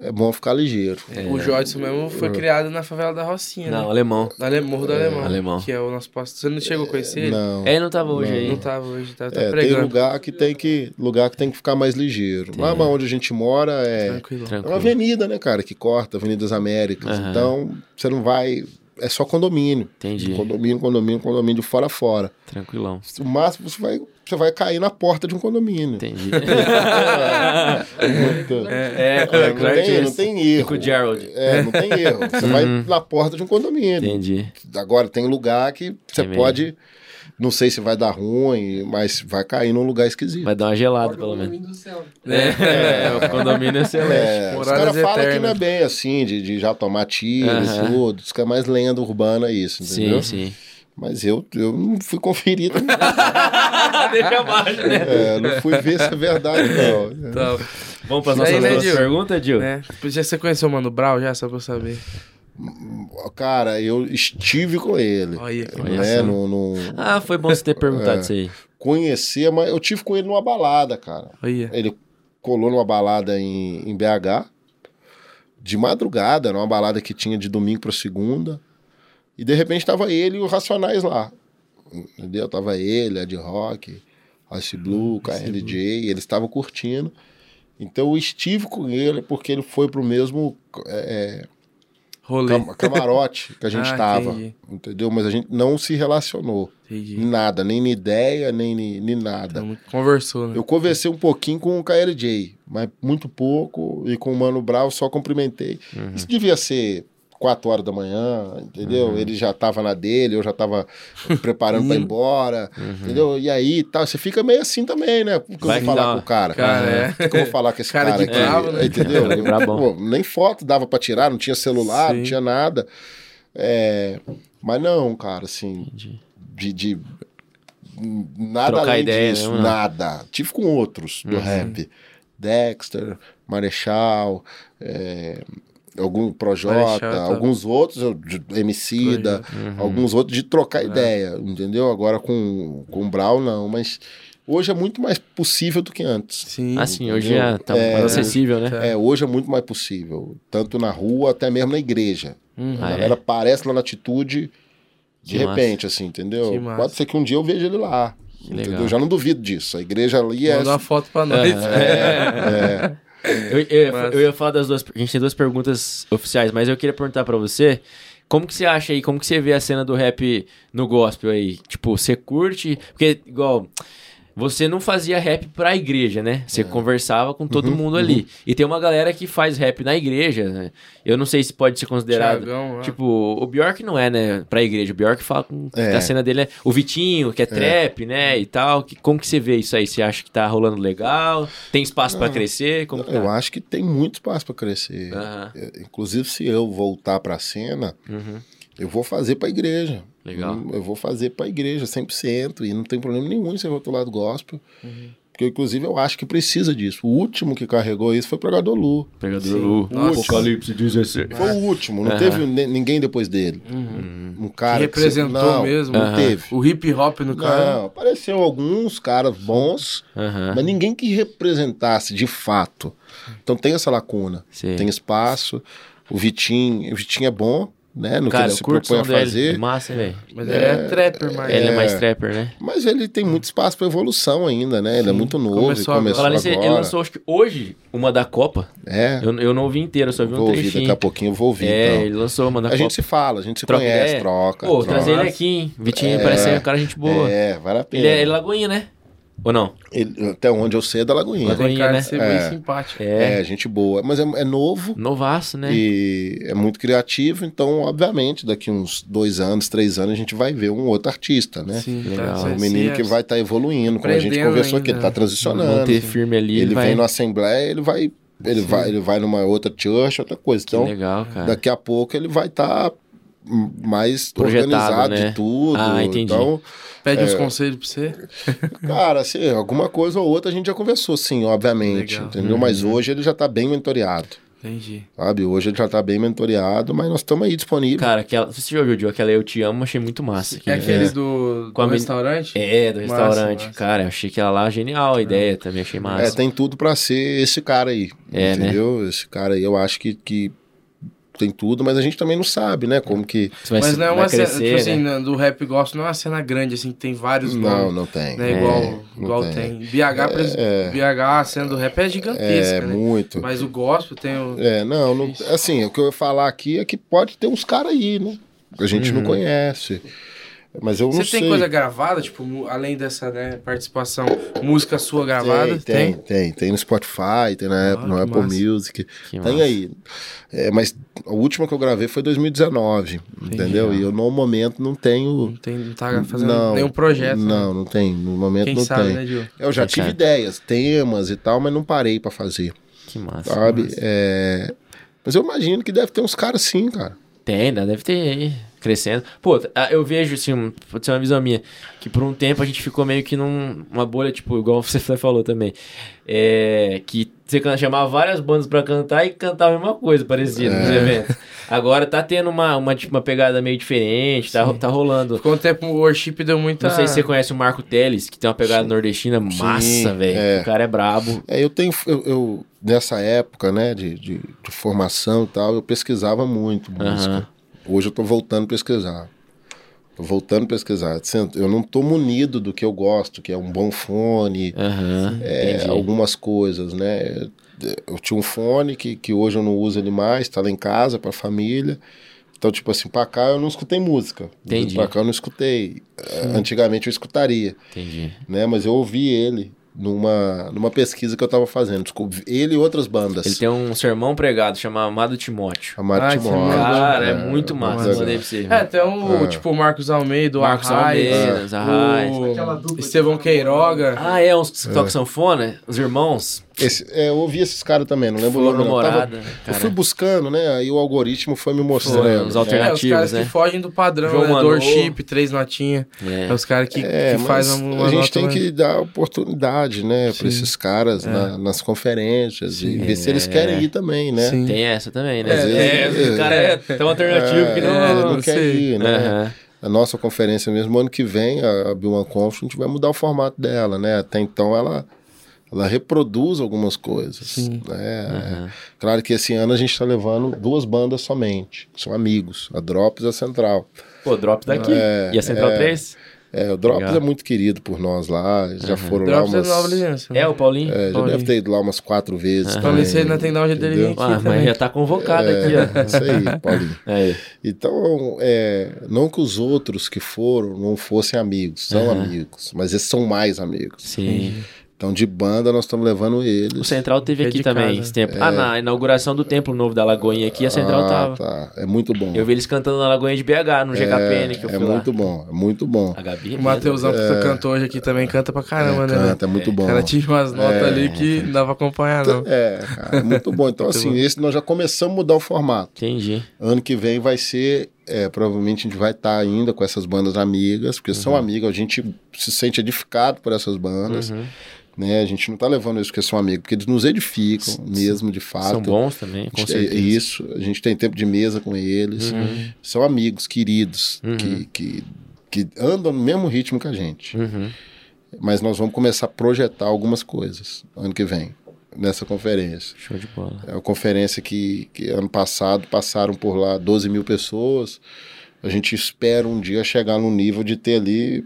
É bom ficar ligeiro. O Jodson mesmo foi criado na favela da Rocinha, Não, né? alemão. Na Ale- Morro do Alemão. Alemão. Que é o nosso pastor. Você não chegou a conhecer É, ele? Não. Ele não tá. tava hoje aí. Não tava hoje, tava, tava É, tem pregando. lugar que tem que, lugar que tem que ficar mais ligeiro. Lá onde a gente mora é, Tranquilo. é uma Tá Tranquilo. avenida, né, cara, que corta Avenidas Américas. Aham. Então, você não vai. É só condomínio. Entendi. Condomínio, condomínio, condomínio, de fora a fora. Tranquilão. O máximo você vai, você vai cair na porta de um condomínio. Entendi. [LAUGHS] Muito- é, É, não, claro que tem, é não isso. tem erro. Com o Gerald. É, não tem erro. Você vai Uhum. na porta de um condomínio. Entendi. Agora, tem lugar que você É mesmo. pode. Não sei se vai dar ruim, mas vai cair num lugar esquisito. Vai dar uma gelada, Porta pelo do menos. menino do céu. É, o condomínio é excelente. É, os Moradas caras falam que eternas. não é bem assim, de, de já tomar tiro, Aham. tudo. Isso que é mais lenda urbana, isso, entendeu? É, Sim, sim. Mas eu, eu não fui conferido, [LAUGHS] Deixa abaixo, né? Tá. é, não fui ver se é verdade, não. Top, Vamos para as Isso nossas aí, né, próximas Gil? perguntas, Gil? né? Já você conheceu o Mano Brown já, só pra eu saber. Cara, eu estive com ele. Olha, que Né, massa. no, no- Ah, foi bom você ter perguntado É. isso aí. Conhecer, mas eu tive com ele numa balada, cara. Olha. Ele colou numa balada em, em BH, de madrugada, numa balada que tinha de domingo para segunda. E de repente tava ele e os Racionais lá. Entendeu? Tava ele, Ed Rock, Ah, Ice Blue, KLJ, eles estavam curtindo. Então eu estive com ele porque ele foi pro mesmo é, é, Rolê. cam- camarote que a gente [LAUGHS] Ah, tava. entendi. Entendeu? Mas a gente não se relacionou. Entendi. Em nada, nem em ideia, nem, nem, nem nada. Então, conversou, né? Eu conversei um pouquinho com o KLJ, mas muito pouco, e com o Mano Brau só cumprimentei. Uhum. Isso devia ser 4 horas da manhã, entendeu? Uhum. Ele já tava na dele, eu já tava preparando pra ir embora, Uhum. entendeu? E aí, tá, você fica meio assim também, né? Como Vai eu vou que dá falar com uma- o cara? Cara, é. O que que eu vou falar com esse Cara cara, de aqui? bravo, né? Entendeu? Cara de brabão. Pô, nem foto dava pra tirar, não tinha celular, Sim. não tinha nada. É, Mas não, cara, assim, Entendi. de, de- nada Trocar além ideia, disso, né, Uhum. mano? nada. Tive com outros do rap. Dexter, Marechal, é, algum Marechal, Projota, tá. alguns outros, eu- de- Emicida, Uhum. alguns outros de É. trocar ideia, entendeu? Agora com, com o Brau, não, mas hoje é muito mais possível do que antes. Sim. Assim, hoje já tá mais acessível, né? Tá. É, hoje é muito mais possível, tanto na rua até mesmo na igreja. Uhum. Ah, A é? galera aparece lá na atitude de Que massa. repente, assim, entendeu? Que massa. Pode ser que um dia eu veja ele lá. entendeu? legal. Eu já não duvido disso. A igreja ali é. Manda uma foto pra nós. é, Eu, eu, ia fa- Mas- eu ia falar das duas. A gente tem duas perguntas oficiais, mas eu queria perguntar pra você. Como que você acha aí, como que você vê a cena do rap no gospel aí? Tipo, você curte? Porque, igual, você não fazia rap pra igreja, né? Você conversava com todo mundo ali. E tem uma galera que faz rap na igreja, né? Eu não sei se pode ser considerado... Thiagão, lá. Tipo, o Bjork não é, né, pra igreja. O Bjork fala com... É. A cena dele é o Vitinho, que é, trap, né, e tal. Que, como que você vê isso aí? Você acha que tá rolando legal? Tem espaço pra crescer? Como que tá? Eu acho que tem muito espaço para crescer. Aham. É, Inclusive, se eu voltar pra cena, Uhum. eu vou fazer pra igreja. Hum, Legal. Eu- Eu vou fazer pra igreja 100%. E não tem problema nenhum em ser rotulado gospel. Uhum. Porque, inclusive, eu acho que precisa disso. O último que carregou isso foi o pregador Lu. Pregador Lu. Nossa. Apocalipse 16. Foi o último. Não Aham. Uhum. teve ne- ninguém depois dele. Um cara uhum. Que representou você- não, mesmo. Não Aham. teve. O hip hop no cara. Não, apareceu alguns caras bons, Aham. mas ninguém que representasse de fato. Então tem essa lacuna, Sei. tem espaço. O Vitinho, o Vitinho é bom, né? No Cara, que ele eu se curto o som propõe a dele. fazer, É massa, velho. Mas ele é trapper, mas. Ele é mais trapper, né? mas ele tem muito espaço para evolução ainda, né? Ele é muito novo, Começou começou, Falar agora. nisso, ele lançou, acho que hoje, uma da Copa. É, Eu, eu não ouvi inteiro, eu só vi um vou ouvir trechinho. daqui a pouquinho, eu vou ouvir. é, então. ele lançou uma da A Copa. gente se fala, a gente se Troca conhece, ideia? troca. Pô, troca. trazer ele aqui, hein? Vitinho, parece ser um cara gente boa. É, vale a pena. Ele é, ele é lagoinha, né? Ou não? Ele- até onde eu sei é da Lagoinha. Lagoinha. Tem cara né? de ser É. bem simpático. É. É, gente boa. Mas é- é novo, Novaço, né? E é muito criativo, então, obviamente, daqui uns dois anos, três anos, a gente vai ver um outro artista, né? Sim, Legal. Isso Um aí menino é- que vai estar evoluindo, como a gente Aprendendo conversou ainda. aqui, ele está transicionando. Manter firme ali. Ele vai... vem na Assembleia, ele vai, ele vai, ele vai numa outra church, outra coisa. Que Então, legal, cara. daqui a pouco ele vai estar mais Projetado, organizado né? de tudo. Ah, entendi. Então, Pede uns conselhos pra você. Cara, assim, alguma coisa ou outra a gente já conversou, sim, obviamente, Legal. Uhum. entendeu? Mas hoje ele já tá bem mentoreado. Entendi. Sabe? Hoje ele já tá bem mentoreado, mas nós estamos aí disponíveis. Cara, aquela, você já ouviu, aquela Eu Te Amo, achei muito massa. É aquele- aquele do, Com a do men- restaurante? É, do Massa, restaurante. massa. Cara, eu achei que ela lá genial a ideia também, achei Uhum. É, massa. tem tudo pra ser esse cara aí. Ah, É, né? entendeu? Esse cara aí eu acho que, que tem tudo, mas a gente também não sabe, né? Como que. Você vai, Mas não é uma vai cena, crescer, tipo assim, né? na- do rap gospel, não é uma cena grande, assim, que tem vários Não, nomes, não tem. né? não igual não igual tem. tem. BH, por exemplo, BH, a cena do rap é É, gigantesca, né? muito. Mas o gospel tem um, o... É, não, não- assim, o que eu ia falar aqui é que pode ter uns caras aí, né? Que a gente Uhum. não conhece. Mas eu não Você sei. tem coisa gravada, tipo, mu- além dessa né, participação, música sua gravada? É, Ah, Tem, tem, tem. Tem no Spotify, tem na Apple, no que Apple massa. Music. Que tem massa. aí. É, mas a última que eu gravei foi 2019, entendeu? E eu, no momento, não tenho. Não, tem, não tá fazendo não, nenhum projeto. né? Não, não tem. No momento Quem não sabe, tem. né, Diogo? Eu já Quem tive sabe? ideias, temas e tal, mas não parei pra fazer, Que massa. sabe? É, Mas eu imagino que deve ter uns caras sim, cara. Tem, ainda deve ter aí, crescendo. Pô, ah, eu vejo, assim, um- pode ser uma visão minha, que por um tempo a gente ficou meio que num- numa bolha, tipo, igual [LAUGHS] você falou também, é, que você can- chamava várias bandas pra cantar e cantava a mesma coisa, parecida, É. nos eventos. Agora tá tendo uma, uma, tipo, uma pegada meio diferente, tá, ro- tá rolando. Ficou um tempo, o worship deu muita... Não sei se você conhece o Marco Teles, que tem uma pegada nordestina massa, velho. é. O cara é brabo. É, eu tenho, eu, eu- nessa época, né, de, de, de formação e tal, eu pesquisava muito música. Hoje eu tô voltando a pesquisar. Tô voltando a pesquisar. Assim, Eu não tô munido do que eu gosto, que é um bom fone, Aham, é, entendi. algumas coisas, né? Eu tinha um fone que, que hoje eu não uso ele mais, tá lá em casa, pra família. Então, tipo assim, pra cá eu não escutei música. Entendi. Pra cá eu não escutei. Antigamente eu escutaria Entendi. né? Mas eu ouvi ele numa, numa pesquisa que eu tava fazendo. Desculpa, ele e outras bandas. Ele tem um sermão pregado, chamado Amado Timóteo. Amado Ah, que Timóteo. Cara, é muito massa. legal. Mandei pra você. É, tem o, É. tipo, o Marcos Almeida, o Marcos Arraes, Almeida, os Arraes. Aquela dupla o de um. Estevão cara. Queiroga. Ah, é, uns que tocam sanfona, os irmãos, Esse- é, eu ouvi esses caras também, não lembro Flor o nome. não. Eu tava- Namorada, eu cara. fui buscando, né? Aí o algoritmo foi me mostrando. Foi, uns alter- né? É, os caras Alternativos, né? que fogem do padrão, João né? Do Manô. worship, três notinhas. É, É. os caras que, É, que mas faz uma, uma a gente nota tem mais- É. que dar oportunidade, né, para esses caras na- nas conferências e ver se eles querem ir também, né? Sim. Tem essa também, né? Às vezes- o cara é tão alternativo que não... É, não não quer sei. ir, né? Aham. A nossa conferência mesmo, ano que vem, a, a B1 Conf, a gente vai mudar o formato dela, né? Até então ela, ela reproduz algumas coisas. Né? Aham. Claro que esse ano a gente está levando duas bandas somente, que são amigos, a Drops e a Central. Pô, Drops daqui. e a Central 3? É, o Drops Legal. é muito querido por nós lá, eles já foram Drops lá é umas... nova aliança. É, o Paulinho. é, já Paulinho. deve ter ido lá umas quatro vezes. Talvez você também, ainda tem que dar um jeito dele vir entendeu? aqui ah, mas também. já tá convocado aqui, É, isso aí, Paulinho. ó. Aí. Então, é, não que os outros que foram não fossem amigos, são Aham. amigos, mas eles são mais amigos. Sim. Então, de banda, nós estamos levando O eles. Central teve É aqui de também casa. esse tempo. Ah, na inauguração do Templo Novo da Lagoinha aqui, a Central É. ah, tava. tá. É muito bom. Eu vi eles cantando na Lagoinha de BH, no GKPN que eu é fui muito lá. bom, é muito bom. A Gabi é O Matheusão que cantou hoje aqui também canta pra caramba, É, né? canta, é muito O bom. cara tinha umas notas ali que não dava pra acompanhar, não. É, cara, é muito bom. Então, assim, esse nós já começamos a mudar o formato. Entendi. Ano que vem vai ser, é, provavelmente a gente vai estar ainda com essas bandas amigas, porque são amigas, a gente se sente edificado por essas bandas, Uhum. né? A gente não tá levando isso porque são amigos, porque eles nos edificam mesmo, de fato. São bons também, A com gente- é- é certeza. Uhum. Isso, a gente tem tempo de mesa com eles. São amigos queridos que, que, que andam no mesmo ritmo que a gente. Uhum. Mas nós vamos começar a projetar algumas coisas ano que vem, nessa conferência. Show de bola. É uma conferência que, que ano passado passaram por lá 12 mil pessoas. A gente espera um dia chegar num nível de ter ali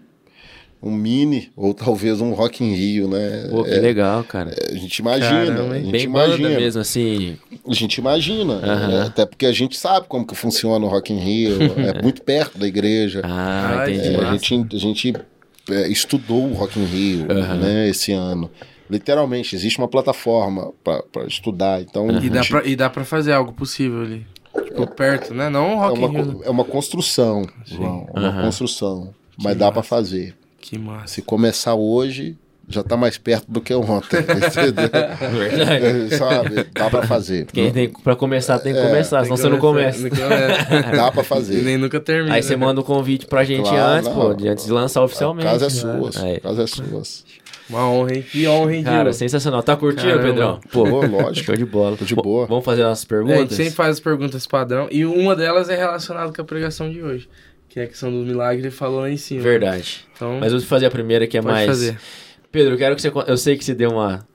um mini ou talvez um Rock in Rio, né? Pô, que legal, cara. A gente imagina, Caramba, é, a hein? gente Bem banda imagina. mesmo, assim. A gente imagina, Aham. né? até porque a gente sabe como que funciona o Rock in Rio, [LAUGHS] é muito perto da igreja. Ah, Ah, entendi. É, a massa. gente, a gente é, estudou o Rock in Rio Aham. né, esse ano. Literalmente, existe uma plataforma para estudar, então a E dá, gente- pra, e dá pra fazer algo possível ali. Tipo, perto, né? Não um é, Rock in uma, Rio, co- né? é uma construção, João, é uma Aham. construção, mas Que dá para massa. fazer. Que massa. Se começar hoje, já tá mais perto do que ontem, [LAUGHS] [LAUGHS] entendeu? [LAUGHS] É. É, Verdade. Sabe, dá para fazer. Quem tem, pra começar tem que É, começar, Tá, senão Tem que você não começa. Tem [LAUGHS] que começar. Dá para E fazer. nem nunca termina. Aí você né? manda um convite pra gente Claro, antes, não. pô, de antes de lançar A oficialmente. casa é suas, Aí. a casa é suas. Uma honra, hein? Que honra, hein, Cara, Diego? sensacional. Tá curtindo, Caramba. Pedrão? Pô, lógico. [LAUGHS] Show de bola. Tô de Bom, boa. Vamos fazer nossas É, a perguntas? gente sempre faz as perguntas padrão. E uma delas é relacionada com a pregação de hoje. Que é a questão do milagre ele falou lá em cima. Verdade. Então, Mas eu vou fazer a primeira que é né? pode mais. fazer. Pedro, eu quero que você. con- Eu sei que você deu [LAUGHS] uma.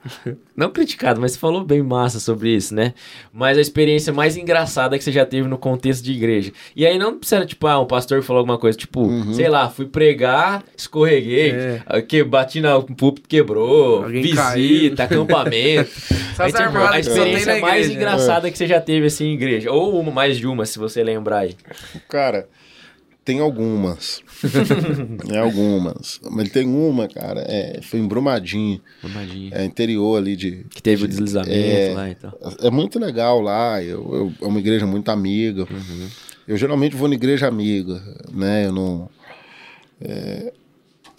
Não criticado, mas você falou bem massa sobre isso, né? Mas a experiência mais engraçada que você já teve no contexto de igreja. E aí não precisa, tipo, ah, um pastor que falou alguma coisa, tipo, Uhum. sei lá, fui pregar, escorreguei, É. ah, que, bati na o púlpito, quebrou, Alguém visita, acampamento. [LAUGHS] Essas Aí, tipo, armadas a que só tem experiência na mais igreja. né? É. engraçada que você já teve assim em igreja. Ou uma, mais de uma, se você lembrar aí. Tipo, Cara, [LAUGHS] tem algumas. é algumas. Mas tem uma, cara, é, foi em Brumadinho, Imagina. é interior ali de. Que teve o deslizamento É. lá e tal. É muito legal lá, eu, eu- é uma igreja muito amiga. Uhum. Eu geralmente vou na igreja amiga, né? Eu não. é,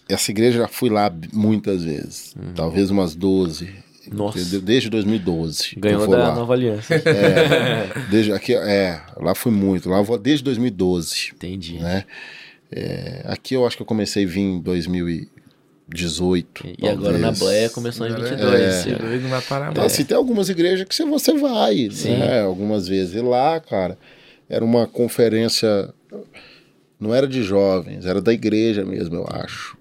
essa igreja eu já fui lá b- muitas vezes, talvez umas 12. Uhum. Nossa. entendeu? Desde 2012. que eu Ganhou vou da lá. nova aliança. [LAUGHS] É, desde aqui, é, lá fui muito, lá eu vou desde 2012. Entendi. né? É, aqui eu acho que eu comecei a vir em 2018. E agora na talvez. Bleia começou em Agora 22. É. né? esse [LAUGHS] ano. 22 não vai parar Então, mais. assim, tem algumas igrejas que você- você vai, É. Sim. né? Algumas vezes. E lá, cara, era uma conferência. Não era de jovens, era da igreja mesmo, eu acho.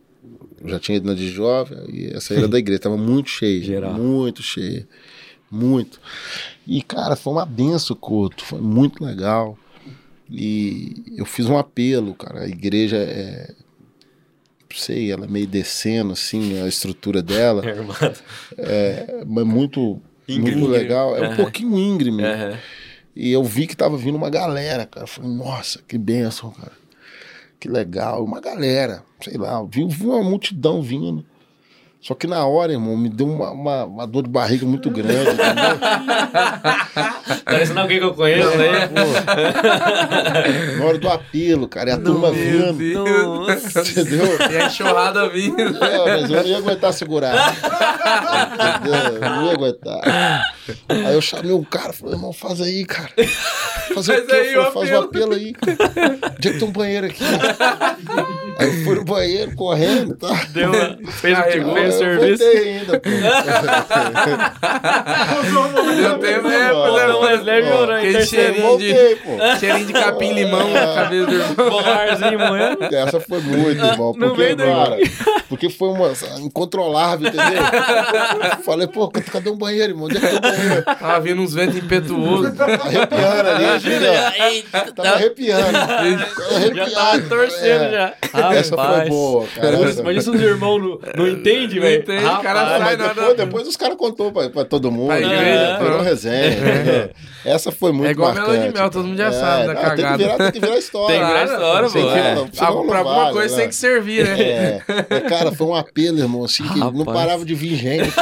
Eu já tinha ido na de jovem e essa era da igreja. Tava muito cheia. Geral. Muito cheia. Muito. E, cara, foi uma benção o culto. Foi muito legal. E eu fiz um apelo, cara. A igreja é. Não sei, ela é meio descendo, assim, a estrutura [LAUGHS] dela. Armado. mas É muito, Íngreme. muito legal. É um Aham. pouquinho íngreme. Aham. E eu vi que tava vindo uma galera, cara. Eu Falei, nossa, que bênção, cara. Que legal. Uma galera, sei lá, eu vi, vi uma multidão vindo. Só que na hora, irmão, me deu uma, uma, uma dor de barriga muito grande. entendeu? Parecendo é alguém que eu conheço, né? Pô. na hora do apelo, cara, e a turma Meu vindo. Deus. Entendeu? [LAUGHS] E a enxurrada [LAUGHS] vindo. É, mas eu não ia aguentar segurar. Entendeu? Eu não ia aguentar. Aí eu chamei o cara, falei, irmão, faz aí, cara. Faz, o Faz quê? aí Falei, o faz apelo." um apelo aí, cara. Onde é que tem um banheiro aqui? Aí eu fui no banheiro correndo, tá? Deu uma- fez o que Carregou, fez o eu serviço. voltei ainda, pô. Deu tempo, né? Mano, pô, Não, mas leve um- Ó, ou não, aquele terceiro. cheirinho Voltei, pô. Cheirinho de capim-limão na cabeça do irmão. Bolarzinho, mano. Essa foi muito, irmão. não Porque, vem daí. cara, porque foi uma incontrolável, entendeu? Falei, pô, cadê um banheiro, irmão? Onde é que tem um banheiro? Tava Tá vindo uns ventos impetuosos. Tá arrepiando ali, imagina. Eita, tá. Tava arrepiando. Tava já Tá arrepiado. tava torcendo É. já. Essa foi boa, cara. Mas Essa- Imagina se os irmãos não, não entendem, Não velho. entende, o cara Ah, Rapaz, sai mas na hora depois, depois os caras contou pra, pra todo mundo. Pra né? igreja, Virou pronto. resenha. entendeu? Essa foi muito É igual marcante. Melanie Mel, todo mundo já É, sabe da não, tem que, cagada. virar, tem que virar história. Tem que virar né? história, Sem pô, que- é. senão Algo- não pra alguma vale, coisa né? tem que servir, né? É, Mas, cara, foi um apelo, irmão, assim, que não Rapaz. parava de vir gente.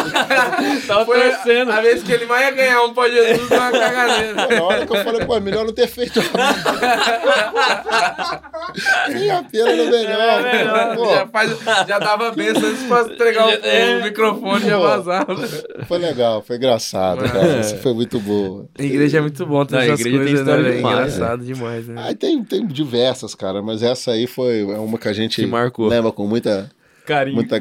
tava Foi torcendo. a, a vez que ele mais ia ganhar um pó de Jesus foi uma cagadeira. Na hora que eu falei, pô, é melhor não ter feito [LAUGHS] Sem apelo era É melhor. [LAUGHS] melhor, pô. já, faz- já dava benção antes pra entregar o, é. o microfone já Pô. vazava. Foi legal, foi engraçado, cara. Isso foi muito boa. A igreja é muito bom, tem Não, a essas igreja tem coisas, né? história velho? demais, Engraçado demais, né? Aí tem, tem diversas, cara, mas essa aí foi uma que a gente Que marcou. lembra com muita, Carinho. muita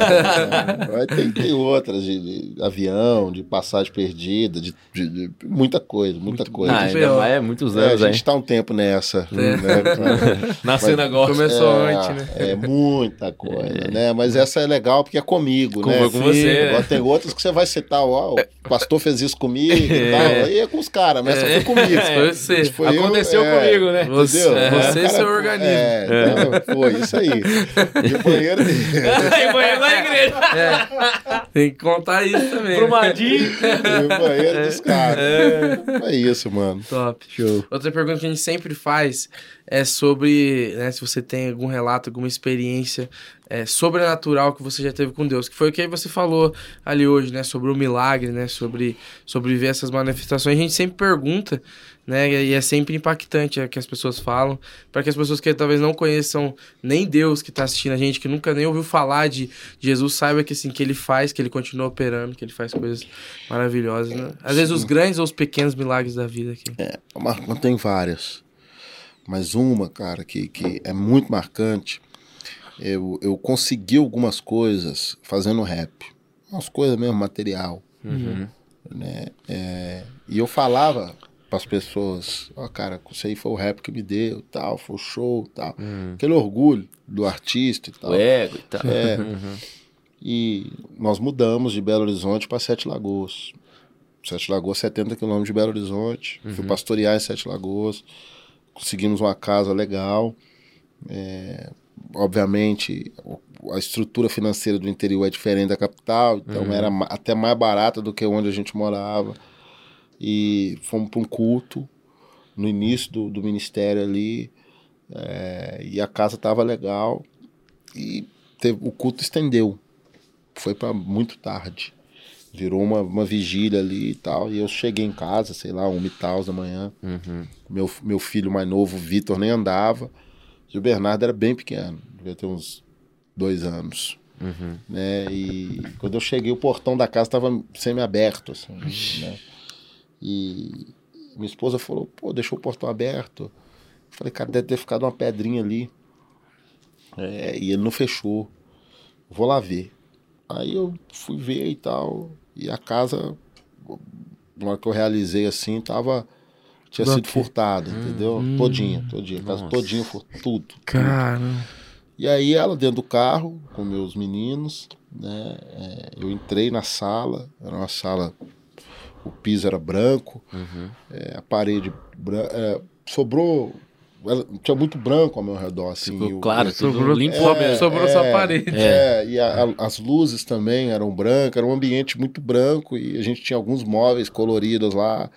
gargalhada. né? Aí tem, tem outras de, de avião, de passagem perdida, de, de- de muita coisa, muita coisa. Ah, ainda mais é muitos É, a anos aí. gente tá um tempo nessa. né, [LAUGHS] cara? Nascendo agora. Começou É, antes, né? É muita coisa, né? Mas essa é legal porque é comigo, Com- né? com você, Agora né? tem outras que você vai citar, ó, É. o pastor fez isso comigo [LAUGHS] e É. tal. Aí é com os caras, mas essa foi comigo. É. Foi você. Isso foi eu, Aconteceu é. comigo, né? Você, Entendeu? você e Cara, seu organismo. É, então, foi [LAUGHS] isso aí. De [LAUGHS] banheiro. Tem banheiro na igreja. [LAUGHS] Tem que contar isso também. né? Brumadinho. De banheiro dos caras. É. isso, mano. Top. Show. Outra pergunta que a gente sempre faz é sobre né, se você tem algum relato, alguma experiência é, sobrenatural que você já teve com Deus. Que foi o que você falou ali hoje, né? Sobre o milagre, né? Sobre, sobre ver essas manifestações. A gente sempre pergunta, né? E é sempre impactante o que as pessoas falam. Para que as pessoas que talvez não conheçam nem Deus que tá assistindo a gente, que nunca nem ouviu falar de Jesus, saiba que assim, que ele faz, que ele continua operando, que ele faz coisas maravilhosas, né? Às vezes os grandes ou os pequenos milagres da vida aqui. Marco, tem várias. Mas uma, cara, que, que é muito é marcante Eu, eu consegui algumas coisas fazendo rap. Umas coisas mesmo, material. Uhum. Né? É, e eu falava pras pessoas, ó, cara, isso aí foi o rap que me deu, tal, foi o show, tal. Aquele orgulho do artista e tal. Hum. O ego e tal. É. Uhum. E nós mudamos de Belo Horizonte para Sete Lagoas. Sete Lagoas, 70 quilômetros de Belo Horizonte. Fui pastorear em Sete Lagoas. Conseguimos uma casa legal. É, obviamente, o- a estrutura financeira do interior é diferente da capital, então era ma- até mais barata do que onde a gente morava. E fomos para um culto no início do, do ministério ali. é, e a casa estava legal. E teve- o culto estendeu. Foi para muito tarde. Virou uma, uma vigília ali e tal. E eu cheguei em casa, sei lá, uma e tal da manhã. Uhum. Meu, meu filho mais novo, o Vitor, nem andava. E o Bernardo era bem pequeno, devia ter uns dois anos. Uhum. Né? E quando eu cheguei, o portão da casa estava semi-aberto. Assim, né? E minha esposa falou: pô, deixou o portão aberto. Eu falei, cara, deve ter ficado uma pedrinha ali. É, e ele não fechou. Vou lá ver. Aí eu fui ver e tal. E a casa, na hora que eu realizei assim, tava. Tinha Tudo sido ok. furtada, entendeu? hum, todinha, todinha. A casa nossa. todinha, fur- tudo. Cara. E aí ela dentro do carro com meus meninos, né? é, eu entrei na sala, era uma sala, o piso era branco, uhum. é, a parede branca, sobrou, ela- tinha muito branco ao meu redor, assim. Ficou e o- claro, e- Sobrou, limpo. sobrou- sobrou só a parede. é, e a- a- as luzes também eram brancas, era um ambiente muito branco e a gente tinha alguns móveis coloridos lá,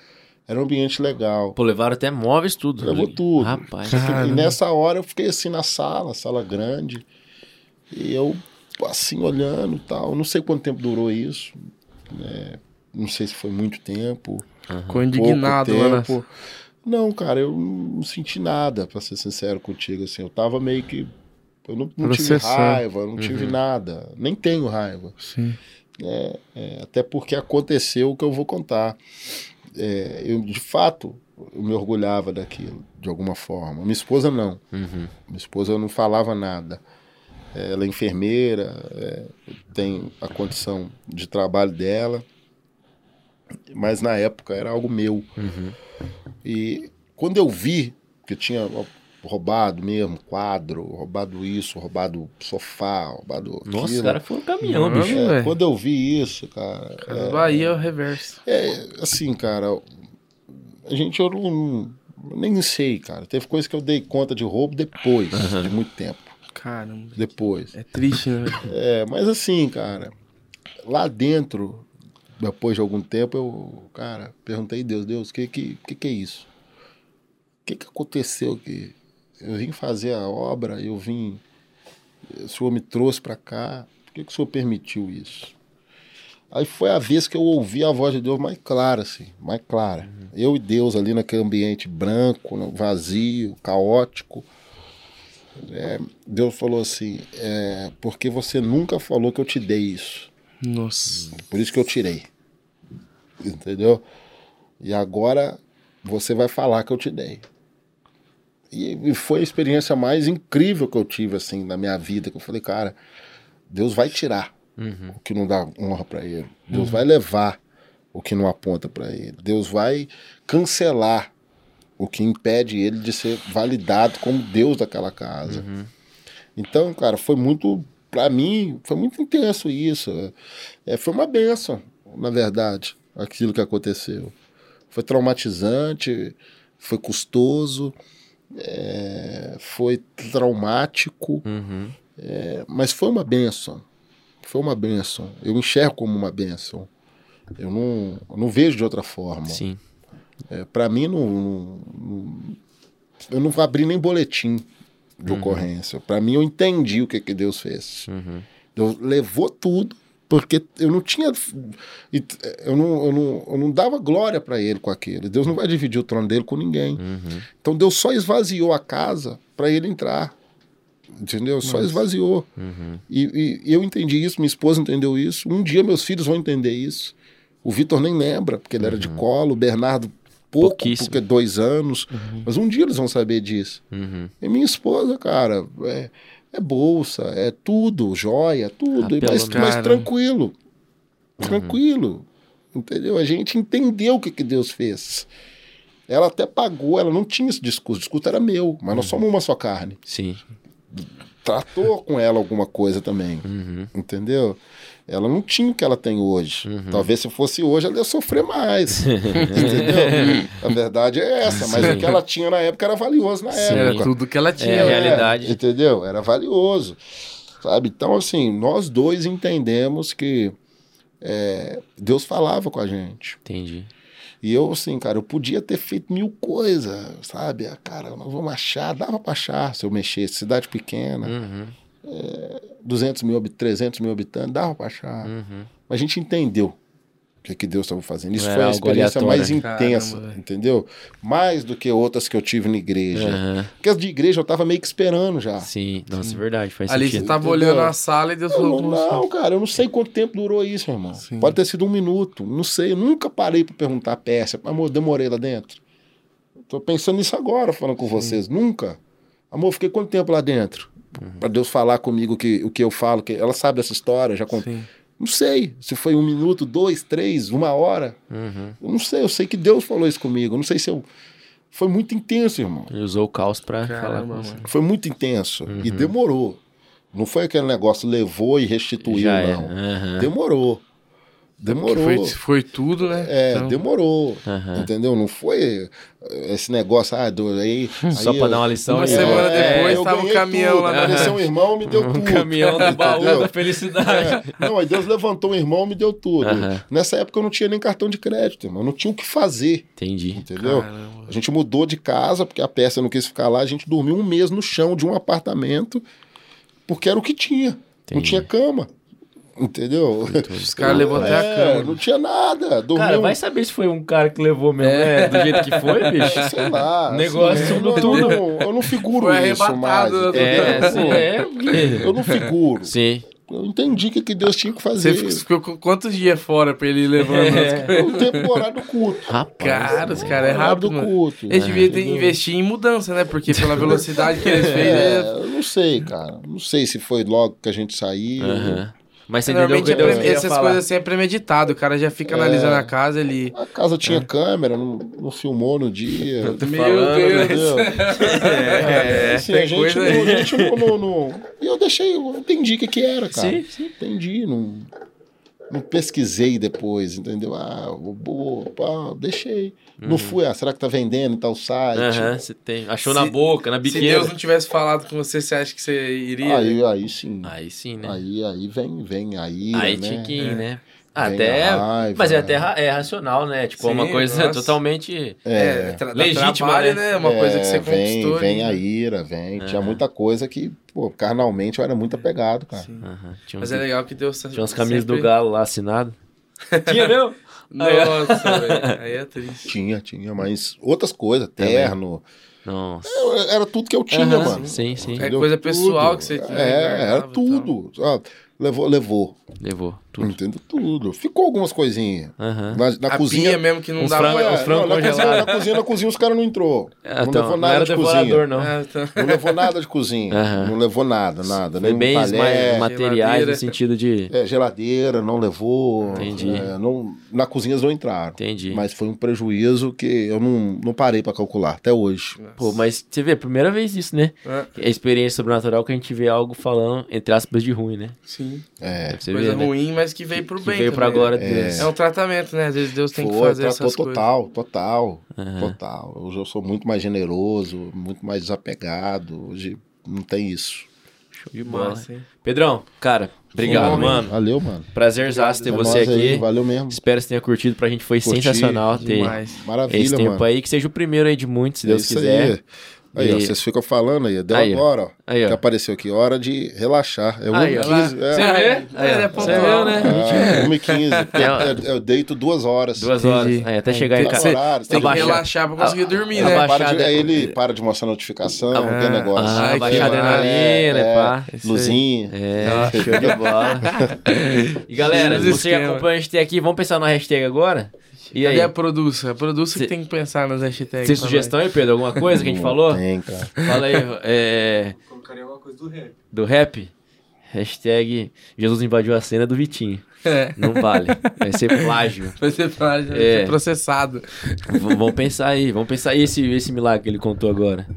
era um ambiente legal. Pô, levaram até móveis tudo. Levou tudo. Rapaz. E Caramba. nessa hora eu fiquei assim na sala, sala grande, e eu assim olhando e tal. Não sei quanto tempo durou isso, né? não sei se foi muito tempo, Ficou pouco indignado, mano. tempo. Não, cara, eu não senti nada, pra ser sincero contigo, assim, eu tava meio que eu não, não tive Processando. Uhum. raiva, não tive nada, nem tenho raiva. Sim. É, até porque aconteceu o que eu vou contar. É, eu, de fato, eu me orgulhava daquilo, de alguma forma. Minha esposa não. Uhum. Minha esposa não falava nada. Ela é enfermeira, é, tem a condição de trabalho dela, mas na época era algo meu. Uhum. E quando eu vi que eu tinha roubado mesmo quadro, roubado isso, roubado sofá, roubado aquilo. Nossa, o cara foi um caminhão, Mano. bicho. é, velho. quando eu vi isso, cara, Cara, Bahia é o reverso. é, assim, cara, a gente eu não, nem sei, cara. Teve coisa que eu dei conta de roubo depois de muito tempo. Caramba. Depois. É triste, né? velho? É, mas assim, cara, lá dentro, depois de algum tempo, eu, cara, perguntei a Deus, Deus, o que, que, que que é isso? O que, que aconteceu aqui? Eu vim fazer a obra, eu vim. O senhor me trouxe pra cá, por que, que o senhor permitiu isso? Aí foi a vez que eu ouvi a voz de Deus mais clara, assim, mais clara. Eu e Deus ali naquele ambiente branco, vazio, caótico. Deus falou assim: é, porque você nunca falou que eu te dei isso. Nossa. Por isso que eu tirei. Entendeu? E agora você vai falar que eu te dei. E, e foi a experiência mais incrível que eu tive, assim, na minha vida. Que eu falei, cara, Deus vai tirar o que não dá honra pra ele. Deus vai levar o que não aponta pra ele. Deus vai cancelar o que impede ele de ser validado como Deus daquela casa. Então, cara, foi muito. Pra mim, foi muito intenso isso. É, foi uma benção, na verdade, aquilo que aconteceu. Foi traumatizante, foi custoso, é, foi traumático, Uhum. é, mas foi uma benção. Foi uma benção. Eu enxergo como uma benção. Eu não, eu não vejo de outra forma. Sim. É, para mim, não, não- não- eu não abri nem boletim de ocorrência. Para mim, eu entendi o que, que Deus fez. Uhum. Deus levou tudo, porque eu não tinha. e t- Eu não, eu não, eu não dava glória para ele com aquilo. Deus não vai dividir o trono dele com ninguém. Uhum. Então, Deus só esvaziou a casa para ele entrar. Entendeu? Só esvaziou. Uhum. E, e- e eu entendi isso, minha esposa entendeu isso. Um dia meus filhos vão entender isso. O Vitor nem lembra, porque ele era de colo, o Bernardo pouco, Uhum. Pouquíssimo. porque é dois anos. Mas um dia eles vão saber disso. Uhum. E minha esposa, cara, é, É bolsa, é tudo, joia, tudo. Ah, e mas, pelo mas menos. tranquilo. Uhum. Tranquilo. Entendeu? A gente entendeu o que, que Deus fez. Ela até pagou, ela não tinha esse discurso. O discurso era meu, mas Uhum. nós somos uma só carne. Sim. Tratou com ela alguma coisa também. Uhum. Entendeu? Ela não tinha o que ela tem hoje. Uhum. Talvez se fosse hoje, ela ia [LAUGHS] sofrer mais. entendeu? A verdade é essa, mas o que ela tinha na época era valioso na Sim. época. Era tudo que ela É, tinha. a né? realidade. Entendeu? Era valioso. Sabe? Então, assim, nós dois entendemos que é, Deus falava com a gente. Entendi. E eu, assim, cara, eu podia ter feito mil coisas, sabe? Ah, Cara, nós vamos achar, dava pra achar se eu mexesse. Cidade pequena, Uhum. 200 mil, habi- 300 mil habitantes, dava pra achar. Uhum. Mas a gente entendeu o que, que Deus estava fazendo. Isso Não foi era a algo experiência aleatório. mais intensa, Caramba, velho. entendeu? Mais do que outras que eu tive na igreja. Aham. Porque as de igreja eu tava meio que esperando já. Sim. Nossa, é verdade. Faz Ali você tá- sentido. tava Entendeu? olhando a sala e Deus Eu falou Não, com você. não, cara, eu não sei quanto tempo durou isso, irmão. Sim. Pode ter sido um minuto, não sei. Eu nunca parei pra perguntar a peça. Amor, eu demorei lá dentro. Tô pensando nisso agora, falando com vocês. Nunca. Amor, fiquei quanto tempo lá dentro? Uhum. Pra Deus falar comigo que, o que eu falo. que Ela sabe dessa história, já contei. Sim. Não sei se foi um minuto, dois, três, uma hora. Uhum. Eu não sei, eu sei que Deus falou isso comigo. Eu não sei se eu. Foi muito intenso, irmão. Ele usou o caos pra falar Caramba, com mano. Foi muito intenso. Uhum. E demorou. Não foi aquele negócio, levou e restituiu, você. Já é. não. Aham. Demorou. Que Demorou. Foi, foi tudo, né? É, Então, demorou. Aham. Entendeu? Não foi eh, esse negócio, ah, do, aí, [LAUGHS] Só aí pra eu- dar uma lição. Uma né? semana É, depois, eu tava um ganhei caminhão tudo. lá na- Apareceu um irmão, me deu [LAUGHS] tudo. Um caminhão do baú entendeu? da felicidade. É. Não, aí Deus levantou um irmão, me deu tudo. Aham. Nessa época eu não tinha nem cartão de crédito, irmão. Eu não tinha o que fazer, Entendi. entendeu? Caramba. A gente mudou de casa, porque a peça não quis ficar lá. A gente dormiu um mês no chão de um apartamento, porque era o que tinha. Não Entendi. tinha cama. Entendeu? Os caras levantaram É, a câmera. Não tinha nada. Dormiu Cara, um- vai saber se foi um cara que levou mesmo, né? É. Do jeito que foi, [LAUGHS] bicho. Sei lá. assim, Negócio eu não- tudo. Eu não, eu não figuro Foi isso mais. arrebatado, né? entendeu? É, sim, é. Eu não figuro. Sim. Eu entendi o que, que Deus tinha que Você fazer. ficou- ficou qu- quantos dias fora pra ele ir levando as coisas? Eu tempo do horário um do culto. Rapaz. Cara, os caras é Horário rápido, do né? mano. culto. Eles deviam ter investir em mudança, né? Porque pela velocidade [LAUGHS] que eles fez, É, é... eu não sei, cara. Não sei se foi logo que a gente saiu. Aham. Mas você entendeu o Normalmente que é Deus pre- queria essas falar. É. coisas assim é premeditado. O cara já fica analisando a casa, ele... A casa tinha câmera, não, não filmou no dia. É. Meu falando, [LAUGHS] Deus. Entendeu? [LAUGHS] É, assim, tem a gente, coisa não, aí. a gente não, não- não- E eu deixei, eu entendi o que, que era, cara. Sim, sim. Entendi, não, não pesquisei depois, entendeu? Ah, vou- vou, pá, deixei. Não Uhum. fui, ah, será que tá vendendo em tal site? Aham, você tem. Achou assim. Se- na boca, na Se Deus biqueira. não tivesse falado com você, você acha que você iria? Aí, aí sim. Aí sim, né? Aí, aí vem, vem, aí. Aí né? tinha que É. ir, né? Vem Até. a raiva, Mas é até ra- é racional, né? Tipo, é uma Sim, coisa nossa. totalmente. É, tra- dá Legítima, trabalho, né? Uma coisa que É, você vem, conquistou. Vem né? a ira, vem. Tinha Aham. muita coisa que, pô, carnalmente eu era muito apegado, cara. Uhum. Sim. Aham, Tinha uns, Mas é legal que Deus... tinha uns camisas sempre- do Galo lá assinado. tinha mesmo? [LAUGHS] Nossa, velho. Aí é triste. Tinha, tinha, mas outras coisas, terno. Nossa. eu- Era tudo que eu tinha, Aham, mano. Sim, sim. É coisa pessoal que você É, tinha, era guardava e tudo. Ah, levou, levou. Levou tudo. Entendo tudo. Ficou algumas coisinhas. Aham. Na, na a cozinha. é, pia mesmo que não Uns dá frangos- pra... os frangos na, cozinha, congelados. na cozinha, na cozinha os caras não entrou. Ah, não então, levou não nada era de cozinha. devorador, não. [LAUGHS] Ah, tá. Não levou nada de cozinha. Aham. Não levou nada, Foi nada. nenhum bens mais talher, materiais um geladeira. no sentido de. é, geladeira, não levou. Entendi. é, não, na cozinha eles não entraram. Entendi. Mas foi um prejuízo que eu não, não parei pra calcular até hoje. Pô, mas você vê, é primeira vez isso, né? Ah, É a experiência sobrenatural que a gente vê algo falando, entre aspas, de ruim, né? sim. É, Você coisa vê, né? ruim, mas que veio pro que bem veio pra também, glória né? de Deus. É um tratamento, né? Às vezes Deus tem que foi, fazer tratou essas coisas. total, total, Aham. total. Hoje eu sou muito mais generoso, muito mais desapegado. Hoje não tem isso. Show de bola. Massa, hein? Pedrão, cara, obrigado, Bom, mano. Valeu, mano. Prazerzaço ter É você nóis aí, aqui. valeu mesmo. Espero que você tenha curtido. Pra gente foi Curti sensacional ter Demais. Maravilha, esse tempo mano. É aí. Que seja o primeiro aí de muitos, se Deus Isso quiser. Aí, aí ó, E- vocês ficam falando aí. Deu Aí, ó. agora, ó. Aí, ó. Que apareceu aqui. Hora de relaxar. É Aí, ó. 1h15. Você É, vê? Aí, É, ó. é Você viu, pontual. né? Ah, é, [LAUGHS] 1h15. porque É, eu- Eu deito duas horas. Duas Entendi. horas. Aí, até chegar Tá em no casa. horário, Tem que Abaixar. relaxar pra conseguir dormir, Ah, né? Aí para abaixar de- de- aí ele para de mostrar notificação, não tem negócio. Ah, Ai, baixar que a adrenalina, é, pá. Luzinha. É, show de bola. E galera, Os se você esquema. acompanha a gente até aqui, vamos pensar na hashtag agora? E aí? Cadê a produção? A produção Cê- que tem que pensar nas hashtags. Tem [LAUGHS] também. sugestão aí, Pedro? Alguma coisa que a gente falou? Tem, cara. Fala aí, é, tocaria alguma coisa do rap. Do rap? Hashtag Jesus invadiu a cena do Vitinho. É, Não vale. Vai ser plágio. Vai ser, pra- vai É. ser processado. V- vamos pensar aí. Vamos pensar aí esse, esse milagre que ele contou agora.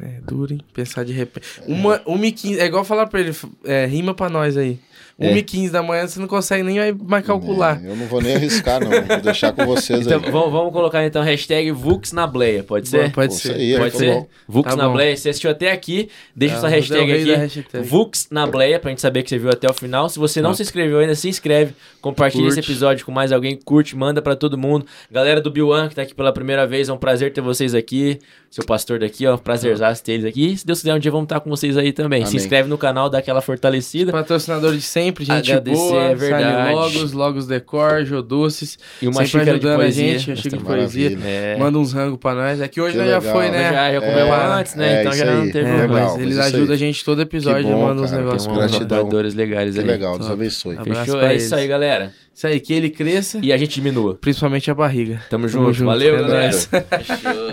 É duro, hein? Pensar de repente. Uma, uma e quinze, é igual falar pra ele, é, rima pra nós aí. É. 1 e 15 da manhã você não consegue nem mais- mais calcular. É, eu não vou nem arriscar, não. Vou deixar com vocês Então, aí. vamos, vamos colocar então hashtag Vux na bleia, pode Boa, ser? Pode Pô, ser. isso aí, é. Pode tá ser? bom. Vux Tá na bom. bleia, você assistiu até aqui, deixa Tá, sua você é o hashtag rei aqui. da hashtag. Vux na bleia, pra gente saber que você viu até o final. Se você não se inscreveu ainda, se inscreve, compartilha Curte. esse episódio com mais alguém, curte, manda pra todo mundo. Galera do Biwan que tá aqui pela primeira vez, é um prazer ter vocês aqui. Seu pastor daqui, ó, um prazerzaço ter eles aqui. E se Deus quiser, um dia vamos estar com vocês aí também. Se Amém. inscreve no canal, dá aquela fortalecida. Patrocinador de sempre, gente Agradecer, boa. é verdade. Sali Logos, Logos Decor, Jodoces. E uma sempre xícara de ajudando a poesia. gente, a xícara de Maravilha. poesia. É. Manda uns rangos pra nós. É que hoje Que nós já legal. foi, né? Já, já comeu É, antes, né? é então já isso não aí. teve É, problema. legal, mas eles mas isso ajudam aí. a gente todo episódio, Que bom, mandam uns cara, Tem uns negócios. pra nós. gratidão. apoiadores legais Que aí. legal, Deus top. abençoe. Abraço Fechou? pra É isso aí, eles. galera. Isso aí, que ele cresça, E a gente diminua. principalmente a barriga. Tamo junto. junto. Valeu, É galera. nóis. [LAUGHS] Fechou.